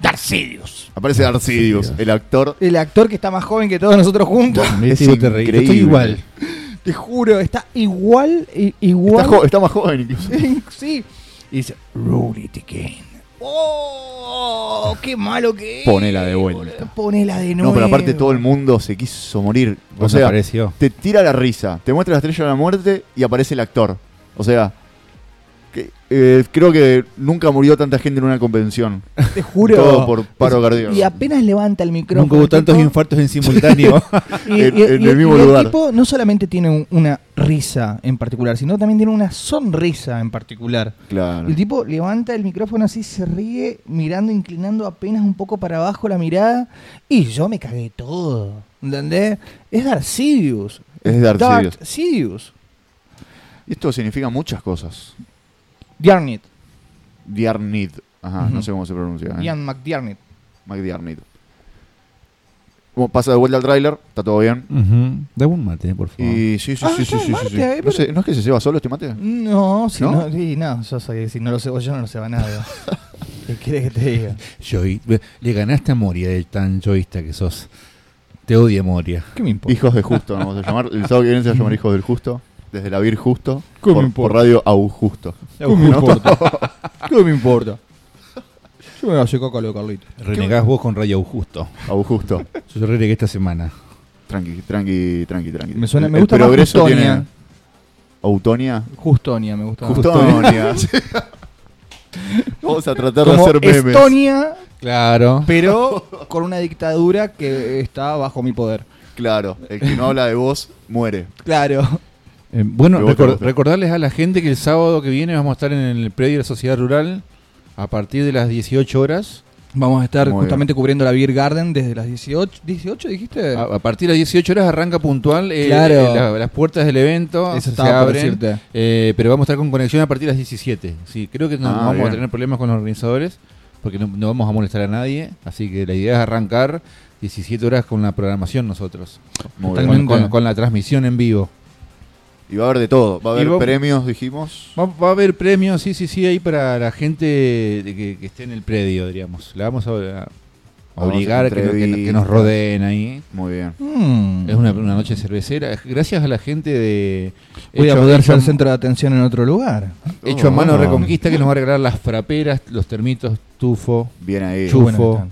Speaker 2: Darth Sidious.
Speaker 1: Aparece Arcidius, el actor.
Speaker 2: El actor que está más joven que todos nosotros juntos.
Speaker 1: Es
Speaker 4: Viste, vos te reís. Yo Estoy
Speaker 1: increíble.
Speaker 4: igual.
Speaker 2: Te juro, está igual, i- igual.
Speaker 1: Está, jo- está más joven incluso.
Speaker 2: sí. Y dice, roll it again. ¡Oh! ¡Qué malo que es!
Speaker 1: Ponela de vuelta.
Speaker 2: Ponela de nuevo.
Speaker 1: No, pero aparte todo el mundo se quiso morir. O
Speaker 4: Vos
Speaker 1: sea,
Speaker 4: apareció.
Speaker 1: te tira la risa, te muestra la estrella de la muerte y aparece el actor. O sea, que, eh, creo que nunca murió tanta gente en una convención.
Speaker 2: Te juro.
Speaker 1: Todo por paro cardíaco.
Speaker 2: Y apenas levanta el micrófono.
Speaker 4: Nunca hubo
Speaker 2: el
Speaker 4: tantos
Speaker 2: tipo,
Speaker 4: infartos en simultáneo.
Speaker 2: y-
Speaker 1: en-
Speaker 2: y-
Speaker 1: en
Speaker 2: y-
Speaker 1: el mismo
Speaker 2: y
Speaker 1: lugar.
Speaker 2: tipo no solamente tiene un- una risa en particular, sino también tiene una sonrisa en particular.
Speaker 1: Claro.
Speaker 2: El tipo levanta el micrófono así, se ríe, mirando, inclinando apenas un poco para abajo la mirada. Y yo me cagué todo. ¿Entendés? Es Darth Sidious.
Speaker 1: Es Darth Sidious.
Speaker 2: Sidious.
Speaker 1: Y Esto significa muchas cosas.
Speaker 2: Diarnit.
Speaker 1: Diarnid. Ajá, no
Speaker 2: Ujú.
Speaker 1: sé cómo se pronuncia. ¿eh?
Speaker 2: Ian McDiarnit.
Speaker 1: McDiarnid. Bueno, pasa de vuelta al tráiler, está todo bien.
Speaker 4: Ujú. Dame un mate, por favor.
Speaker 1: Y sí, sí,
Speaker 2: Ah,
Speaker 1: sí, sí,
Speaker 2: está
Speaker 1: sí,
Speaker 2: Marte
Speaker 1: sí, sí.
Speaker 2: ahí,
Speaker 1: No,
Speaker 2: pero-
Speaker 1: sé, ¿no es que se lleva solo este mate?
Speaker 2: No, si
Speaker 1: ¿No?
Speaker 2: no, sí, no, yo soy, si no lo sé vos, yo no lo sé nada. ¿Qué quieres que te diga?
Speaker 4: Joy, le ganaste a Moria de tan joyista que sos. Te odia Moria.
Speaker 2: ¿Qué me importa?
Speaker 1: Hijos del Justo, nos vamos a llamar. El sábado que viene se va a llamar Hijos del Justo. Desde la Vir Justo.
Speaker 2: ¿Cómo
Speaker 1: Por,
Speaker 2: importa?
Speaker 1: por radio AU Justo.
Speaker 2: ¿Qué me importa? ¿Qué me importa? Yo me voy a llevar con lo de Carlito.
Speaker 4: Renegás vos con Rayo Justo.
Speaker 1: AU Justo.
Speaker 4: Yo renegué esta semana.
Speaker 1: Tranqui, tranqui, tranqui, tranqui.
Speaker 2: Me suena- me
Speaker 1: El
Speaker 2: gusta más
Speaker 1: progreso
Speaker 2: Justonia. Ah,
Speaker 1: tiene. Autonia.
Speaker 2: Justonia me gusta.
Speaker 1: Justonia. Vamos a tratar de
Speaker 2: Como
Speaker 1: hacer memes.
Speaker 2: Estonia,
Speaker 4: Claro.
Speaker 2: pero con una dictadura que está bajo mi poder.
Speaker 1: Claro, el que no habla de vos muere.
Speaker 2: Claro.
Speaker 4: Eh, bueno,
Speaker 1: Me gusta,
Speaker 4: recor-
Speaker 1: me gusta.
Speaker 4: recordarles a la gente que el sábado que viene vamos a estar en el predio de la Sociedad Rural a partir de las 18 horas.
Speaker 2: Vamos a estar
Speaker 1: Muy
Speaker 2: justamente cubriendo la Beer Garden desde las 18. ¿18 dijiste?
Speaker 4: A, a partir de las 18 horas arranca puntual eh,
Speaker 2: Claro.
Speaker 4: eh, la- las puertas del evento.
Speaker 2: Eso
Speaker 4: se
Speaker 2: estaba por
Speaker 4: abren.
Speaker 2: decirte.
Speaker 4: eh, pero vamos a estar con conexión a partir de las 17. Sí, creo que no
Speaker 1: Ah,
Speaker 4: no vamos
Speaker 1: bien.
Speaker 4: a tener problemas con los organizadores porque no, no vamos a molestar a nadie. Así que la idea es arrancar 17 horas con la programación nosotros.
Speaker 1: Muy
Speaker 4: Con-
Speaker 1: bien.
Speaker 2: Totalmente.
Speaker 4: con- con la transmisión en vivo.
Speaker 1: Y va a haber de todo. Va a
Speaker 4: Y
Speaker 1: haber
Speaker 4: vos-
Speaker 1: premios, dijimos.
Speaker 4: Va, va a haber premios, sí, sí, sí, ahí para la gente de que, que esté en el predio, diríamos. La vamos a, a
Speaker 1: Vamos a
Speaker 4: obligar a que, no- que no- que nos rodeen ahí.
Speaker 1: Muy bien.
Speaker 2: Mm.
Speaker 4: Es una, una noche cervecera. Gracias a la gente de
Speaker 2: Voy a
Speaker 4: Hecho-
Speaker 2: poder
Speaker 4: Hecho
Speaker 2: ser
Speaker 4: a-
Speaker 2: centro de atención en otro lugar.
Speaker 4: Hecho a mano
Speaker 1: Oh.
Speaker 4: Reconquista que nos va a regalar las fraperas, los termitos, tufo.
Speaker 1: Bien ahí.
Speaker 4: Chufo.
Speaker 2: bueno que están.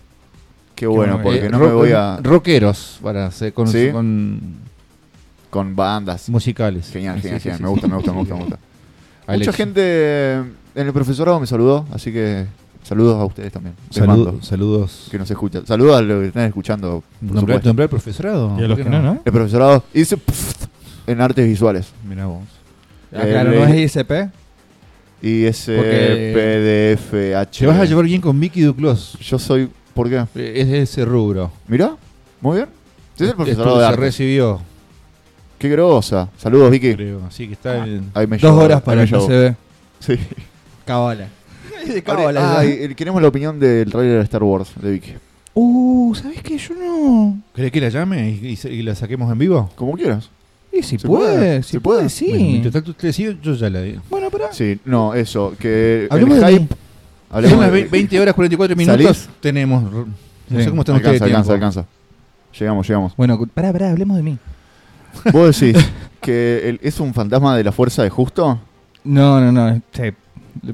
Speaker 1: Qué bueno,
Speaker 2: bueno,
Speaker 1: porque
Speaker 4: Eh,
Speaker 1: no me
Speaker 4: rock-
Speaker 1: voy a.
Speaker 4: Rockeros, para hacer con,
Speaker 1: ¿Sí?
Speaker 4: con
Speaker 1: Con bandas.
Speaker 4: musicales.
Speaker 1: Genial,
Speaker 4: Sí,
Speaker 1: genial,
Speaker 4: sí,
Speaker 1: genial.
Speaker 4: sí,
Speaker 1: Me
Speaker 4: sí.
Speaker 1: gusta, me gusta, me gusta, me gusta.
Speaker 4: Alex,
Speaker 1: Mucha gente eh, en el profesorado me saludó, así que saludos a ustedes también. Les
Speaker 4: saludo-
Speaker 1: mando,
Speaker 4: saludos.
Speaker 1: que nos escuchan. Saludos a los que están escuchando, por
Speaker 4: ¿Nombrar,
Speaker 1: supuesto.
Speaker 4: nombrar profesorado?
Speaker 2: Y a los
Speaker 4: ¿Por qué
Speaker 2: que no, ¿no?
Speaker 1: El profesorado dice en artes visuales.
Speaker 4: Mirá vos.
Speaker 2: Ah, claro, no es ISP.
Speaker 1: Y eh, ese
Speaker 4: Porque-
Speaker 1: PDFH.
Speaker 4: Te vas a llevar bien con Vicky Duclos.
Speaker 1: Yo soy. ¿Por qué?
Speaker 4: Eh, Es de ese rubro.
Speaker 1: Mirá, muy bien. Sí, es el profesorado
Speaker 4: Estuvo-
Speaker 1: de
Speaker 4: se
Speaker 1: artes.
Speaker 4: recibió,
Speaker 1: Qué grosa. Saludos, Vicky.
Speaker 4: creo. Así que está en.
Speaker 1: Ahí me
Speaker 2: Dos
Speaker 1: llevó,
Speaker 2: horas
Speaker 1: ahí
Speaker 2: para
Speaker 1: me
Speaker 2: el
Speaker 1: llevó.
Speaker 2: PCB.
Speaker 1: Sí.
Speaker 2: Cabala. De
Speaker 1: Ah, y- y queremos la opinión del trailer de Star Wars de Vicky.
Speaker 2: Uh, ¿sabes qué? Yo no.
Speaker 4: ¿Querés que la llame y, y se- y la saquemos en vivo?
Speaker 1: Como quieras.
Speaker 2: Y si
Speaker 1: ¿Se
Speaker 2: puede,
Speaker 1: puede?
Speaker 2: si
Speaker 1: ¿Se
Speaker 2: puede,
Speaker 1: puede?
Speaker 2: sí.
Speaker 4: Bueno, mientras tanto ustedes siguen, yo ya la digo.
Speaker 2: Bueno, pará.
Speaker 1: Sí, no, eso. Que
Speaker 2: Hablemos
Speaker 1: el
Speaker 2: de
Speaker 1: hype. hablemos
Speaker 4: Son las
Speaker 1: de-
Speaker 4: ve- 20 horas 44 minutos.
Speaker 1: ¿Salís?
Speaker 4: Tenemos. No sé
Speaker 2: Sí.
Speaker 4: cómo están ustedes.
Speaker 1: Alcanza,
Speaker 4: de
Speaker 1: alcanza,
Speaker 4: tiempo.
Speaker 1: alcanza. Llegamos, llegamos.
Speaker 2: Bueno, cu- pará, pará, hablemos de mí.
Speaker 1: Vos decís que el- es un fantasma de la fuerza de justo
Speaker 2: No, no, no. este,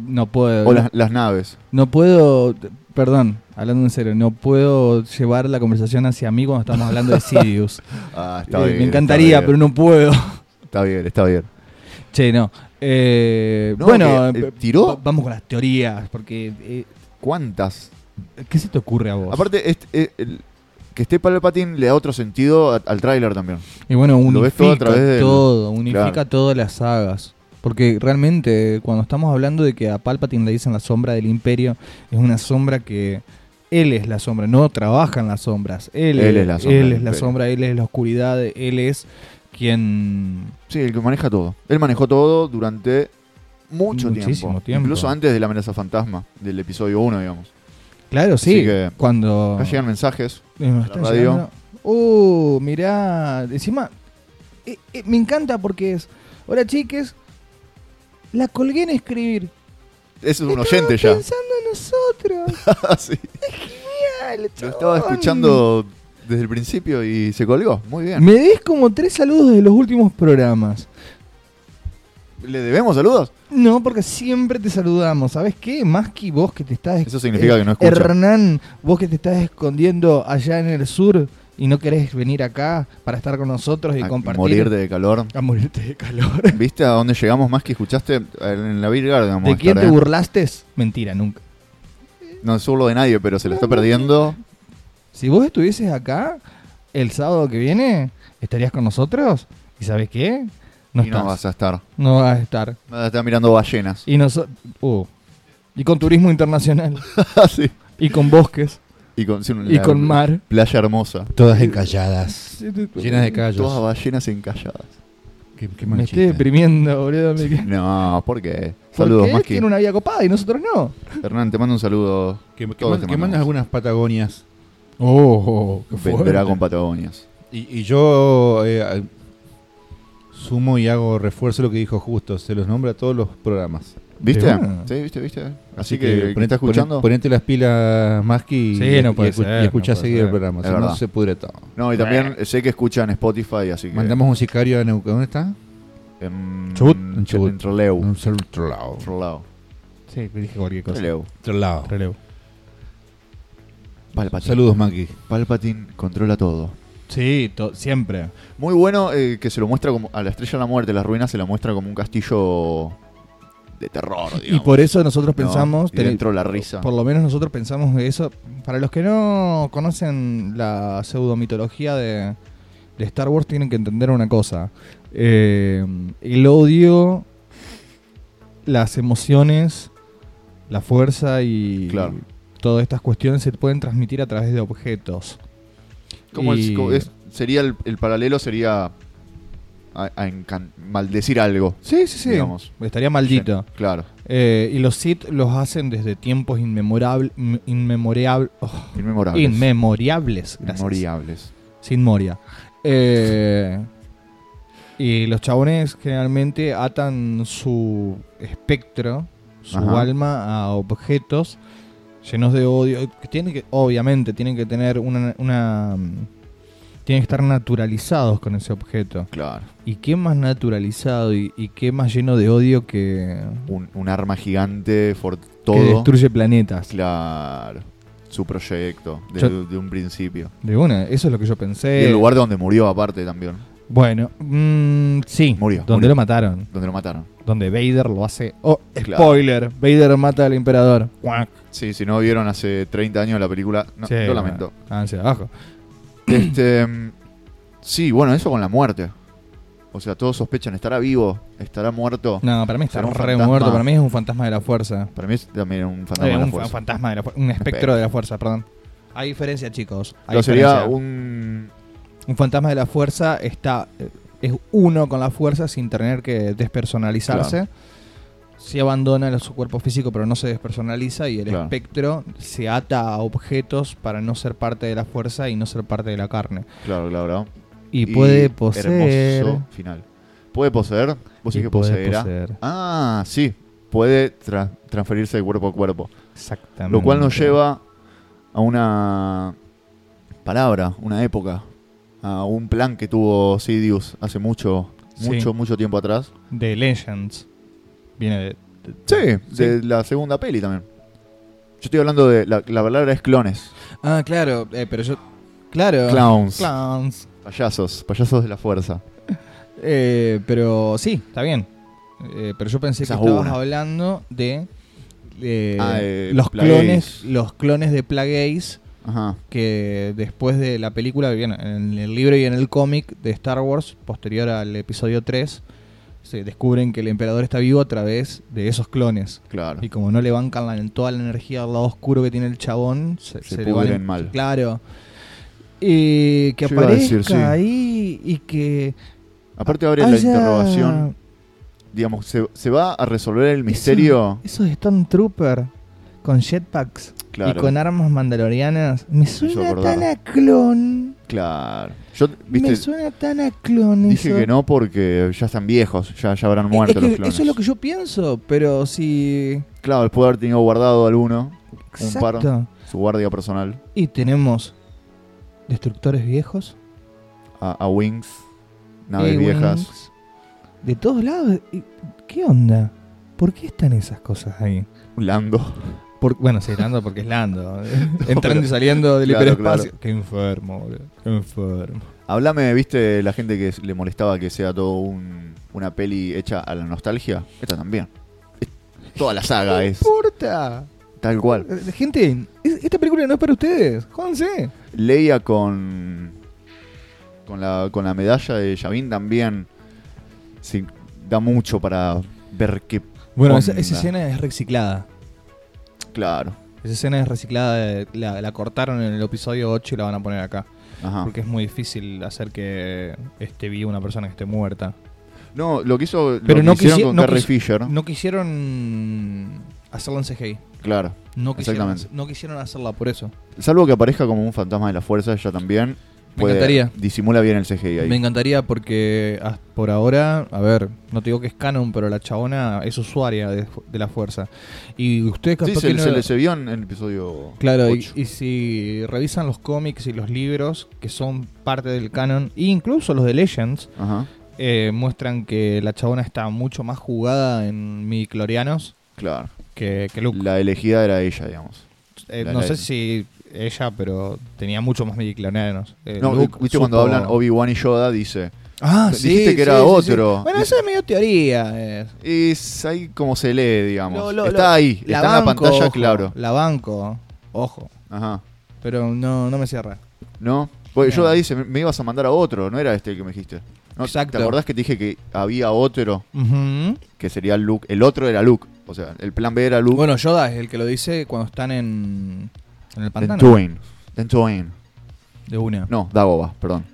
Speaker 2: no puedo.
Speaker 1: o las, las naves.
Speaker 2: No puedo. Perdón, hablando en serio, no puedo llevar la conversación hacia mí cuando estamos hablando de Sirius.
Speaker 1: Ah,
Speaker 2: Eh, me encantaría, pero no puedo.
Speaker 1: Está bien, está bien.
Speaker 2: Che, no. Eh,
Speaker 1: No,
Speaker 2: bueno,
Speaker 1: que, eh,
Speaker 2: p-
Speaker 1: ¿tiró?
Speaker 2: va- vamos con las teorías, porque eh,
Speaker 1: ¿Cuántas?
Speaker 2: ¿qué se te ocurre a vos?
Speaker 1: Aparte, este- eh, el- que esté Palpatine le da otro sentido a- al tráiler también.
Speaker 2: y bueno, unifica
Speaker 1: ves todo a través del-
Speaker 2: todo, unifica
Speaker 1: Claro.
Speaker 2: todas las sagas. Porque realmente, cuando estamos hablando de que a Palpatine le dicen la sombra del imperio, es una sombra que. Él es la sombra, no trabajan las sombras. Él,
Speaker 1: Él es la sombra
Speaker 2: Él
Speaker 1: del
Speaker 2: es la
Speaker 1: imperio.
Speaker 2: sombra, él es la oscuridad, él es quien.
Speaker 1: Sí, el que maneja todo. Él manejó todo durante mucho
Speaker 2: Muchísimo
Speaker 1: tiempo.
Speaker 2: tiempo.
Speaker 1: Incluso antes de la amenaza fantasma, del episodio 1, digamos.
Speaker 2: Claro, sí.
Speaker 1: Así que-
Speaker 2: cuando.
Speaker 1: Acá llegan mensajes.
Speaker 2: Eh, nos están
Speaker 1: la radio.
Speaker 2: llegando. Uh, mirá. Encima, eh, eh, me encanta porque es. Hola, chiques. La colgué en escribir.
Speaker 1: Ese es un
Speaker 2: Estaba
Speaker 1: oyente ya.
Speaker 2: pensando en nosotros.
Speaker 1: Sí.
Speaker 2: Dale,
Speaker 1: Lo estaba
Speaker 2: chabón.
Speaker 1: escuchando desde el principio y se colgó. Muy bien.
Speaker 2: Me des como tres saludos de los últimos programas.
Speaker 1: ¿Le debemos saludos?
Speaker 2: No, porque siempre te saludamos. ¿Sabes qué? Más que vos que te estás.
Speaker 1: Eso significa que no escucha.
Speaker 2: Hernán, vos que te estás escondiendo allá en el sur y no querés venir acá para estar con nosotros y
Speaker 1: A
Speaker 2: compartir.
Speaker 1: morir de calor.
Speaker 2: A morirte de calor.
Speaker 1: ¿Viste a dónde llegamos más que escuchaste? En la Beer Garden. vamos a
Speaker 2: ¿De quién
Speaker 1: estar,
Speaker 2: te
Speaker 1: ¿eh?
Speaker 2: burlaste? Mentira, nunca.
Speaker 1: No es solo de nadie, pero se la está perdiendo.
Speaker 2: Si vos estuvieses acá el sábado que viene, estarías con nosotros. ¿Y sabes qué? No
Speaker 1: y no
Speaker 2: estás.
Speaker 1: vas a estar.
Speaker 2: No vas a estar.
Speaker 1: Vas a estar mirando ballenas.
Speaker 2: Y nosotros. Y con turismo internacional.
Speaker 1: Sí.
Speaker 2: y con bosques.
Speaker 1: Y con, sí,
Speaker 2: Y
Speaker 1: la-
Speaker 2: con mar.
Speaker 1: Playa hermosa.
Speaker 4: Todas encalladas. Llenas de
Speaker 1: Todas
Speaker 4: callos.
Speaker 1: ballenas encalladas.
Speaker 4: Qué, qué
Speaker 2: Me estoy
Speaker 4: machista.
Speaker 2: deprimiendo, boludo. Me...
Speaker 1: No, ¿por qué?
Speaker 2: ¿Por
Speaker 1: Saludos
Speaker 2: qué
Speaker 1: más
Speaker 2: él
Speaker 1: que.
Speaker 2: tiene una vida copada y nosotros no.
Speaker 1: Hernán, te mando un saludo.
Speaker 4: Que, que
Speaker 1: Todos
Speaker 4: man-
Speaker 1: te
Speaker 4: que
Speaker 1: mandamos.
Speaker 4: mandas algunas Patagonias.
Speaker 2: Oh,
Speaker 1: Venderá con Patagonias.
Speaker 4: Y, y yo eh, sumo y hago refuerzo lo que dijo Justo. Se los nombra a todos los programas.
Speaker 1: ¿Viste?
Speaker 2: De una.
Speaker 1: Sí, viste, viste. Así, que, el que me está
Speaker 4: pon-
Speaker 1: escuchando.
Speaker 4: Ponete las pilas más que y,
Speaker 2: Sí, no puede
Speaker 4: y escu-
Speaker 2: ser,
Speaker 4: y escuchá
Speaker 2: no puede
Speaker 4: seguir
Speaker 2: ser.
Speaker 4: el programa.
Speaker 1: Es
Speaker 4: si no
Speaker 1: verdad.
Speaker 4: se pudre todo.
Speaker 1: No, y también sé que escuchan Spotify, así que.
Speaker 4: Mandamos un sicario a Neuquén. ¿Dónde está?
Speaker 1: En
Speaker 4: Chubut.
Speaker 1: En
Speaker 4: En Chubut.
Speaker 1: en Trelew.
Speaker 4: Un solo otro lado.
Speaker 1: Trelew.
Speaker 2: Sí, dije cualquier cosa.
Speaker 1: Trelew.
Speaker 4: Otro lado.
Speaker 2: Relevo.
Speaker 1: Palpatine.
Speaker 4: Saludos, Maki.
Speaker 1: Palpatine controla todo.
Speaker 2: Sí, to- siempre.
Speaker 1: Muy bueno eh, que se lo muestra como. A la estrella de la muerte, las ruinas se la muestra como un castillo de terror,
Speaker 2: Y
Speaker 1: digamos.
Speaker 2: por eso nosotros
Speaker 1: No,
Speaker 2: pensamos.
Speaker 1: y
Speaker 2: teni-
Speaker 1: dentro la risa.
Speaker 2: Por lo menos nosotros pensamos eso. Para los que no conocen la pseudomitología de, de Star Wars, tienen que entender una cosa. Eh, el odio, las emociones, la fuerza y
Speaker 1: Claro.
Speaker 2: todas estas cuestiones se pueden transmitir a través de objetos.
Speaker 1: Como el-
Speaker 2: Y-
Speaker 1: como es- sería el, el paralelo sería a, a encan- maldecir algo.
Speaker 2: Sí, sí, sí.
Speaker 1: Digamos.
Speaker 2: Estaría maldito.
Speaker 1: Claro.
Speaker 2: Eh, y los Sith los hacen desde tiempos inmemorables. Inmemorables.
Speaker 1: Inmemorables.
Speaker 2: inmemoriables. Gracias.
Speaker 1: Inmemoriables.
Speaker 2: Sin Moria. Eh, y los chabones generalmente atan su espectro, su
Speaker 1: Ajá.
Speaker 2: alma, a objetos llenos de odio. que Tienen que, obviamente, tienen que tener una, una- Tienen que estar naturalizados con ese objeto.
Speaker 1: Claro.
Speaker 2: ¿Y qué más naturalizado y, y qué más lleno de odio que,
Speaker 1: Un, un arma gigante por
Speaker 2: que
Speaker 1: todo.
Speaker 2: destruye planetas?
Speaker 1: Claro. Su proyecto desde
Speaker 2: Yo- Eh.
Speaker 1: de un principio.
Speaker 2: De una, eso es lo que yo
Speaker 1: y
Speaker 2: pensé.
Speaker 1: el lugar donde murió aparte también.
Speaker 2: Bueno, mm, sí,
Speaker 1: Murió,
Speaker 2: donde
Speaker 1: murió.
Speaker 2: lo mataron.
Speaker 1: Donde lo mataron.
Speaker 2: donde Vader lo hace. Oh,
Speaker 1: Claro.
Speaker 2: spoiler. Vader mata al emperador.
Speaker 1: Sí, si no vieron hace 30 años la película, no,
Speaker 2: Sí,
Speaker 1: lo lamento.
Speaker 2: bueno, hacia abajo.
Speaker 1: Este, mm, sí, bueno, eso con la muerte. O sea, todos sospechan, ¿estará vivo? ¿Estará muerto?
Speaker 2: No, para mí está
Speaker 1: Será un
Speaker 2: re
Speaker 1: fantasma.
Speaker 2: muerto. Para mí es un fantasma de la fuerza.
Speaker 1: Para mí es también un
Speaker 2: Eh,
Speaker 1: fantasma de la
Speaker 2: un, fa-
Speaker 1: fuerza.
Speaker 2: fantasma de la fuerza. Un espectro
Speaker 1: espectro.
Speaker 2: de la fuerza, perdón. Hay diferencia, chicos. Hay
Speaker 1: Pero sería
Speaker 2: diferencia. un...
Speaker 1: un...
Speaker 2: fantasma de la fuerza está. eh, Es uno con la fuerza sin tener que despersonalizarse. Si abandona el- su cuerpo físico, pero no se despersonaliza. Y el
Speaker 1: Claro.
Speaker 2: espectro se ata a objetos para no ser parte de la fuerza y no ser parte de la carne.
Speaker 1: Claro, claro, claro.
Speaker 2: Y, puede
Speaker 1: hermoso
Speaker 2: poseer.
Speaker 1: final. ¿Puede poseer? ¿Vos
Speaker 2: Y
Speaker 1: decís que
Speaker 2: puede
Speaker 1: poseerá?
Speaker 2: poseer.
Speaker 1: Ah, sí. Puede tra- transferirse de cuerpo a cuerpo.
Speaker 2: Exactamente.
Speaker 1: Lo cual nos lleva a una palabra, una época, a un plan que tuvo Sidious hace mucho,
Speaker 2: Sí.
Speaker 1: mucho, mucho tiempo atrás.
Speaker 2: De Legends. Viene de. de-
Speaker 1: Sí, de la segunda peli también. Yo estoy hablando de. La, la palabra es clones.
Speaker 2: Ah, claro, eh, pero yo. Claro.
Speaker 1: Clowns.
Speaker 2: Clowns.
Speaker 1: Payasos. Payasos de la fuerza.
Speaker 2: Eh, pero sí, está bien. Eh, pero yo pensé
Speaker 1: Esa
Speaker 2: que
Speaker 1: es
Speaker 2: estabas
Speaker 1: una.
Speaker 2: hablando de. eh,
Speaker 1: Ah, eh,
Speaker 2: los
Speaker 1: Plagueis.
Speaker 2: clones. Los clones de Plagueis.
Speaker 1: Ajá.
Speaker 2: Que después de la película, bien, en el libro y en el cómic de Star Wars, posterior al episodio 3, se descubren que el emperador está vivo a través de esos clones.
Speaker 1: Claro.
Speaker 2: Y como no le bancan la- toda la energía al lado oscuro que tiene el chabón, se,
Speaker 1: Se
Speaker 2: le van
Speaker 1: pudren
Speaker 2: en-
Speaker 1: mal.
Speaker 2: Claro. Y que
Speaker 1: Yo iba a
Speaker 2: aparezca
Speaker 1: decir, sí.
Speaker 2: ahí y que.
Speaker 1: Aparte abre la
Speaker 2: haya-
Speaker 1: interrogación. Digamos, se, se va a resolver el misterio.
Speaker 2: Esos Stormtrooper con jetpacks
Speaker 1: Claro.
Speaker 2: y con armas mandalorianas. Me
Speaker 1: hizo
Speaker 2: suena
Speaker 1: acordar.
Speaker 2: tan a clon.
Speaker 1: Claro. Yo,
Speaker 2: Me
Speaker 1: viste,
Speaker 2: suena tan a clon.
Speaker 1: dije
Speaker 2: eso.
Speaker 1: que no porque ya están viejos, ya, ya habrán
Speaker 2: Es
Speaker 1: muerto
Speaker 2: que
Speaker 1: los clones.
Speaker 2: Eso es lo que yo pienso, pero si.
Speaker 1: Claro, puede haber tenido guardado alguno, Un par.
Speaker 2: Exacto.
Speaker 1: su guardia personal,
Speaker 2: Y tenemos destructores viejos.
Speaker 1: a, a Wings, naves
Speaker 2: A-Wings,
Speaker 1: viejas.
Speaker 2: Eh, De todos lados. Y- ¿Qué onda? ¿Por qué están esas cosas ahí?
Speaker 1: Lando.
Speaker 2: Por- bueno, sí, Lando porque es Lando. Entrando
Speaker 1: pero-
Speaker 2: y saliendo del
Speaker 1: claro,
Speaker 2: hiperespacio. Qué enfermo, boludo. Qué enfermo.
Speaker 1: Háblame, ¿viste la gente que s- le molestaba que sea todo un- una peli hecha a la nostalgia? Esta también. Es- toda la saga es
Speaker 2: importa?
Speaker 1: tal cual.
Speaker 2: Eh, Gente, es- esta película no es para ustedes. Jódense.
Speaker 1: Leia con con la, con la medalla de Yavin también sí, da mucho para ver qué
Speaker 2: Bueno, esa,
Speaker 1: Onda.
Speaker 2: esa escena es reciclada.
Speaker 1: claro.
Speaker 2: Esa escena es reciclada. de- La, la cortaron en el episodio 8 y la van a poner acá.
Speaker 1: Ajá.
Speaker 2: Porque es muy difícil hacer que esté viva una persona que esté muerta.
Speaker 1: No, lo que hizo lo
Speaker 2: Pero
Speaker 1: que
Speaker 2: no
Speaker 1: hicieron
Speaker 2: quisi-
Speaker 1: con
Speaker 2: no
Speaker 1: Carrie
Speaker 2: quisi-
Speaker 1: Fisher,
Speaker 2: No quisieron hacerla en CGI.
Speaker 1: claro.
Speaker 2: No quisieron,
Speaker 1: Exactamente.
Speaker 2: no quisieron hacerla por eso.
Speaker 1: Salvo que aparezca como un fantasma de la fuerza ella también.
Speaker 2: Me encantaría.
Speaker 1: Disimula bien el CGI ahí.
Speaker 2: Me encantaría porque as- por ahora, a ver, no te digo que es canon, pero la chabona es usuaria de, fu- de la fuerza. Y ustedes capaz
Speaker 1: Sí, se,
Speaker 2: que no-
Speaker 1: se le- se vio en el episodio
Speaker 2: Claro, y,
Speaker 1: ocho.
Speaker 2: y si revisan los cómics y los libros que son parte del canon, e incluso los de Legends,
Speaker 1: Ajá,
Speaker 2: eh, muestran que la chabona está mucho más jugada en miclorianos
Speaker 1: claro.
Speaker 2: que, que Luke.
Speaker 1: La elegida era ella, digamos.
Speaker 2: Eh,
Speaker 1: la-
Speaker 2: no
Speaker 1: la-
Speaker 2: sé si ella, pero tenía mucho más miclorianos. Eh,
Speaker 1: No,
Speaker 2: Luke
Speaker 1: viste cuando
Speaker 2: supo-
Speaker 1: hablan Obi-Wan y Yoda, dice.
Speaker 2: Ah,
Speaker 1: Dijiste que era otro.
Speaker 2: Bueno, eso es medio teoría. eh.
Speaker 1: Es ahí como se lee, digamos.
Speaker 2: Lo- lo-
Speaker 1: está
Speaker 2: lo-
Speaker 1: ahí, está en la
Speaker 2: banco,
Speaker 1: pantalla,
Speaker 2: ojo,
Speaker 1: claro.
Speaker 2: La banco, ojo.
Speaker 1: Ajá.
Speaker 2: Pero no, no me cierra.
Speaker 1: ¿No? Pues Porque
Speaker 2: No.
Speaker 1: Yoda dice, me, me ibas a mandar a otro, no era este el que me dijiste. No,
Speaker 2: Exacto.
Speaker 1: ¿Te acordás que te dije que había otro
Speaker 2: Ujú.
Speaker 1: que sería Luke? El otro era Luke. O sea, el plan B era Luke.
Speaker 2: Bueno, Yoda es el que lo dice cuando están en, en el
Speaker 1: en
Speaker 2: pantano.
Speaker 1: Tatooine. En Tatooine.
Speaker 2: De una.
Speaker 1: No, Dagobah, perdón.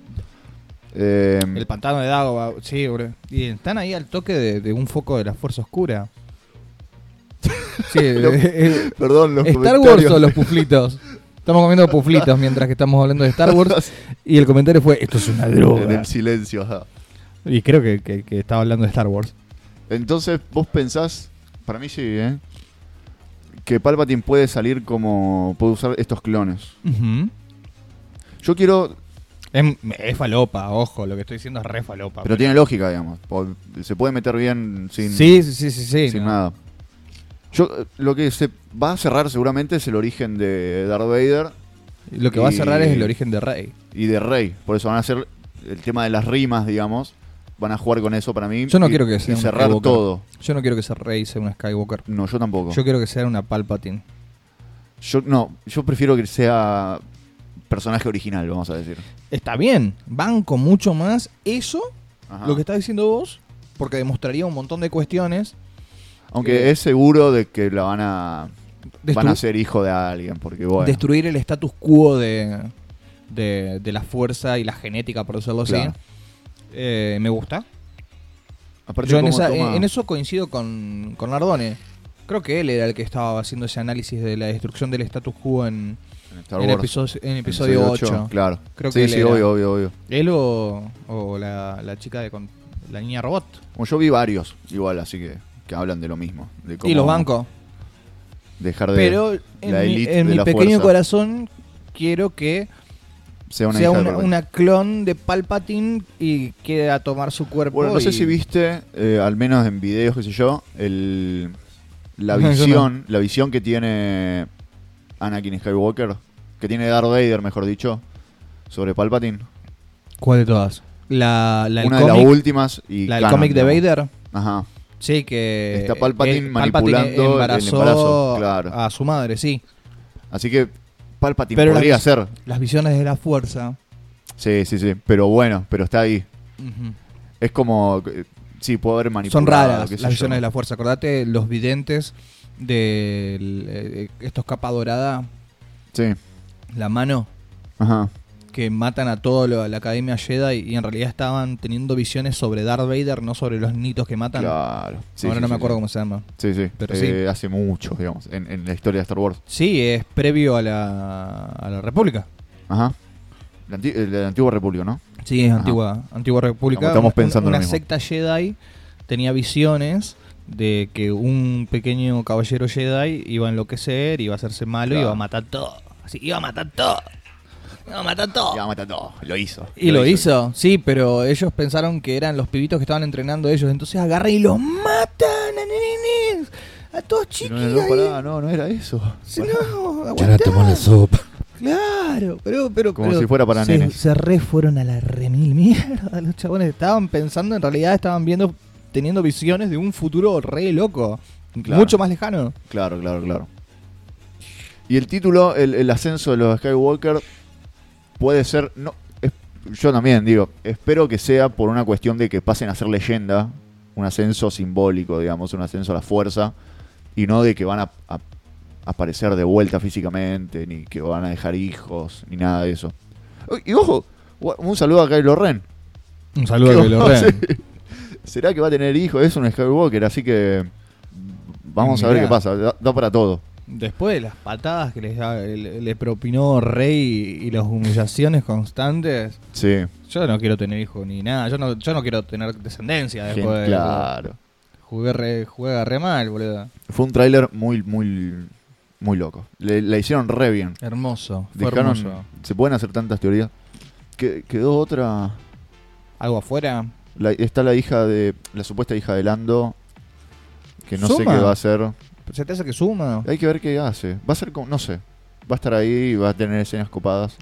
Speaker 1: Eh,
Speaker 2: El pantano de Dagoba, sí, bro. Y están ahí al toque de, de un foco de la fuerza oscura. Sí, eh, eh,
Speaker 1: perdón, los
Speaker 2: Star Wars
Speaker 1: comentarios.
Speaker 2: o los puflitos. Estamos comiendo puflitos mientras que estamos hablando de Star Wars. Y el comentario fue: Esto es una
Speaker 1: En
Speaker 2: droga.
Speaker 1: el silencio, ajá.
Speaker 2: Y creo que, que- que estaba hablando de Star Wars.
Speaker 1: Entonces, vos pensás, para mí sí, ¿eh? Que Palpatine puede salir como. puede usar estos clones.
Speaker 2: Ujú.
Speaker 1: Yo quiero.
Speaker 2: Es, es falopa, ojo, lo que estoy diciendo es re falopa.
Speaker 1: Pero tiene lógica, digamos. O- Se puede meter bien sin,
Speaker 2: sí, sí, sí, sí, sí,
Speaker 1: sin
Speaker 2: no.
Speaker 1: nada. Yo, eh, lo que se va a cerrar seguramente es el origen de Darth Vader
Speaker 2: Lo que va a cerrar
Speaker 1: Y-
Speaker 2: es el origen de Rey.
Speaker 1: y de Rey. Por eso van a hacer el tema de las rimas, digamos. Van a jugar con eso para mí.
Speaker 2: Yo no
Speaker 1: y-
Speaker 2: quiero que
Speaker 1: Y
Speaker 2: sea un
Speaker 1: cerrar
Speaker 2: Skywalker.
Speaker 1: todo.
Speaker 2: Yo no quiero que sea Rey sea una Skywalker.
Speaker 1: No, yo tampoco.
Speaker 2: Yo quiero que sea una Palpatine.
Speaker 1: Yo, no, yo prefiero que sea personaje original, vamos a decir.
Speaker 2: Está bien, banco mucho más eso,
Speaker 1: Ajá.
Speaker 2: lo que estás diciendo vos, porque demostraría un montón de cuestiones.
Speaker 1: Aunque
Speaker 2: Eh,
Speaker 1: es seguro de que la van a van
Speaker 2: Destru-
Speaker 1: a ser hijo de alguien, porque bueno.
Speaker 2: Destruir el status quo de, de, de la fuerza y la genética, por decirlo
Speaker 1: Claro.
Speaker 2: así. Eh, me gusta.
Speaker 1: Aparte
Speaker 2: Yo en,
Speaker 1: cómo
Speaker 2: esa-
Speaker 1: toma-
Speaker 2: en eso coincido con, con Nardone. Creo que él era el que estaba haciendo ese análisis de la destrucción del status quo en,
Speaker 1: en Star
Speaker 2: en
Speaker 1: Wars,
Speaker 2: episodio, en
Speaker 1: en
Speaker 2: episodio 8.
Speaker 1: Claro.
Speaker 2: Creo
Speaker 1: sí,
Speaker 2: que él
Speaker 1: sí,
Speaker 2: era.
Speaker 1: obvio, obvio, obvio.
Speaker 2: Él o, o la, la chica de con- la niña robot.
Speaker 1: Bueno, yo vi varios igual, así que que hablan de lo mismo. De cómo
Speaker 2: y los bancos.
Speaker 1: Dejar de
Speaker 2: Pero en
Speaker 1: la
Speaker 2: mi,
Speaker 1: elite
Speaker 2: en
Speaker 1: de
Speaker 2: mi
Speaker 1: la
Speaker 2: pequeño
Speaker 1: fuerza.
Speaker 2: corazón quiero que
Speaker 1: sea una
Speaker 2: sea
Speaker 1: hija de
Speaker 2: una,
Speaker 1: Palpatine.
Speaker 2: una clon de Palpatine y quede a tomar su cuerpo.
Speaker 1: Bueno, no sé
Speaker 2: y-
Speaker 1: si viste, eh, al menos en videos, qué sé yo, el, la
Speaker 2: Yo no.
Speaker 1: visión, la visión que tiene Anakin Skywalker, que tiene Darth Vader, mejor dicho, sobre Palpatine.
Speaker 2: ¿Cuál de todas? La, la del
Speaker 1: una de las
Speaker 2: cómic-
Speaker 1: últimas y
Speaker 2: la del
Speaker 1: canon,
Speaker 2: cómic de
Speaker 1: digamos.
Speaker 2: Vader.
Speaker 1: Ajá.
Speaker 2: Sí, que.
Speaker 1: Está Palpatine
Speaker 2: que
Speaker 1: manipulando el
Speaker 2: embarazó
Speaker 1: embarazo, claro.
Speaker 2: a su madre, sí.
Speaker 1: Así que Palpatine
Speaker 2: Pero la
Speaker 1: podría
Speaker 2: vis-
Speaker 1: ser.
Speaker 2: Las visiones de la fuerza.
Speaker 1: Sí, sí, sí. Pero bueno, pero está ahí.
Speaker 2: Ujú.
Speaker 1: Es como eh, sí, puede haber manipulado.
Speaker 2: Son raras
Speaker 1: qué sé
Speaker 2: las
Speaker 1: yo.
Speaker 2: visiones de la fuerza. Acordate los videntes de eh, estos capa dorada,
Speaker 1: Sí,
Speaker 2: la mano,
Speaker 1: ajá.
Speaker 2: que matan a toda la, la academia Jedi y en realidad estaban teniendo visiones sobre Darth Vader, no sobre los nitos que matan.
Speaker 1: Claro. Sí,
Speaker 2: Ahora
Speaker 1: sí,
Speaker 2: no
Speaker 1: sí,
Speaker 2: me
Speaker 1: sí.
Speaker 2: acuerdo cómo se llama.
Speaker 1: Sí, sí.
Speaker 2: Pero
Speaker 1: Eh, Hace mucho, digamos, en, en la historia de Star Wars.
Speaker 2: Sí, es previo a la, a la República.
Speaker 1: Ajá. La, anti- eh, la antigua república, ¿no?
Speaker 2: Sí, es
Speaker 1: Ajá.
Speaker 2: antigua, antigua república.
Speaker 1: Estamos- estamos
Speaker 2: Una-
Speaker 1: pensando lo
Speaker 2: Una,
Speaker 1: mismo.
Speaker 2: secta Jedi tenía visiones de que un pequeño caballero Jedi iba a enloquecer, iba a hacerse malo,
Speaker 1: Claro.
Speaker 2: iba a matar todo. Así, iba a matar todo. Iba a matar todo.
Speaker 1: Ya, mata- no, lo hizo.
Speaker 2: Ah. Y lo hizo, sí, pero ellos pensaron que eran los pibitos que estaban entrenando ellos. Entonces agarran y los matan a nenes, a todos
Speaker 1: Y
Speaker 2: chiquis.
Speaker 1: No, no,
Speaker 2: ahí.
Speaker 1: pará, no, no era eso.
Speaker 2: Sí,
Speaker 1: Pará.
Speaker 2: no,
Speaker 4: Ya la
Speaker 2: aguantá.
Speaker 4: tomó la sopa.
Speaker 2: Claro, pero, pero
Speaker 1: Como
Speaker 2: pero
Speaker 1: si fuera para
Speaker 2: se,
Speaker 1: nenes.
Speaker 2: Se re fueron a la remil mierda. Los chabones estaban pensando, en realidad estaban viendo, teniendo visiones de un futuro re loco.
Speaker 1: Claro.
Speaker 2: Mucho más lejano.
Speaker 1: Claro, claro, claro. Y el título, el, el ascenso de los Skywalker, puede ser. No, es- yo también digo, espero que sea por una cuestión de que pasen a ser leyenda, un ascenso simbólico, digamos, un ascenso a la fuerza, y no de que van a, a- a aparecer de vuelta físicamente, ni que van a dejar hijos, ni nada de eso. Uy, Y ojo, u- un saludo a Kylo Ren.
Speaker 2: Un saludo
Speaker 1: a Kylo Ren. ¿Será que va a tener hijos? Es un Skywalker, así que. Vamos a ver
Speaker 2: Mirá.
Speaker 1: qué pasa, da- da para todo.
Speaker 2: Después de las patadas que les da- le, le propinó Rey y, y las humillaciones constantes,
Speaker 1: Sí.
Speaker 2: yo no quiero tener hijos ni nada. Yo no, yo no quiero tener descendencia
Speaker 1: Gen-
Speaker 2: después. de-
Speaker 1: claro.
Speaker 2: Jugué re, juega re mal, boludo.
Speaker 1: Fue un tráiler muy, muy, muy loco. Le, la hicieron re bien.
Speaker 2: Hermoso. Fue
Speaker 1: Dejaron,
Speaker 2: hermoso.
Speaker 1: se pueden hacer tantas teorías. Que- quedó otra.
Speaker 2: Algo afuera.
Speaker 1: la- está la hija de. La supuesta hija de Lando. Que no sé
Speaker 2: Suma.
Speaker 1: qué va a hacer.
Speaker 2: ¿Se te hace que suma?
Speaker 1: Hay que ver qué hace. Va a ser como. No sé. Va a estar ahí y va a tener escenas copadas.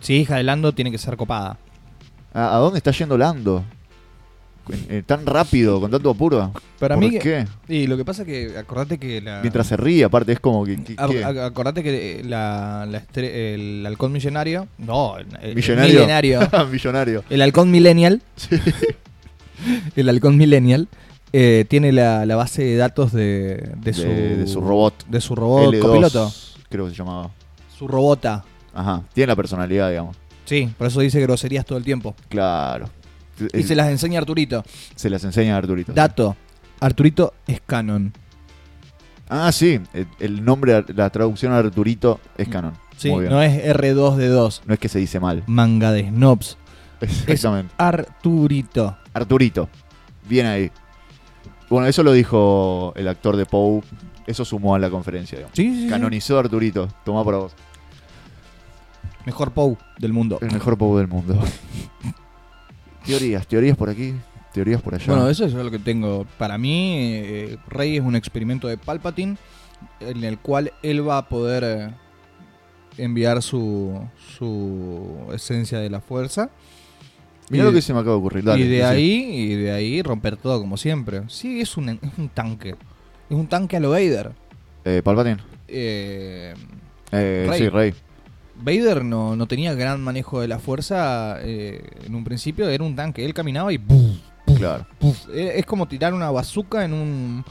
Speaker 2: Si hija de Lando tiene que ser copada.
Speaker 1: Ah, ¿A, a dónde está yendo Lando? Eh, tan rápido, con tanto apuro.
Speaker 2: Para
Speaker 1: ¿Por
Speaker 2: mí que-
Speaker 1: qué?
Speaker 2: Y lo que pasa es que acordate que la.
Speaker 1: Mientras se ríe, aparte, es como que. que-
Speaker 2: Ac-
Speaker 1: que-
Speaker 2: ac- acordate que eh, la, la estre- el halcón millonario. No, el, el
Speaker 1: Millonario.
Speaker 2: milenario.
Speaker 1: Millonario.
Speaker 2: el halcón millennial. el halcón millennial. eh, tiene la, la base de datos de, de su,
Speaker 1: De- de su robot.
Speaker 2: De su robot
Speaker 1: L2,
Speaker 2: Oh, copiloto.
Speaker 1: Creo que se llamaba.
Speaker 2: Su robota.
Speaker 1: Ajá, tiene la personalidad, digamos.
Speaker 2: Sí, por eso dice groserías todo el tiempo.
Speaker 1: Claro.
Speaker 2: Y se las enseña Arturito.
Speaker 1: se las enseña a Arturito.
Speaker 2: Dato. Arturito es canon.
Speaker 1: Ah, sí. El, el nombre, la traducción a Arturito es canon.
Speaker 2: Mm, Sí,
Speaker 1: Muy bien.
Speaker 2: no
Speaker 1: No, es...
Speaker 2: es R2D2.
Speaker 1: que se dice mal.
Speaker 2: Manga de snobs.
Speaker 1: Exactamente.
Speaker 2: Arturito.
Speaker 1: Arturito. Bien ahí. Bueno, eso lo dijo el actor de Poe. Eso sumó a la conferencia, digamos.
Speaker 2: Sí, sí, sí.
Speaker 1: Canonizó a Arturito. Tomá para vos.
Speaker 2: Mejor Pou del mundo.
Speaker 1: El mejor Poe del mundo. teorías, teorías por aquí, teorías por allá.
Speaker 2: Bueno, eso es lo que tengo. Para mí, eh, Rey es un experimento de Palpatine en el cual él va a poder eh, enviar su, su esencia de la fuerza.
Speaker 1: Mirá lo que se me acaba de ocurrir. Dale,
Speaker 2: y de
Speaker 1: decí.
Speaker 2: ahí y de ahí romper todo como siempre. Sí, es un, es un tanque. Es un tanque a lo Vader.
Speaker 1: Eh, Palpatine.
Speaker 2: Eh,
Speaker 1: Eh,
Speaker 2: Rey.
Speaker 1: Sí, Rey.
Speaker 2: Vader no, no tenía gran manejo de la fuerza eh, en un principio. Era un tanque. Él caminaba y ¡puf!
Speaker 1: Claro.
Speaker 2: Puf, eh, es como tirar una bazuca en un,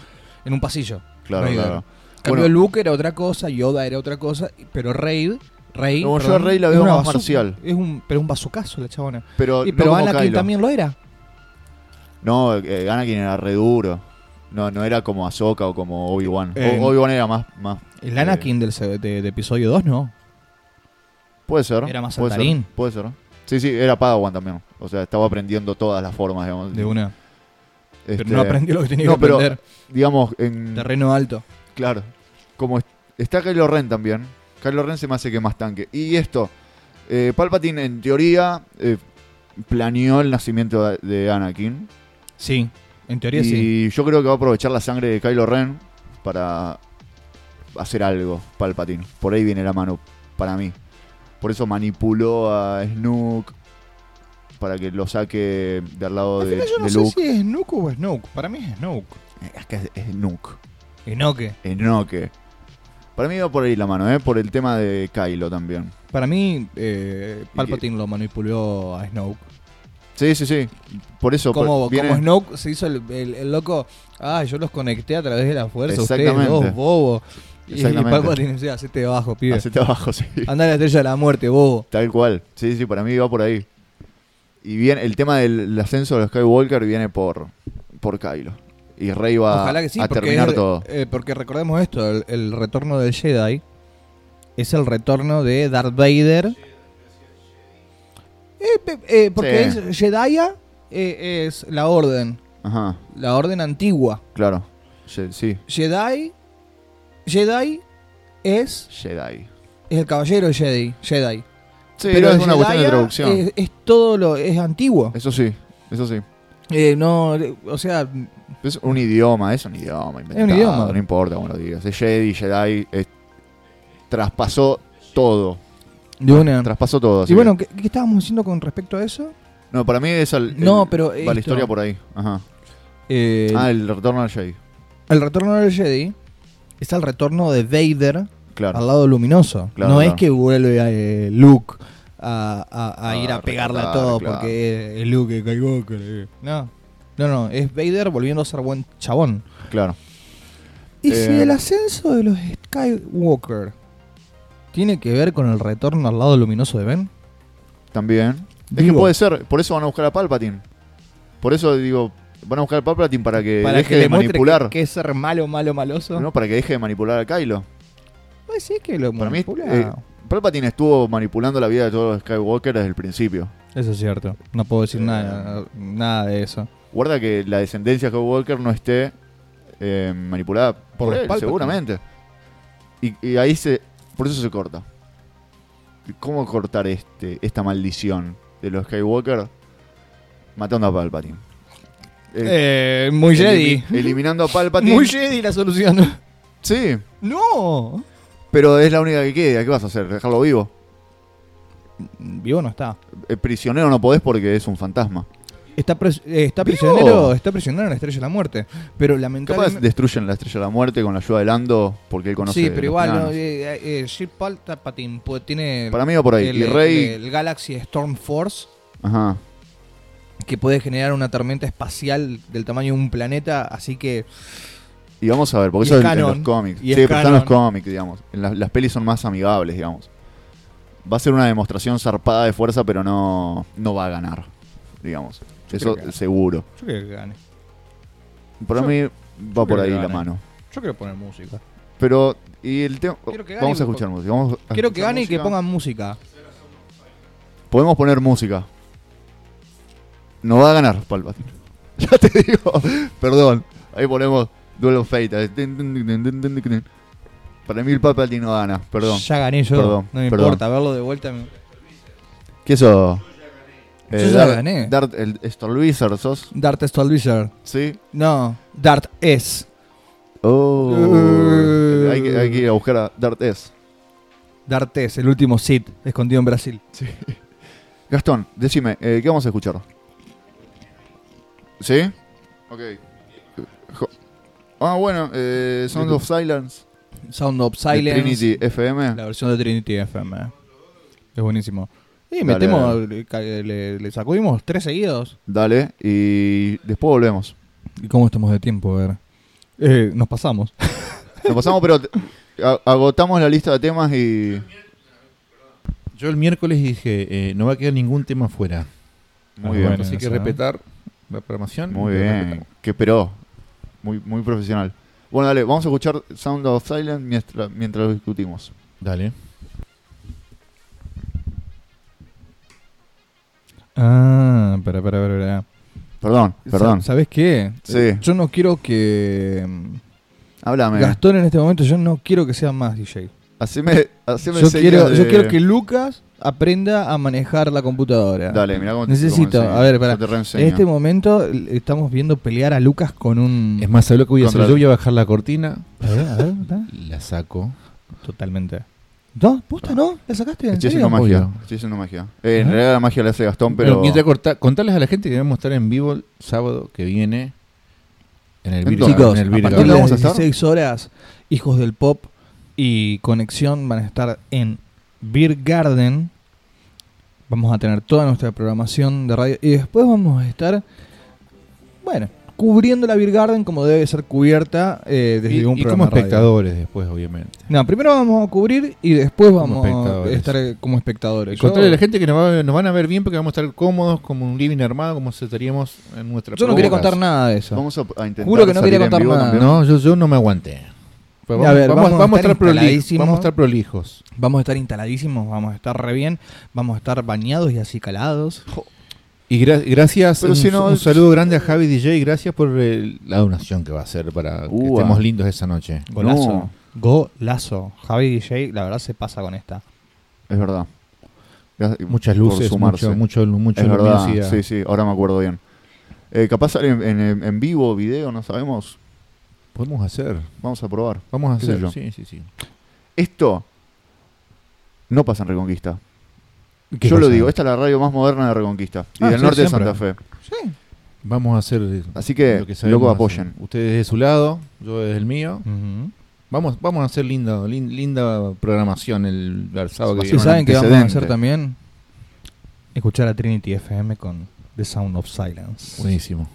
Speaker 2: en un pasillo.
Speaker 1: Claro,
Speaker 2: Raider.
Speaker 1: claro.
Speaker 2: Cambió
Speaker 1: Bueno.
Speaker 2: Luke era otra cosa, Yoda era otra cosa, pero Rey, Rey,
Speaker 1: No, yo a Rey la veo
Speaker 2: es una
Speaker 1: más
Speaker 2: bazuca,
Speaker 1: marcial.
Speaker 2: Es un, pero un bazucazo la chabona.
Speaker 1: Pero,
Speaker 2: Y,
Speaker 1: no
Speaker 2: pero
Speaker 1: como
Speaker 2: Anakin
Speaker 1: Kylo.
Speaker 2: también lo era.
Speaker 1: No, eh, Anakin era re duro. No, no era como Ahsoka o como Obi-Wan. O-
Speaker 2: Eh,
Speaker 1: Obi-Wan era más, más.
Speaker 2: El Anakin del se- de, de episodio 2 no.
Speaker 1: Puede ser.
Speaker 2: era más
Speaker 1: puede ser,
Speaker 2: saltarín.
Speaker 1: puede ser. Sí, sí, era Padawan también. O sea, estaba aprendiendo todas las formas, digamos.
Speaker 2: De una.
Speaker 1: Este,
Speaker 2: pero no aprendió lo que tenía
Speaker 1: no,
Speaker 2: que
Speaker 1: pero-
Speaker 2: aprender.
Speaker 1: Digamos, en.
Speaker 2: Terreno alto.
Speaker 1: Claro. Como est- está Kylo Ren también. Kylo Ren se me hace que más tanque. Y esto. eh, Palpatine, en teoría, eh, planeó el nacimiento de- de Anakin.
Speaker 2: Sí, en teoría
Speaker 1: Y
Speaker 2: sí.
Speaker 1: yo creo que va a aprovechar la sangre de Kylo Ren para hacer algo, Palpatine. Por ahí viene la mano, para mí. Por eso manipuló a Snook para que lo saque del lado de,
Speaker 2: yo no
Speaker 1: de
Speaker 2: sé
Speaker 1: Luke.
Speaker 2: si es Snoke o Snoke. Para mí es Snoke.
Speaker 1: Es que es- es Snook,
Speaker 2: Enoque.
Speaker 1: Enoque. Para mí va por ahí la mano, ¿eh? por el tema de Kylo también.
Speaker 2: Para mí, eh, Palpatine lo manipuló a Snoke.
Speaker 1: Sí, sí, sí. Por eso
Speaker 2: como,
Speaker 1: por-
Speaker 2: como
Speaker 1: viene-
Speaker 2: Snoke se hizo el, el- el loco. Ah, yo los conecté a través de la fuerza. Ustedes
Speaker 1: Exactamente.
Speaker 2: dos, bobo. Y, y
Speaker 1: Exactamente.
Speaker 2: Palpatine decía, hacete abajo, pibe.
Speaker 1: Hacete abajo, sí.
Speaker 2: Andá a la estrella de la muerte, bobo.
Speaker 1: Tal cual. Sí, sí, para mí va por ahí. Y bien, el tema del el ascenso de los Skywalker viene por, por Kylo. Y Rey va
Speaker 2: Ojalá que sí,
Speaker 1: a
Speaker 2: porque,
Speaker 1: terminar
Speaker 2: es-
Speaker 1: todo.
Speaker 2: eh, porque recordemos esto, el, el retorno del Jedi es el retorno de Darth Vader. Eh, pe- eh, porque
Speaker 1: Sí.
Speaker 2: es Jedi eh, es la orden,
Speaker 1: Ajá,
Speaker 2: la orden antigua.
Speaker 1: claro. Ye- sí,
Speaker 2: Jedi Jedi es,
Speaker 1: Jedi.
Speaker 2: es el caballero Jedi, Jedi.
Speaker 1: Sí, pero es una cuestión de
Speaker 2: Jedaiya
Speaker 1: traducción.
Speaker 2: Es, es todo lo es antiguo.
Speaker 1: Eso sí, eso sí.
Speaker 2: Eh, no, eh, o sea,
Speaker 1: Es un idioma, es un idioma inventado.
Speaker 2: idioma.
Speaker 1: No importa cómo lo digas. Es Jedi, Jedi. es- traspasó todo.
Speaker 2: de una.
Speaker 1: Traspasó todo. así
Speaker 2: Y
Speaker 1: que-
Speaker 2: bueno, ¿qué, qué estábamos haciendo con respecto a eso?
Speaker 1: No, para mí es el, el-
Speaker 2: No, pero
Speaker 1: va
Speaker 2: esto-
Speaker 1: la historia por ahí. Ajá.
Speaker 2: Eh,
Speaker 1: ah, el retorno al Jedi.
Speaker 2: El retorno del Jedi está el retorno de Vader
Speaker 1: Claro.
Speaker 2: al lado luminoso.
Speaker 1: Claro,
Speaker 2: no
Speaker 1: claro.
Speaker 2: es que vuelve a, eh, Luke a, a- a
Speaker 1: Ah,
Speaker 2: ir a pegarle a
Speaker 1: recatar,
Speaker 2: todo
Speaker 1: claro.
Speaker 2: porque es Luke es Skywalker. eh. No. No, no, es Vader volviendo a ser buen chabón.
Speaker 1: Claro.
Speaker 2: ¿Y
Speaker 1: Eh.
Speaker 2: si el ascenso de los Skywalker tiene que ver con el retorno al lado luminoso de Ben?
Speaker 1: También. Es
Speaker 2: Digo.
Speaker 1: que puede ser. Por eso van a buscar a Palpatine. Por eso digo, van a buscar a Palpatine para que
Speaker 2: Para
Speaker 1: deje
Speaker 2: que
Speaker 1: de
Speaker 2: le muestre que,
Speaker 1: manipular.
Speaker 2: que es ser malo, malo, maloso.
Speaker 1: ¿no? Para que deje de manipular a Kylo.
Speaker 2: Pues sí que lo
Speaker 1: Para mí,
Speaker 2: manipula.
Speaker 1: eh, Palpatine estuvo manipulando la vida de todos los Skywalker desde el principio.
Speaker 2: Eso es cierto. No puedo decir
Speaker 1: Eh.
Speaker 2: nada, nada de eso.
Speaker 1: Guarda que la descendencia Skywalker no esté eh, manipulada por,
Speaker 2: los
Speaker 1: él,
Speaker 2: Palpatine.
Speaker 1: seguramente. Y, y ahí se. Por eso se corta. ¿Cómo cortar este, esta maldición de los Skywalker? Matando a Palpatine. Eh,
Speaker 2: Eh, muy Jedi.
Speaker 1: elimi- eliminando a Palpatine.
Speaker 2: Muy Jedi la solución.
Speaker 1: Sí,
Speaker 2: No.
Speaker 1: pero es la única que queda. ¿Qué vas a hacer? ¿Dejarlo vivo?
Speaker 2: Vivo no está.
Speaker 1: El prisionero no podés porque es un fantasma.
Speaker 2: Está, pres- eh, está
Speaker 1: Vivo.
Speaker 2: prisionero, está prisionero en la Estrella de la Muerte. Pero
Speaker 1: Capaz
Speaker 2: lamentablemente...
Speaker 1: destruyen la estrella de la muerte con la ayuda de Lando porque él conoce.
Speaker 2: Sí, pero
Speaker 1: los
Speaker 2: igual, ¿no?
Speaker 1: planos.
Speaker 2: eh, eh, eh, Sir Palpatine pues, tiene
Speaker 1: Para mí va por ahí.
Speaker 2: el,
Speaker 1: y
Speaker 2: el-
Speaker 1: Rey.
Speaker 2: el Galaxy Storm Force
Speaker 1: Ajá.
Speaker 2: que puede generar una tormenta espacial del tamaño de un planeta, así que
Speaker 1: Y vamos a ver, porque
Speaker 2: Y
Speaker 1: eso
Speaker 2: es
Speaker 1: es en
Speaker 2: canon.
Speaker 1: los cómics.
Speaker 2: Y es
Speaker 1: sí, pero están los
Speaker 2: canon.
Speaker 1: cómics, digamos. En las- las pelis son más amigables, digamos. Va a ser una demostración zarpada de fuerza, pero no, no va a ganar, digamos. Eso
Speaker 2: creo que-
Speaker 1: seguro.
Speaker 2: yo creo que gane.
Speaker 1: Para
Speaker 2: Yo-
Speaker 1: mí va por
Speaker 2: creo
Speaker 1: ahí
Speaker 2: que
Speaker 1: la
Speaker 2: gana.
Speaker 1: mano.
Speaker 2: Yo quiero poner música.
Speaker 1: Pero, y el tema.
Speaker 2: Quiero que gane
Speaker 1: Vamos a
Speaker 2: y-
Speaker 1: escuchar música. Vamos a
Speaker 2: Quiero que
Speaker 1: escuchar
Speaker 2: gane y que
Speaker 1: música.
Speaker 2: pongan música.
Speaker 1: Podemos poner música. No va a ganar, Palpatine. Ya te digo. Perdón. Ahí ponemos Duelo Fate. Tin, tin, tin, tin, tin, tin. Para mí el Palpatine no gana, perdón.
Speaker 2: Ya gané yo.
Speaker 1: Perdón,
Speaker 2: no me
Speaker 1: perdón.
Speaker 2: importa verlo de vuelta. me-
Speaker 1: ¿Qué sos?
Speaker 2: Yo ya gané.
Speaker 1: Dart, el Stormwizard sos,
Speaker 2: Dart Stall Wizard.
Speaker 1: ¿sí?
Speaker 2: No, Dart S.
Speaker 1: Oh.
Speaker 2: Eh.
Speaker 1: Hay, que, hay que ir a buscar a Dart S.
Speaker 2: Dart S, el último Sith escondido en Brasil.
Speaker 1: Gastón, decime, eh, ¿qué vamos a escuchar? ¿Sí? Ok. Jo- Ah, bueno, eh, Sound of Silence.
Speaker 2: Sound of
Speaker 1: de
Speaker 2: Silence.
Speaker 1: Trinity FM.
Speaker 2: La versión de Trinity FM. Es buenísimo. Y
Speaker 1: Dale,
Speaker 2: metemos, le, ca- le- le sacudimos tres seguidos.
Speaker 1: Dale, y después volvemos.
Speaker 2: ¿Y cómo estamos de tiempo? A ver. Eh, nos pasamos.
Speaker 1: Lo pasamos, pero te- a- agotamos la lista de temas y.
Speaker 4: Yo el miércoles dije, eh, no va a quedar ningún tema fuera.
Speaker 1: Muy
Speaker 2: Ah,
Speaker 1: bien.
Speaker 2: bueno.
Speaker 4: Así que
Speaker 2: esa.
Speaker 4: respetar la programación.
Speaker 1: Muy
Speaker 4: y
Speaker 1: bien,
Speaker 4: respetar.
Speaker 1: que pero muy, muy profesional. Bueno, dale, vamos a escuchar Sound of Silence mientras, mientras lo discutimos.
Speaker 4: Dale.
Speaker 2: Ah, espera, espera, espera, espera.
Speaker 1: Perdón, perdón.
Speaker 2: Sa- ¿Sabes qué?
Speaker 1: Sí.
Speaker 2: Eh, Yo no quiero que. mm,
Speaker 1: Háblame.
Speaker 2: Gastón en este momento, yo no quiero que sea más DJ.
Speaker 1: Haceme, haceme
Speaker 2: Yo
Speaker 1: señas
Speaker 2: quiero, yo
Speaker 1: Este de-
Speaker 2: quiero que Lucas aprenda a manejar la computadora.
Speaker 1: Dale, mirá cómo te-
Speaker 2: Necesito,
Speaker 1: cómo enseño.
Speaker 2: a ver, pará.
Speaker 1: Yo te reenseño.
Speaker 2: En este momento l- estamos viendo pelear a Lucas con un.
Speaker 4: Es más, ¿sabes lo que voy a hacer?
Speaker 1: Contra-
Speaker 4: Yo voy a bajar la cortina,
Speaker 2: A ver, a ver, ¿está?
Speaker 4: la saco.
Speaker 2: Totalmente. ¿No? ¿Posta no? ¿La sacaste? ¿En
Speaker 1: Estoy
Speaker 2: serio?
Speaker 1: haciendo magia.
Speaker 4: Obvio.
Speaker 1: Estoy haciendo magia. Eh, en
Speaker 2: Ajá.
Speaker 1: realidad la magia la hace Gastón,
Speaker 4: Pero
Speaker 1: pero.
Speaker 4: mientras corta, contarles a la gente que debemos estar en vivo el sábado que viene en el Virgo.
Speaker 1: Entonces,
Speaker 2: Chicos,
Speaker 4: en el
Speaker 2: a
Speaker 4: Virgo.
Speaker 2: partir de
Speaker 1: ¿Dónde
Speaker 2: las
Speaker 1: vamos a estar?
Speaker 2: 16 horas, Hijos del Pop y Conexión van a estar en Beer Garden Vamos a tener toda nuestra programación de radio y después vamos a estar, bueno, cubriendo la Beer Garden como debe ser cubierta eh, desde
Speaker 4: y,
Speaker 2: un
Speaker 4: y
Speaker 2: programa
Speaker 4: como
Speaker 2: de radio.
Speaker 4: espectadores después, obviamente.
Speaker 2: No, primero vamos a cubrir y después vamos a
Speaker 4: espectadores.
Speaker 2: estar eh, como
Speaker 4: Y
Speaker 2: espectadores. Yo-
Speaker 4: contarle a la gente que nos, va- nos van a ver bien porque vamos a estar cómodos como un living armado, como si estaríamos en nuestra
Speaker 2: yo no quería
Speaker 4: propia
Speaker 2: contar
Speaker 4: casa.
Speaker 2: nada de eso.
Speaker 1: Vamos a, a intentar.
Speaker 2: Juro que no
Speaker 1: salir
Speaker 2: quería
Speaker 1: en
Speaker 2: contar
Speaker 1: vivo
Speaker 2: nada.
Speaker 1: también.
Speaker 4: No, yo, yo no me aguanté. Pues
Speaker 2: A ver, vamos a estar
Speaker 4: prolijos,
Speaker 2: instaladísimos.
Speaker 4: vamos a estar prolijos.
Speaker 2: Vamos a estar instaladísimos, vamos a estar re bien, vamos a estar bañados y así calados.
Speaker 4: Y gra- gracias,
Speaker 1: Pero
Speaker 4: un,
Speaker 1: si no-
Speaker 4: un saludo grande
Speaker 2: eh,
Speaker 4: a Javi DJ, gracias por eh, la donación que va a hacer para que
Speaker 1: Ua.
Speaker 4: estemos lindos esa noche.
Speaker 2: Golazo. Golazo. Javi DJ, la verdad se pasa con esta.
Speaker 1: Es verdad. Gracias
Speaker 4: Muchas
Speaker 1: por
Speaker 4: luces,
Speaker 1: sumarse.
Speaker 4: mucho, mucho, mucho
Speaker 1: es verdad.
Speaker 4: luminosidad.
Speaker 1: Sí, sí, ahora me acuerdo bien. Eh, capaz sale en, en- en vivo, video, no sabemos.
Speaker 4: Podemos hacer,
Speaker 1: Vamos a probar.
Speaker 4: vamos a
Speaker 1: ¿Qué sé yo?
Speaker 4: hacer. Sí, sí, sí.
Speaker 1: Esto no pasa en Reconquista.
Speaker 4: ¿Qué
Speaker 1: Yo lo
Speaker 4: cosa?
Speaker 1: digo, esta es la radio más moderna de Reconquista y
Speaker 4: Ah,
Speaker 1: del
Speaker 4: sí,
Speaker 1: norte
Speaker 4: siempre.
Speaker 1: de Santa Fe.
Speaker 2: Sí.
Speaker 4: Vamos a hacer eh,
Speaker 1: Así que,
Speaker 4: lo que sabemos
Speaker 1: loco,
Speaker 4: hacer.
Speaker 1: apoyen.
Speaker 4: Ustedes de su lado, yo desde el mío. Vamos, vamos a hacer linda, lin- linda programación el, el sábado
Speaker 1: Sí,
Speaker 4: que
Speaker 2: ¿Y
Speaker 4: viene.
Speaker 1: un
Speaker 2: saben qué vamos a hacer
Speaker 1: antecedente.
Speaker 2: también? Escuchar a Trinity FM con The Sound of Silence.
Speaker 4: Buenísimo.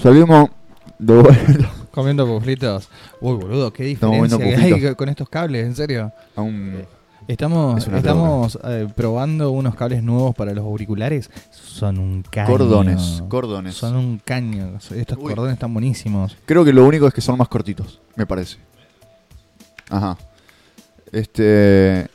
Speaker 1: Salimos de vuelta
Speaker 2: Comiendo puflitos. Uy, boludo, qué
Speaker 1: Estamos
Speaker 2: diferencia que
Speaker 1: comiendo
Speaker 2: hay
Speaker 1: puflitos.
Speaker 2: con estos cables, en serio.
Speaker 1: a un
Speaker 2: Estamos,
Speaker 1: Es una
Speaker 2: estamos eh, probando unos cables nuevos para los auriculares. Son un caño.
Speaker 1: cordones, cordones.
Speaker 2: Son un caño. Estos
Speaker 1: Uy.
Speaker 2: cordones están buenísimos.
Speaker 1: Creo que lo único es que son más cortitos, me parece. Ajá. Este,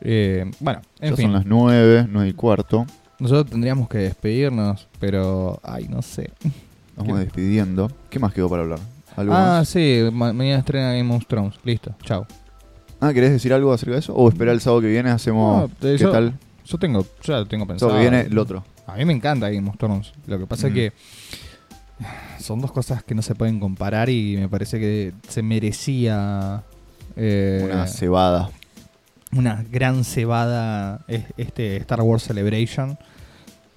Speaker 2: Eh, bueno, en
Speaker 1: ya
Speaker 2: fin.
Speaker 1: son las 9, 9 y cuarto.
Speaker 2: Nosotros tendríamos que despedirnos, pero. Ay, no sé.
Speaker 1: Nos
Speaker 2: ¿Qué?
Speaker 1: vamos despidiendo. ¿Qué más quedó para hablar? ¿Algo
Speaker 2: Ah,
Speaker 1: más?
Speaker 2: sí, ma- mañana estrena Game of Thrones. Listo, chao.
Speaker 1: Ah, ¿querés decir algo acerca de eso? ¿O esperar el sábado que viene? Hacemos.
Speaker 2: No, te-
Speaker 1: ¿Qué
Speaker 2: yo-
Speaker 1: tal? El
Speaker 2: Yo tengo, yo ya lo tengo pensado.
Speaker 1: sábado que viene el otro.
Speaker 2: A mí me encanta Game of Thrones. Lo que
Speaker 1: Mm.
Speaker 2: pasa es que son dos cosas que no se pueden comparar y me parece que se merecía eh,
Speaker 1: Una cebada.
Speaker 2: una gran cebada es- este Star Wars Celebration.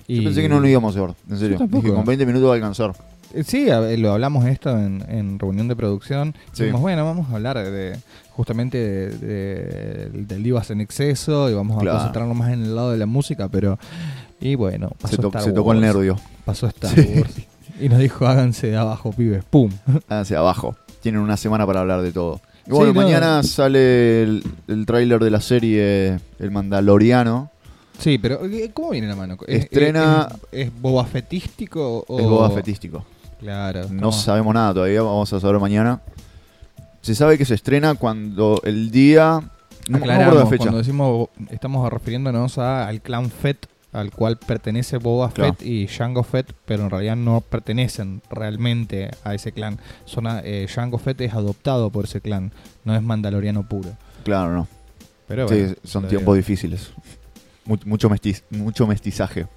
Speaker 1: Yo
Speaker 2: Y-
Speaker 1: pensé que no lo íbamos a hacer, en serio.
Speaker 2: tampoco.
Speaker 1: Dije, con 20 minutos va a alcanzar.
Speaker 2: Eh, Sí, a ver, lo hablamos esto en, en reunión de producción.
Speaker 1: Sí.
Speaker 2: Dijimos, bueno, vamos a hablar de, justamente de- de- del Divas en exceso y vamos
Speaker 1: Claro.
Speaker 2: a concentrarnos más en el lado de la música, pero... Y bueno, pasó
Speaker 1: Se, to-
Speaker 2: Star
Speaker 1: se tocó el
Speaker 2: Wars,
Speaker 1: nervio.
Speaker 2: Pasó Star
Speaker 1: Sí.
Speaker 2: Wars. Y nos dijo, háganse de abajo, pibes. ¡Pum!
Speaker 1: hacia abajo. Tienen una semana para hablar de todo. Y bueno,
Speaker 2: Sí, no.
Speaker 1: mañana sale el, el tráiler de la serie El Mandaloriano.
Speaker 2: Sí, pero eh, ¿cómo viene la mano? ¿Es-
Speaker 1: Estrena-
Speaker 2: ¿Es, es boba fetístico o...?
Speaker 1: Es boba fetístico.
Speaker 2: Claro.
Speaker 1: No
Speaker 2: ¿cómo?
Speaker 1: sabemos nada todavía, vamos a saber mañana. Se sabe que se estrena cuando el día. No me- no me
Speaker 2: Aclaramos,
Speaker 1: acuerdo la fecha.
Speaker 2: cuando decimos, estamos refiriéndonos a- al clan Fett, al cual pertenece Boba
Speaker 1: Claro.
Speaker 2: Fett y Jango Fett, pero en realidad no pertenecen realmente a ese clan. Son a- eh, Jango Fett es adoptado por ese clan, no es mandaloriano puro.
Speaker 1: Claro, no.
Speaker 2: Pero
Speaker 1: Sí,
Speaker 2: bueno,
Speaker 1: son
Speaker 2: lo
Speaker 1: tiempos
Speaker 2: digo.
Speaker 1: difíciles. Mu- mucho, mestiz- mucho mestizaje.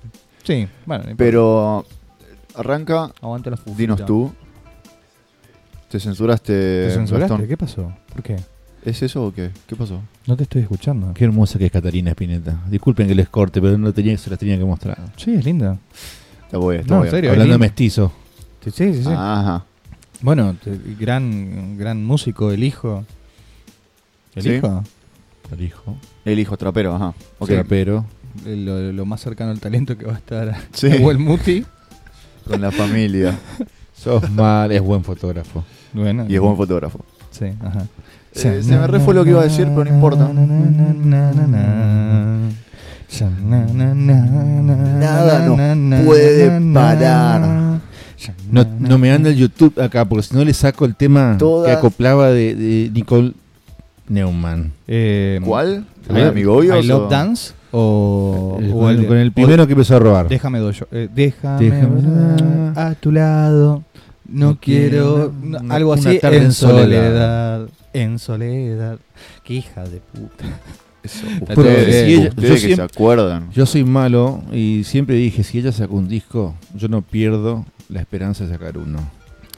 Speaker 2: Sí, bueno, no importa.
Speaker 1: Pero. Arranca,
Speaker 2: aguante la fufita.
Speaker 1: dinos tú. ¿Te censuraste,
Speaker 2: ¿Te censuraste?
Speaker 1: Gastón?
Speaker 2: ¿Qué pasó? ¿Por qué?
Speaker 1: ¿Es eso o qué? ¿Qué pasó?
Speaker 2: No te estoy escuchando.
Speaker 4: Qué hermosa que es Catalina Espineta. Disculpen que les corte, pero no tenía, se las tenía que mostrar.
Speaker 2: Sí, es linda.
Speaker 1: Está voy, está
Speaker 2: No,
Speaker 1: voy.
Speaker 2: en serio.
Speaker 4: Hablando
Speaker 2: Lin-
Speaker 4: de mestizo.
Speaker 2: Sí, sí, sí. sí.
Speaker 1: Ajá.
Speaker 2: Bueno, te- gran, gran músico, el hijo. ¿El
Speaker 1: Sí.
Speaker 2: hijo?
Speaker 4: El hijo.
Speaker 1: El hijo trapero, ajá. Ok.
Speaker 4: Pero.
Speaker 2: eh, lo, lo más cercano al talento que va a estar
Speaker 1: Sí.
Speaker 2: Nahuel Muti.
Speaker 1: Con la familia.
Speaker 4: Sos mal, es buen fotógrafo.
Speaker 2: Bueno,
Speaker 1: y es buen fotógrafo.
Speaker 2: Sí, ajá.
Speaker 1: Eh, se me re fue lo que iba a decir, pero no importa.
Speaker 2: Nada
Speaker 1: nos puede parar.
Speaker 4: No, no me anda el YouTube acá, porque si no le saco el tema
Speaker 1: Todas-
Speaker 4: que acoplaba de, de Nicole Neumann.
Speaker 2: Eh,
Speaker 1: ¿Cuál?
Speaker 4: A ver,
Speaker 1: ¿El amigo
Speaker 2: I Love Dance o, o
Speaker 4: El- Eh, con,
Speaker 2: el,
Speaker 4: el, primero que empezó a robar.
Speaker 2: Déjame doyo. eh, déjame,
Speaker 4: Déjame
Speaker 2: volar a tu lado. No,
Speaker 4: No
Speaker 2: quiero.
Speaker 4: quiero-
Speaker 2: no-
Speaker 4: una-
Speaker 2: algo
Speaker 4: una
Speaker 2: así.
Speaker 4: tarde
Speaker 2: en
Speaker 4: en soledad.
Speaker 2: soledad. En soledad. Qué hija de puta.
Speaker 1: Ustedes,
Speaker 4: Pero si ella-
Speaker 1: ustedes
Speaker 4: yo
Speaker 1: que
Speaker 4: siempre-
Speaker 1: se acuerdan.
Speaker 4: Yo soy malo y siempre dije, si ella sacó un disco, yo no pierdo la esperanza de sacar uno.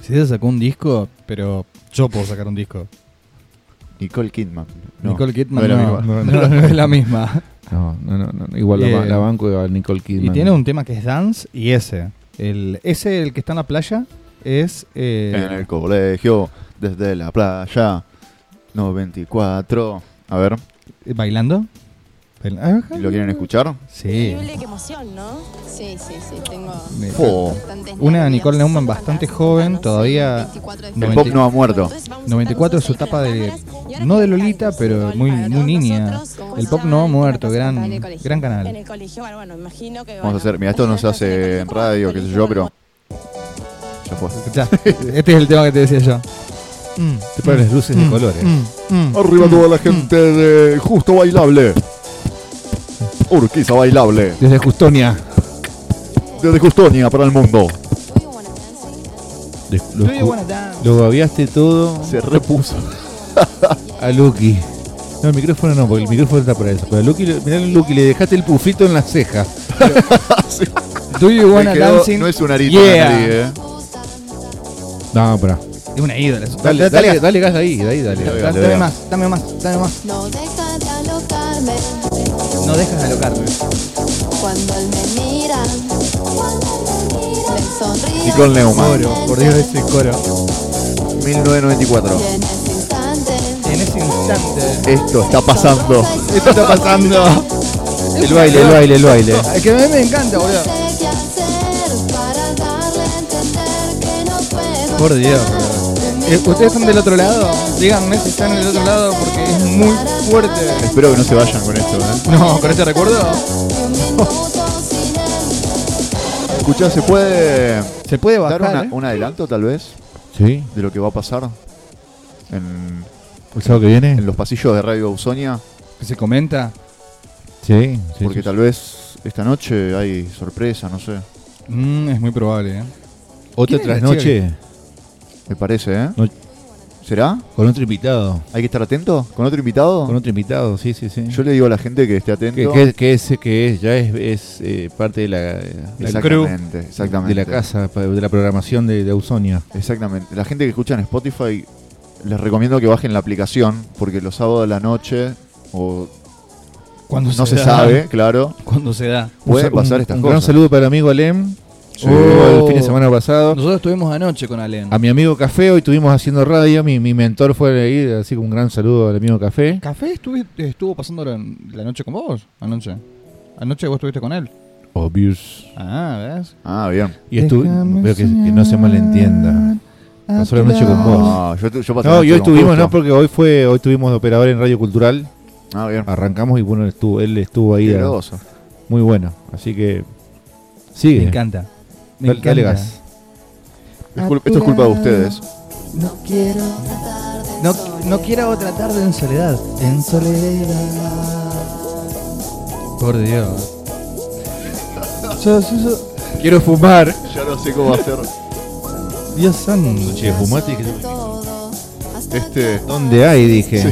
Speaker 2: Si ella sacó un disco, pero yo puedo sacar un disco.
Speaker 1: Nicole Kidman. No.
Speaker 2: Nicole Kidman
Speaker 1: no
Speaker 2: no,
Speaker 1: era mi igual.
Speaker 2: no, no, no es la misma.
Speaker 4: No, no, no, no, igual la, ba-
Speaker 2: Eh,
Speaker 4: la banco de Nicole Kidman.
Speaker 2: Y tiene un tema que es dance y ese. El, ese, el que está en la playa, es. eh,
Speaker 1: En el colegio desde la playa 94. A ver,
Speaker 2: ¿Bailando? Bail- ah, ajá.
Speaker 1: ¿lo quieren escuchar?
Speaker 2: Sí.
Speaker 6: Increíble, qué emoción, ¿no?
Speaker 7: Sí, sí, sí, tengo
Speaker 2: Me-
Speaker 1: Fo.
Speaker 7: bastantes
Speaker 2: Una
Speaker 7: nervios.
Speaker 2: Nicole Neumann bastante joven, todavía
Speaker 7: 24 de
Speaker 1: El
Speaker 7: febrero.
Speaker 1: pop no ha muerto.
Speaker 7: Entonces vamos a
Speaker 2: 94 es su
Speaker 7: estar
Speaker 2: etapa de.
Speaker 7: nosotros ahí con las cámaras.
Speaker 2: No de Lolita, pero muy, muy niña. El pop no ha muerto, gran, gran
Speaker 6: En
Speaker 2: canal.
Speaker 6: el colegio, bueno, bueno, imagino que.
Speaker 1: Vamos a
Speaker 6: bueno,
Speaker 1: hacer, mira, esto no se hace en radio, qué sé yo, pero. Ya fue.
Speaker 2: Escuchá, este es el tema que te decía yo. Mm,
Speaker 4: Te ponen las luces de colores.
Speaker 2: mm, mm.
Speaker 1: Arriba toda la gente de Justo Bailable. Urquiza Bailable.
Speaker 2: Desde Justonia.
Speaker 1: Desde Justonia para el mundo.
Speaker 4: Des- Lo, ju- lo babeaste todo
Speaker 1: Se repuso.
Speaker 4: a Lucky. No, el micrófono no, porque el micrófono está para eso. Pero a Lucky, le- mirá a Lucky, le dejaste el pufito en la ceja.
Speaker 2: Do you
Speaker 1: Me
Speaker 2: wanna
Speaker 1: quedó-
Speaker 2: dancing?
Speaker 1: no es un arito,
Speaker 2: Yeah.
Speaker 1: Natalie, eh.
Speaker 4: No, pará.
Speaker 2: Es una ídola. es-
Speaker 4: Dale, dale, dale gas ahí, de ahí, dale.
Speaker 1: Dale, dale,
Speaker 2: Dame, dame
Speaker 1: dale.
Speaker 2: más, dame más, dame más.
Speaker 7: No deja de alocarme
Speaker 2: No dejas de alocarme.
Speaker 7: cuando él me mira. Me sonríe.
Speaker 1: Nicole Neumann,
Speaker 2: Coro, por Dios, ese coro.
Speaker 1: 1994.
Speaker 7: Y en ese instante.
Speaker 2: En ese instante.
Speaker 1: Esto está pasando.
Speaker 2: Esto está pasando.
Speaker 4: El baile, el baile, el baile.
Speaker 2: Es que a mí me encanta,
Speaker 7: No
Speaker 2: boludo.
Speaker 7: sé qué hacer para darle a entender que no puedo.
Speaker 2: Por Dios, boludo. Eh, ¿Ustedes están del otro lado? Díganme si están del otro lado porque es muy fuerte.
Speaker 1: Espero que no se vayan con esto, ¿eh?
Speaker 2: No, con este recuerdo.
Speaker 7: Un minuto sin él.
Speaker 1: Escuchá, ¿se puede
Speaker 2: Se puede
Speaker 1: dar
Speaker 2: bajar.
Speaker 1: una-
Speaker 2: eh?
Speaker 1: un adelanto tal vez
Speaker 4: Sí,
Speaker 1: de lo que va a pasar en,
Speaker 4: el sábado que
Speaker 1: en
Speaker 4: viene.
Speaker 1: los pasillos de Radio Ausonia?
Speaker 2: Que se comenta.
Speaker 4: Sí, sí.
Speaker 1: Porque
Speaker 4: sí.
Speaker 1: tal vez esta noche hay sorpresa, no sé.
Speaker 2: Mm, es muy probable, ¿eh?
Speaker 4: Otra
Speaker 2: ¿Quién es la
Speaker 4: trasnoche
Speaker 1: Me parece, ¿eh?
Speaker 4: No.
Speaker 1: ¿Será?
Speaker 4: con otro invitado.
Speaker 1: ¿Hay que estar atento? ¿Con otro invitado?
Speaker 4: Con otro invitado, sí, sí, sí.
Speaker 1: Yo le digo a la gente que esté
Speaker 4: que,
Speaker 1: atento.
Speaker 4: que, que es, que es, ya es, es, eh, parte de la, la-
Speaker 1: exactamente, exactamente.
Speaker 4: de la casa, pa- de la programación de, de Ausonia.
Speaker 1: Exactamente. La gente que escucha en Spotify, les recomiendo que bajen la aplicación, porque los sábados de la noche, o
Speaker 2: Cuando
Speaker 1: no se
Speaker 2: da.
Speaker 1: sabe, claro,
Speaker 2: Cuando se da.
Speaker 1: pueden
Speaker 4: Un-
Speaker 1: pasar
Speaker 4: un-
Speaker 1: estas
Speaker 4: un gran
Speaker 1: cosas.
Speaker 4: saludo para el amigo Alem.
Speaker 1: Sí. Oh.
Speaker 4: Estuvo El fin de semana pasado.
Speaker 2: Nosotros estuvimos anoche con Alen.
Speaker 4: A mi amigo Café, hoy estuvimos haciendo radio. Mi, mi mentor fue ahí, así que un gran saludo al amigo Café.
Speaker 2: ¿Café estuvi- estuvo pasando la, la noche con vos? Anoche. Anoche vos estuviste con él.
Speaker 4: Obvious.
Speaker 2: Ah, ¿ves?
Speaker 1: Ah, bien.
Speaker 4: Y estuve.
Speaker 2: Déjame
Speaker 4: Pero que, que no se
Speaker 2: soñar
Speaker 4: malentienda.
Speaker 2: a
Speaker 4: Pasó la
Speaker 2: tu
Speaker 4: noche con
Speaker 2: lado.
Speaker 4: vos.
Speaker 1: No, yo, tu- yo pasé
Speaker 4: No,
Speaker 1: noche
Speaker 4: y hoy
Speaker 1: con
Speaker 4: estuvimos, no,
Speaker 1: Justo.
Speaker 4: porque hoy fue, hoy tuvimos de operador en Radio Cultural.
Speaker 1: Ah, bien.
Speaker 4: Arrancamos y bueno, él estuvo, él estuvo ahí.
Speaker 1: Qué
Speaker 4: a-
Speaker 1: groso.
Speaker 4: muy bueno. Así que.
Speaker 2: Me
Speaker 4: Sigue.
Speaker 2: encanta. Me
Speaker 4: Dale- dale
Speaker 2: encanta.
Speaker 4: gas.
Speaker 1: Es cul- esto es culpa de ustedes.
Speaker 2: No quiero. No, no quiero otra tarde en soledad. En soledad. Por Dios. Yo- yo- yo-
Speaker 4: Quiero fumar.
Speaker 1: Ya no sé cómo hacer.
Speaker 2: Dios santo.
Speaker 4: Che, fumate.
Speaker 7: De todo, hasta
Speaker 1: Este,
Speaker 4: ¿Dónde hay? Dije.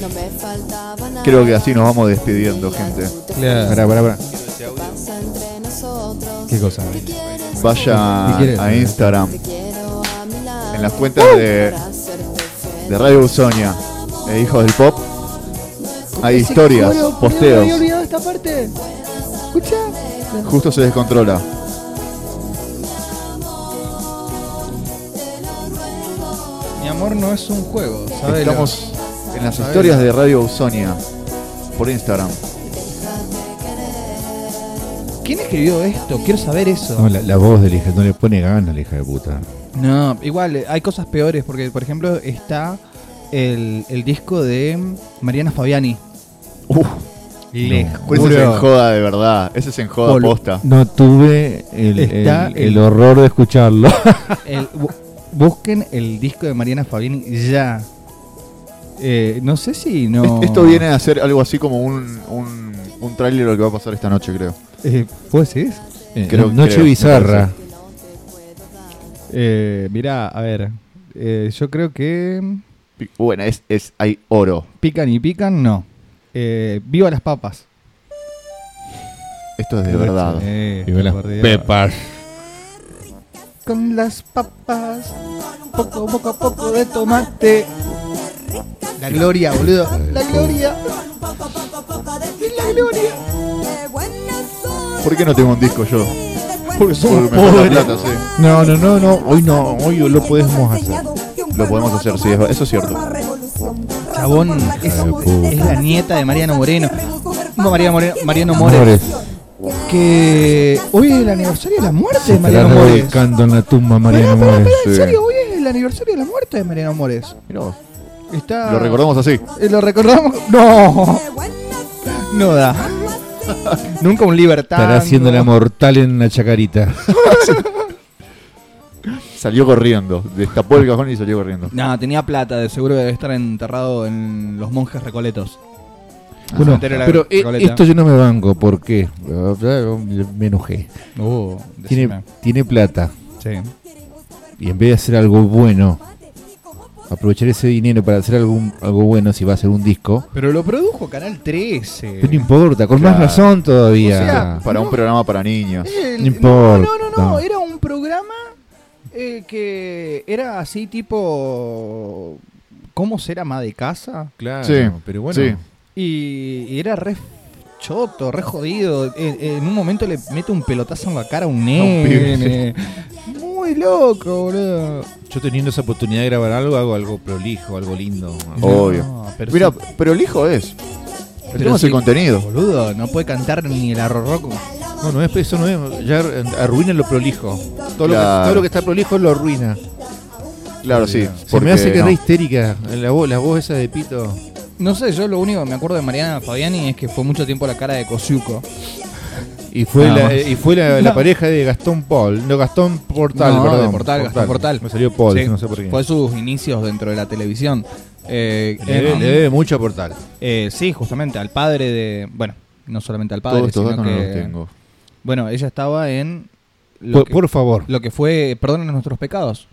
Speaker 7: No me faltaba nada.
Speaker 1: creo que así nos vamos despidiendo, gente.
Speaker 4: Pará, pará, pará.
Speaker 7: Pasa entre nosotros.
Speaker 2: ¿Qué cosa?
Speaker 7: Te quieres
Speaker 1: Vaya
Speaker 2: ¿Qué quieres?
Speaker 1: a Instagram,
Speaker 7: Te quiero a mi lado.
Speaker 1: en las cuentas de,
Speaker 7: para hacerte feliz.
Speaker 1: de Radio Usonia e Hijos del Pop. Hay historias, posteos.
Speaker 2: olvidado esta parte. Escucha.
Speaker 1: Justo se descontrola.
Speaker 2: Mi amor no es un juego, ¿sabes?
Speaker 1: Estamos en las historias de Radio Usonia por Instagram.
Speaker 2: ¿Quién escribió esto? Quiero saber eso.
Speaker 4: No, la, la voz de la hija no le pone ganas la hija de puta.
Speaker 2: No, igual, eh, hay cosas peores, porque por ejemplo está el, el disco de Mariana Fabiani.
Speaker 1: Uf,
Speaker 2: Les
Speaker 1: ese Pues es en
Speaker 2: juro.
Speaker 1: joda de verdad. Ese es en joda
Speaker 2: Polo.
Speaker 1: posta.
Speaker 4: No tuve el,
Speaker 2: Está
Speaker 4: el-
Speaker 2: el-
Speaker 4: el horror de escucharlo.
Speaker 2: El- bu- busquen el disco de Mariana Fabiani ya. Eh, no sé si no.
Speaker 1: Est- Esto viene a ser algo así como un, un, un tráiler de lo que va a pasar esta noche, creo.
Speaker 2: Eh, ¿Vos decís?
Speaker 4: Eh,
Speaker 1: Creo-
Speaker 4: Noche
Speaker 1: creo, me
Speaker 4: bizarra.
Speaker 2: Eh, mirá, a ver. eh, yo creo que.
Speaker 1: Pi- Bueno, es, es hay oro.
Speaker 2: Pican y pican, no. Eh, viva las papas.
Speaker 1: Esto es de verdad.
Speaker 2: Eh,
Speaker 4: Y ve las
Speaker 2: por Dios.
Speaker 4: pepas.
Speaker 2: Con las papas. Poco, poco a poco de tomate. La gloria, boludo. La gloria. La gloria.
Speaker 1: ¿Por qué no tengo un disco yo?
Speaker 8: Porque
Speaker 1: Porque me falta plata, sí.
Speaker 4: No, no, no, no. Hoy no, hoy lo podemos hacer.
Speaker 8: Yo
Speaker 1: Lo podemos hacer, sí, es- eso es cierto.
Speaker 2: Chabón es, es la nieta de Mariano Moreno. No, Mariano Moreno, Mariano Mores.
Speaker 4: Mores.
Speaker 2: Que hoy es el aniversario de la muerte de
Speaker 4: Estará
Speaker 2: Mariano Mores.
Speaker 4: revolcando en la tumba, Mariano
Speaker 2: Pará, pará,
Speaker 4: Mores.
Speaker 2: pará, en
Speaker 1: sí.
Speaker 2: serio, hoy es el aniversario de la muerte de Mariano Mores.
Speaker 1: Mirá vos.
Speaker 2: Está...
Speaker 1: Lo recordamos así.
Speaker 2: Eh, Lo recordamos. No, no da. Nunca un libertad.
Speaker 4: Estará haciendo la mortal en la chacarita.
Speaker 2: Ah,
Speaker 1: Salió corriendo. Destapó el cajón y salió corriendo.
Speaker 2: No, tenía plata, de seguro debe estar enterrado en los monjes recoletos.
Speaker 4: Bueno,
Speaker 2: Cementerio de la
Speaker 4: pero eh,
Speaker 2: Recoleta.
Speaker 4: esto yo no me banco, ¿por qué? Me enojé.
Speaker 2: Uh,
Speaker 4: Tiene, tiene plata
Speaker 2: decime. Sí.
Speaker 4: y en vez de hacer algo bueno, aprovechar ese dinero para hacer algún, algo bueno si va a hacer un disco,
Speaker 2: Pero lo produjo Canal
Speaker 4: pero
Speaker 2: 13.
Speaker 4: no importa, con más
Speaker 1: Claro.
Speaker 4: razón todavía.
Speaker 2: O sea,
Speaker 1: Para un programa para niños.
Speaker 2: El-
Speaker 4: No importa.
Speaker 2: No, no, no, no, era un programa eh, que era así tipo... ¿Cómo ser ama de casa?
Speaker 4: claro,
Speaker 1: Sí,
Speaker 4: pero bueno.
Speaker 1: sí.
Speaker 2: Y, y era re choto, re jodido. En, en un momento le mete un pelotazo en la cara a un nene. Muy loco, boludo.
Speaker 4: Yo teniendo esa oportunidad de grabar algo, hago algo prolijo, algo lindo.
Speaker 1: Obvio.
Speaker 2: No, pero
Speaker 1: Mira,
Speaker 2: sí,
Speaker 1: pero el hijo es. El
Speaker 2: Pero
Speaker 1: tema es el
Speaker 2: sí.
Speaker 1: contenido.
Speaker 2: boludo, no puede cantar ni el arrorroco.
Speaker 4: No, no es, eso no es. Ya arruina lo prolijo. Todo, lo, que,
Speaker 1: Claro.
Speaker 4: todo lo que está prolijo lo arruina.
Speaker 1: Claro, sí.
Speaker 4: Se
Speaker 1: porque
Speaker 4: me hace que
Speaker 1: no.
Speaker 4: re histérica. La voz, la voz esa de Pito.
Speaker 2: No sé, yo lo único que me acuerdo de Mariana Fabiani es que fue mucho tiempo la cara de Kosuko.
Speaker 4: Y fue,
Speaker 2: Nada
Speaker 4: la,
Speaker 2: más.
Speaker 4: y fue la, la
Speaker 2: No.
Speaker 4: pareja de Gastón Paul. No, Gastón Portal,
Speaker 2: No,
Speaker 4: perdón.
Speaker 2: de Portal, Gastón Portal.
Speaker 4: Me salió Paul,
Speaker 2: Sí,
Speaker 4: no sé por qué.
Speaker 2: Fue sus inicios dentro de la televisión. Eh,
Speaker 4: Le debe,
Speaker 2: eh,
Speaker 4: le debe mucho a Portal.
Speaker 2: eh, sí, justamente al padre de. Bueno, no solamente al padre,
Speaker 1: Todos estos
Speaker 2: sino
Speaker 1: datos
Speaker 2: que.
Speaker 1: no los tengo.
Speaker 2: Bueno, ella estaba en. Lo
Speaker 4: Por,
Speaker 2: que,
Speaker 4: por favor.
Speaker 2: lo que fue. Perdonen nuestros pecados.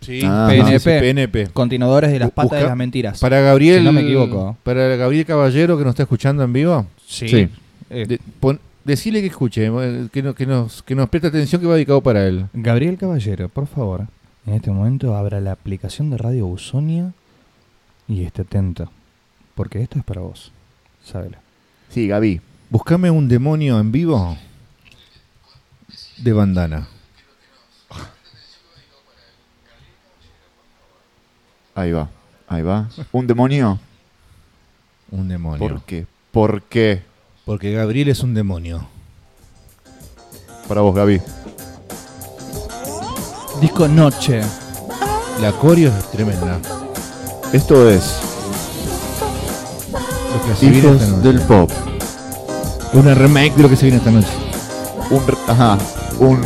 Speaker 4: Sí,
Speaker 1: Ah,
Speaker 2: PNP.
Speaker 4: PNP.
Speaker 2: Continuadores de las patas
Speaker 4: Busca-
Speaker 2: de las mentiras.
Speaker 4: Para Gabriel.
Speaker 2: Si no me equivoco.
Speaker 4: Para Gabriel Caballero que nos está escuchando en vivo.
Speaker 2: Sí.
Speaker 1: Sí.
Speaker 2: Eh,
Speaker 4: de- pon- decirle que escuche, eh, que, no- que nos, que nos preste atención que va dedicado para él.
Speaker 2: Gabriel Caballero, por favor, en este momento abra la aplicación de Radio Usonia y esté atento, porque esto es para vos. Sábelo.
Speaker 1: Sí, Gaby.
Speaker 4: Buscame un demonio en vivo de bandana.
Speaker 1: Ahí va. Ahí va. Un demonio.
Speaker 4: Un demonio.
Speaker 1: ¿Por qué? ¿Por qué?
Speaker 4: Porque Gabriel es un demonio.
Speaker 1: Para vos, Gaby.
Speaker 2: Disco Noche.
Speaker 4: La coreo es tremenda.
Speaker 1: Esto es
Speaker 4: Lo que se viene esta
Speaker 1: Hijos
Speaker 4: noche.
Speaker 1: del Pop.
Speaker 4: Una remake de lo que se viene esta noche.
Speaker 1: Un, r- ajá, un,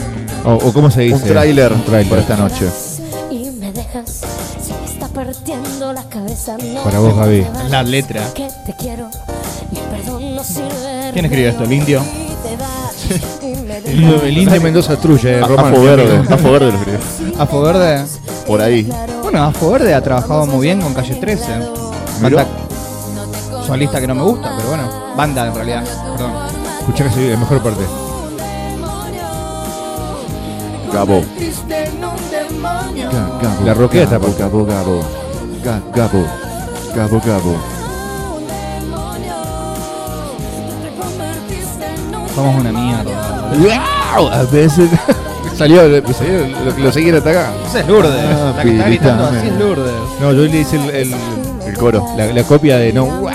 Speaker 4: O, o cómo se dice.
Speaker 1: un tráiler
Speaker 4: Un
Speaker 1: para esta noche.
Speaker 7: Y me dejas, si me está partiendo la cabeza. No
Speaker 4: Para vos, Gaby.
Speaker 2: La letra.
Speaker 7: Que te quiero, mi perdón no sirve.
Speaker 2: ¿Quién escribió esto? ¿El indio?
Speaker 4: El indio- el indio Mendoza Trulla, eh,
Speaker 1: A,
Speaker 4: Román.
Speaker 1: Afo Verde, Afo Verde lo escribió.
Speaker 2: Afo Verde.
Speaker 1: Por ahí.
Speaker 2: Bueno, Afo Verde ha trabajado muy bien con Calle 13.
Speaker 1: Mirá.
Speaker 2: Banda solista que no me gusta, pero bueno. Banda en realidad, perdón.
Speaker 4: Escuchá que se viene la mejor parte.
Speaker 1: Gabo.
Speaker 4: La roqueta,
Speaker 1: Gabo,
Speaker 4: porque-
Speaker 1: Gabo, Gabo. Ga- Gabo. Gabo, Gabo.
Speaker 2: Somos una mierda.
Speaker 4: ¡Wow! A veces. salió, lo- salió lo que lo seguía hasta acá.
Speaker 2: Esa es Lourdes.
Speaker 1: Ah,
Speaker 2: La que está gritando así
Speaker 1: pirita.
Speaker 2: es Lourdes.
Speaker 4: No, yo le hice el- el,
Speaker 1: El coro.
Speaker 4: La, la copia de no, wow,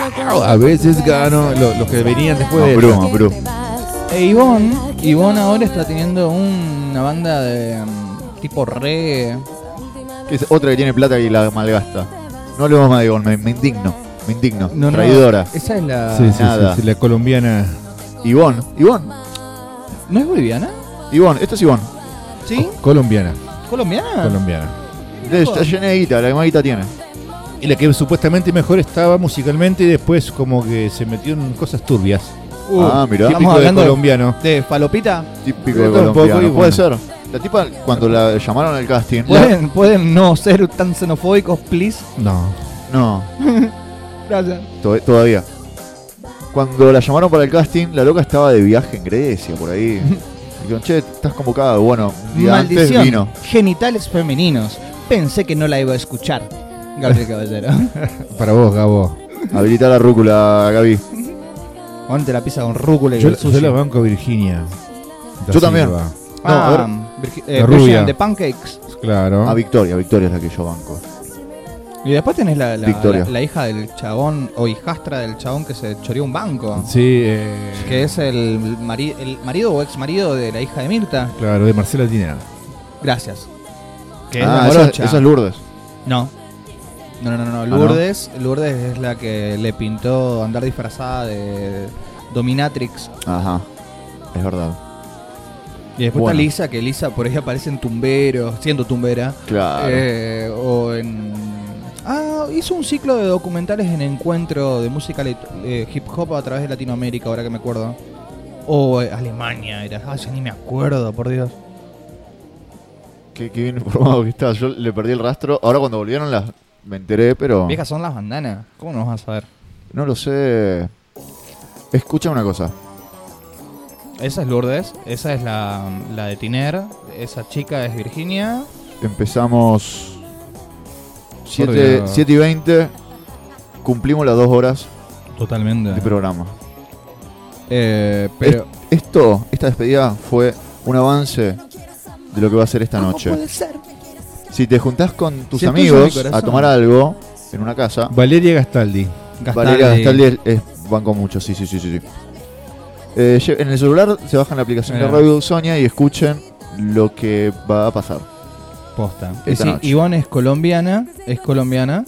Speaker 4: a veces gano lo- los que venían después de
Speaker 1: Ambrú, Ambrú.
Speaker 2: E Ivonne, Ivonne ahora está teniendo una banda de mm, tipo re.
Speaker 1: Que es otra que tiene plata y la malgasta. No le vamos a decir, me, me indigno. Me indigno.
Speaker 2: No, no,
Speaker 1: Traidora.
Speaker 2: esa es la.
Speaker 4: Sí, sí, sí,
Speaker 1: Nada.
Speaker 4: sí, la colombiana.
Speaker 1: Ivonne. Ivonne.
Speaker 2: ¿No es boliviana?
Speaker 1: Ivonne. Esta es Ivonne.
Speaker 2: ¿Sí?
Speaker 4: Colombiana, Ah.
Speaker 2: ¿Colombiana?
Speaker 4: colombiana.
Speaker 1: Le- Está llena de guita. La que más guita tiene.
Speaker 4: Y la que supuestamente mejor estaba musicalmente y después como que se metió en cosas turbias.
Speaker 2: Uh,
Speaker 1: Ah, mirá.
Speaker 2: estamos
Speaker 4: Típico de
Speaker 2: hablando de-
Speaker 4: colombiano.
Speaker 2: ¿De Falopita?
Speaker 1: Típico de
Speaker 4: Yo tampoco,
Speaker 1: Colombia.
Speaker 4: Ivonne.
Speaker 1: Puede ser. La tipa, cuando la llamaron al casting.
Speaker 2: ¿Pueden, pueden no ser tan xenofóbicos, please?
Speaker 4: No.
Speaker 1: No.
Speaker 2: Gracias.
Speaker 1: To- todavía. Cuando la llamaron para el casting, la loca estaba de viaje en Grecia, por ahí. Dijeron, che, estás convocado. Bueno, un día antes
Speaker 2: Maldición.
Speaker 1: vino.
Speaker 2: Genitales femeninos. Pensé que no la iba a escuchar. Gabriel Caballero.
Speaker 4: Para vos, Gabo.
Speaker 1: Habilita la rúcula, Gaby.
Speaker 2: Ponte la pizza con rúcula y
Speaker 4: Yo,
Speaker 2: el sushi.
Speaker 4: yo la banco a Virginia. Da
Speaker 1: Yo también.
Speaker 4: Silva.
Speaker 1: No, a
Speaker 2: Ah,
Speaker 1: ver.
Speaker 2: Virgi- eh,
Speaker 4: La
Speaker 2: Virgin
Speaker 4: rubia.
Speaker 2: de Pancakes.
Speaker 4: Claro.
Speaker 1: A Victoria, Victoria es la que yo banco.
Speaker 2: Y después tenés la, la-
Speaker 1: Victoria.
Speaker 2: la- la hija del chabón o hijastra del chabón que se choreó un banco.
Speaker 4: Sí, eh,
Speaker 2: Que es el, mari- el marido o ex marido de la hija de Mirta.
Speaker 4: claro, de Marcela Tinera.
Speaker 2: Gracias. Que
Speaker 1: Ah,
Speaker 2: es la
Speaker 1: esa,
Speaker 2: morocha.
Speaker 1: esa es Lourdes.
Speaker 2: No. No, no, no, no.
Speaker 1: ¿no?
Speaker 2: Lourdes, Lourdes es la que le pintó andar disfrazada de Dominatrix.
Speaker 1: Ajá. Es verdad.
Speaker 2: Y después
Speaker 1: Bueno.
Speaker 2: está Lisa, que Lisa por ahí aparece en Tumbero, siendo tumbera.
Speaker 1: Claro.
Speaker 2: Eh, o en. Ah, hizo un ciclo de documentales en encuentro de música lit- eh, hip hop a través de Latinoamérica, ahora que me acuerdo. O eh, Alemania era. Ah, ya ni me acuerdo, por Dios.
Speaker 1: Qué, qué bien informado que estás. Yo le perdí el rastro. Ahora cuando volvieron las me enteré, pero
Speaker 2: Viejas son las bandanas. ¿Cómo no vas a saber?
Speaker 1: no lo sé. Escucha una cosa.
Speaker 2: Esa es Lourdes, esa es la, la de Tiner, esa chica es Virginia.
Speaker 1: Empezamos
Speaker 2: Por
Speaker 1: 7,
Speaker 2: Dios.
Speaker 1: y 20. Cumplimos las dos horas
Speaker 2: Totalmente.
Speaker 1: de programa.
Speaker 2: Eh, pero
Speaker 1: Esto, esta despedida fue un avance de lo que va a ser esta noche. Si te juntás con tus
Speaker 2: Si es tuyo mi
Speaker 1: amigos
Speaker 2: corazón.
Speaker 1: a tomar algo en una casa,
Speaker 4: Valeria Gastaldi.
Speaker 2: Gastaldi-
Speaker 1: Valeria Gastaldi es, es- banco mucho, sí, sí, sí, sí. sí. Eh, lle- en el celular se bajan la aplicación de
Speaker 2: Eh.
Speaker 1: Radio Sonia y escuchen lo que va a pasar.
Speaker 2: Posta.
Speaker 1: Esta
Speaker 2: Es decir,
Speaker 1: noche.
Speaker 2: Ivonne es colombiana, es colombiana,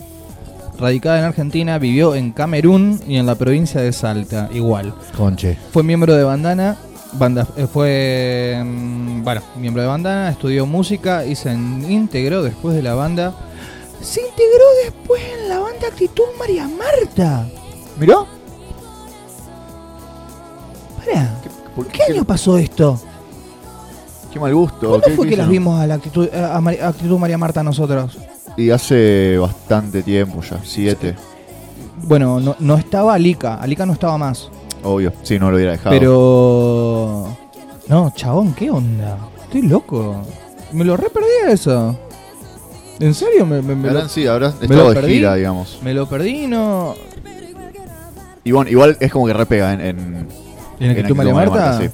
Speaker 2: radicada en Argentina, vivió en Camerún y en la provincia de Salta, igual.
Speaker 4: Conche.
Speaker 2: Fue miembro de Bandana, banda, eh, fue mm, bueno, miembro de Bandana, estudió música y se in- integró después de la banda. Se integró después en la banda Actitud María Marta.
Speaker 1: ¿Miró?
Speaker 2: Pará,
Speaker 1: ¿Por qué,
Speaker 2: ¿qué año pasó esto?
Speaker 1: qué mal gusto.
Speaker 2: ¿Cuándo
Speaker 1: qué-
Speaker 2: fue
Speaker 1: qué
Speaker 2: que las
Speaker 1: hicieron?
Speaker 2: vimos a la actitud, a Mari- a actitud María Marta nosotros?
Speaker 1: Y hace bastante tiempo ya, siete,
Speaker 2: Bueno, no, no estaba Alica, Alica no estaba más.
Speaker 1: obvio. Sí, no lo hubiera dejado.
Speaker 2: Pero. No, chabón, ¿qué onda? Estoy loco. Me lo re perdí eso. ¿En serio? Me, me- me lo,
Speaker 1: Habrán, sí, habrán
Speaker 2: me
Speaker 1: estado
Speaker 2: lo
Speaker 1: de
Speaker 2: perdí.
Speaker 1: gira, digamos.
Speaker 2: me lo perdí, no.
Speaker 1: Y bueno, igual es como que repega en... en-
Speaker 2: ¿En
Speaker 1: en
Speaker 2: que tú María
Speaker 1: Actitud
Speaker 2: Marta?
Speaker 1: sí.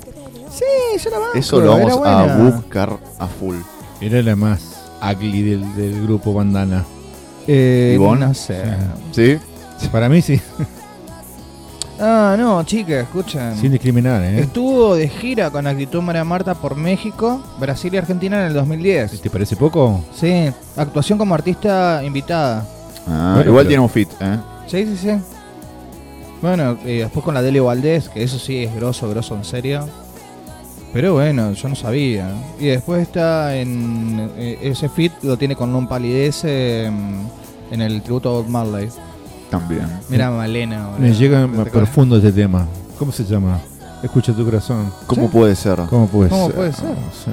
Speaker 2: Sí, yo
Speaker 4: Ah,
Speaker 2: la banco,
Speaker 1: Eso lo
Speaker 2: era
Speaker 1: vamos a
Speaker 2: buena.
Speaker 1: buscar a full.
Speaker 4: Era la más ugly del, del grupo Bandana.
Speaker 2: Eh,
Speaker 1: ¿Ivonne?
Speaker 2: no sé.
Speaker 1: ¿Sí?
Speaker 4: Para mí sí.
Speaker 2: Ah, no, chicas, escuchen.
Speaker 4: Sin discriminar, ¿eh?
Speaker 2: Estuvo de gira con Actitud María Marta por México, Brasil y Argentina en el 2010.
Speaker 4: ¿Te parece poco?
Speaker 2: Sí, actuación como artista invitada.
Speaker 1: Ah,
Speaker 4: Bueno,
Speaker 1: igual
Speaker 4: pero-
Speaker 1: tiene un fit, ¿eh?
Speaker 2: Sí, sí, sí. Bueno, y después con la Dele Valdés, que eso sí es grosso, grosso en serio. Pero bueno, yo no sabía. Y después está en. eh, Ese fit lo tiene con Non Palidez eh, en el tributo a Bob Marley.
Speaker 1: También.
Speaker 2: Mira Malena, boludo.
Speaker 4: Me llega más
Speaker 2: Te-
Speaker 4: profundo este tema. ¿Cómo se llama? Escucha tu corazón.
Speaker 1: ¿Cómo puede ser?
Speaker 4: ¿Cómo puede
Speaker 2: ¿Cómo
Speaker 4: ser?
Speaker 2: puede ser?
Speaker 4: No sé.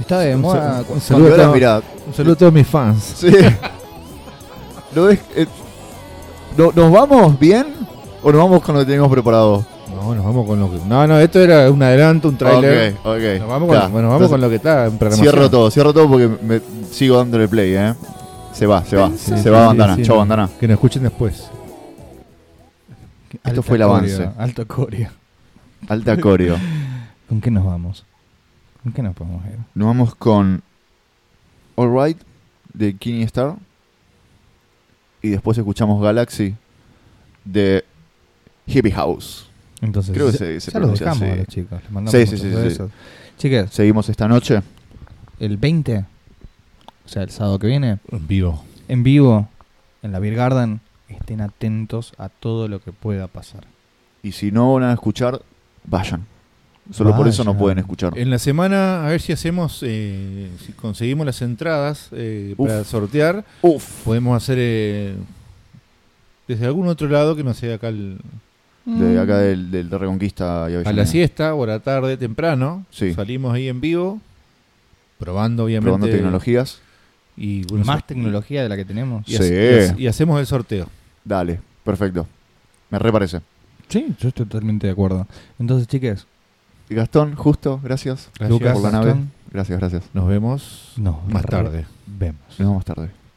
Speaker 2: Está de
Speaker 4: Un
Speaker 2: moda.
Speaker 4: sa- un
Speaker 1: Cuando
Speaker 4: saludo, a
Speaker 1: era-
Speaker 4: todos-
Speaker 1: mirá,
Speaker 4: un saludo a todos mis fans.
Speaker 1: Sí. ¿Lo ves? Eh, ¿no- ¿Nos vamos bien o nos vamos con lo que tenemos preparado?
Speaker 4: No, nos vamos con lo que. No, no, esto era un adelanto, un trailer.
Speaker 1: Ok, ok.
Speaker 4: Nos vamos, con,
Speaker 1: Ta,
Speaker 4: bueno, nos vamos
Speaker 1: entonces,
Speaker 4: con lo que está en programación.
Speaker 1: Cierro todo, cierro todo porque me sigo dándole play, ¿eh? Se va, se va,
Speaker 4: Sí,
Speaker 1: se
Speaker 4: sí,
Speaker 1: va
Speaker 4: sí,
Speaker 1: bandana,
Speaker 4: sí,
Speaker 1: chao
Speaker 4: no.
Speaker 1: bandana.
Speaker 4: Que nos escuchen después.
Speaker 1: Esto fue el
Speaker 2: Alta
Speaker 1: avance.
Speaker 2: coreo, Alto Corea.
Speaker 1: Alta coreo.
Speaker 2: ¿Con qué nos vamos? ¿Con qué nos podemos ir?
Speaker 1: Nos vamos con All Right de Kenny Star. Y después escuchamos Galaxy de Hippie House.
Speaker 2: Entonces,
Speaker 1: Creo que
Speaker 2: ya-
Speaker 1: se- se
Speaker 2: ya los
Speaker 1: pronuncia
Speaker 2: dejamos a
Speaker 1: así.
Speaker 2: los chicos. Les mandamos
Speaker 1: Sí, sí,
Speaker 2: muchos
Speaker 1: sí, sí, sí.
Speaker 2: besos. Chicas,
Speaker 1: Seguimos esta noche.
Speaker 2: el 20, o sea, el sábado que viene,
Speaker 4: En vivo.
Speaker 2: en vivo, en la Beer Garden, estén atentos a todo lo que pueda pasar.
Speaker 1: Y si no van a escuchar, vayan. Solo por eso no
Speaker 2: Vayan.
Speaker 1: pueden escuchar.
Speaker 4: En la semana, a ver si hacemos, eh, si conseguimos las entradas eh,
Speaker 1: Uf.
Speaker 4: para sortear.
Speaker 1: Uf.
Speaker 4: Podemos hacer eh, desde algún otro lado que no sea acá al-
Speaker 1: De acá del, del de Reconquista y
Speaker 4: mm. a
Speaker 1: Avellaneda.
Speaker 4: la siesta o a la tarde temprano.
Speaker 1: Sí.
Speaker 4: Salimos ahí en vivo, probando obviamente.
Speaker 1: Probando tecnologías.
Speaker 4: Y, bueno,
Speaker 2: Más
Speaker 4: so-
Speaker 2: tecnología de la que tenemos.
Speaker 4: Y, hace-
Speaker 1: Sí.
Speaker 4: y hace- y hacemos el sorteo.
Speaker 1: Dale, perfecto. Me reparece.
Speaker 2: Sí, yo estoy totalmente de acuerdo. Entonces, chicas,
Speaker 1: Y Gastón, justo, gracias.
Speaker 4: Gracias.
Speaker 1: por la
Speaker 2: Gastón,
Speaker 1: nave. Gracias, gracias.
Speaker 4: Nos vemos
Speaker 2: nos
Speaker 4: más
Speaker 2: re-
Speaker 4: tarde.
Speaker 2: vemos.
Speaker 1: Nos vemos más tarde.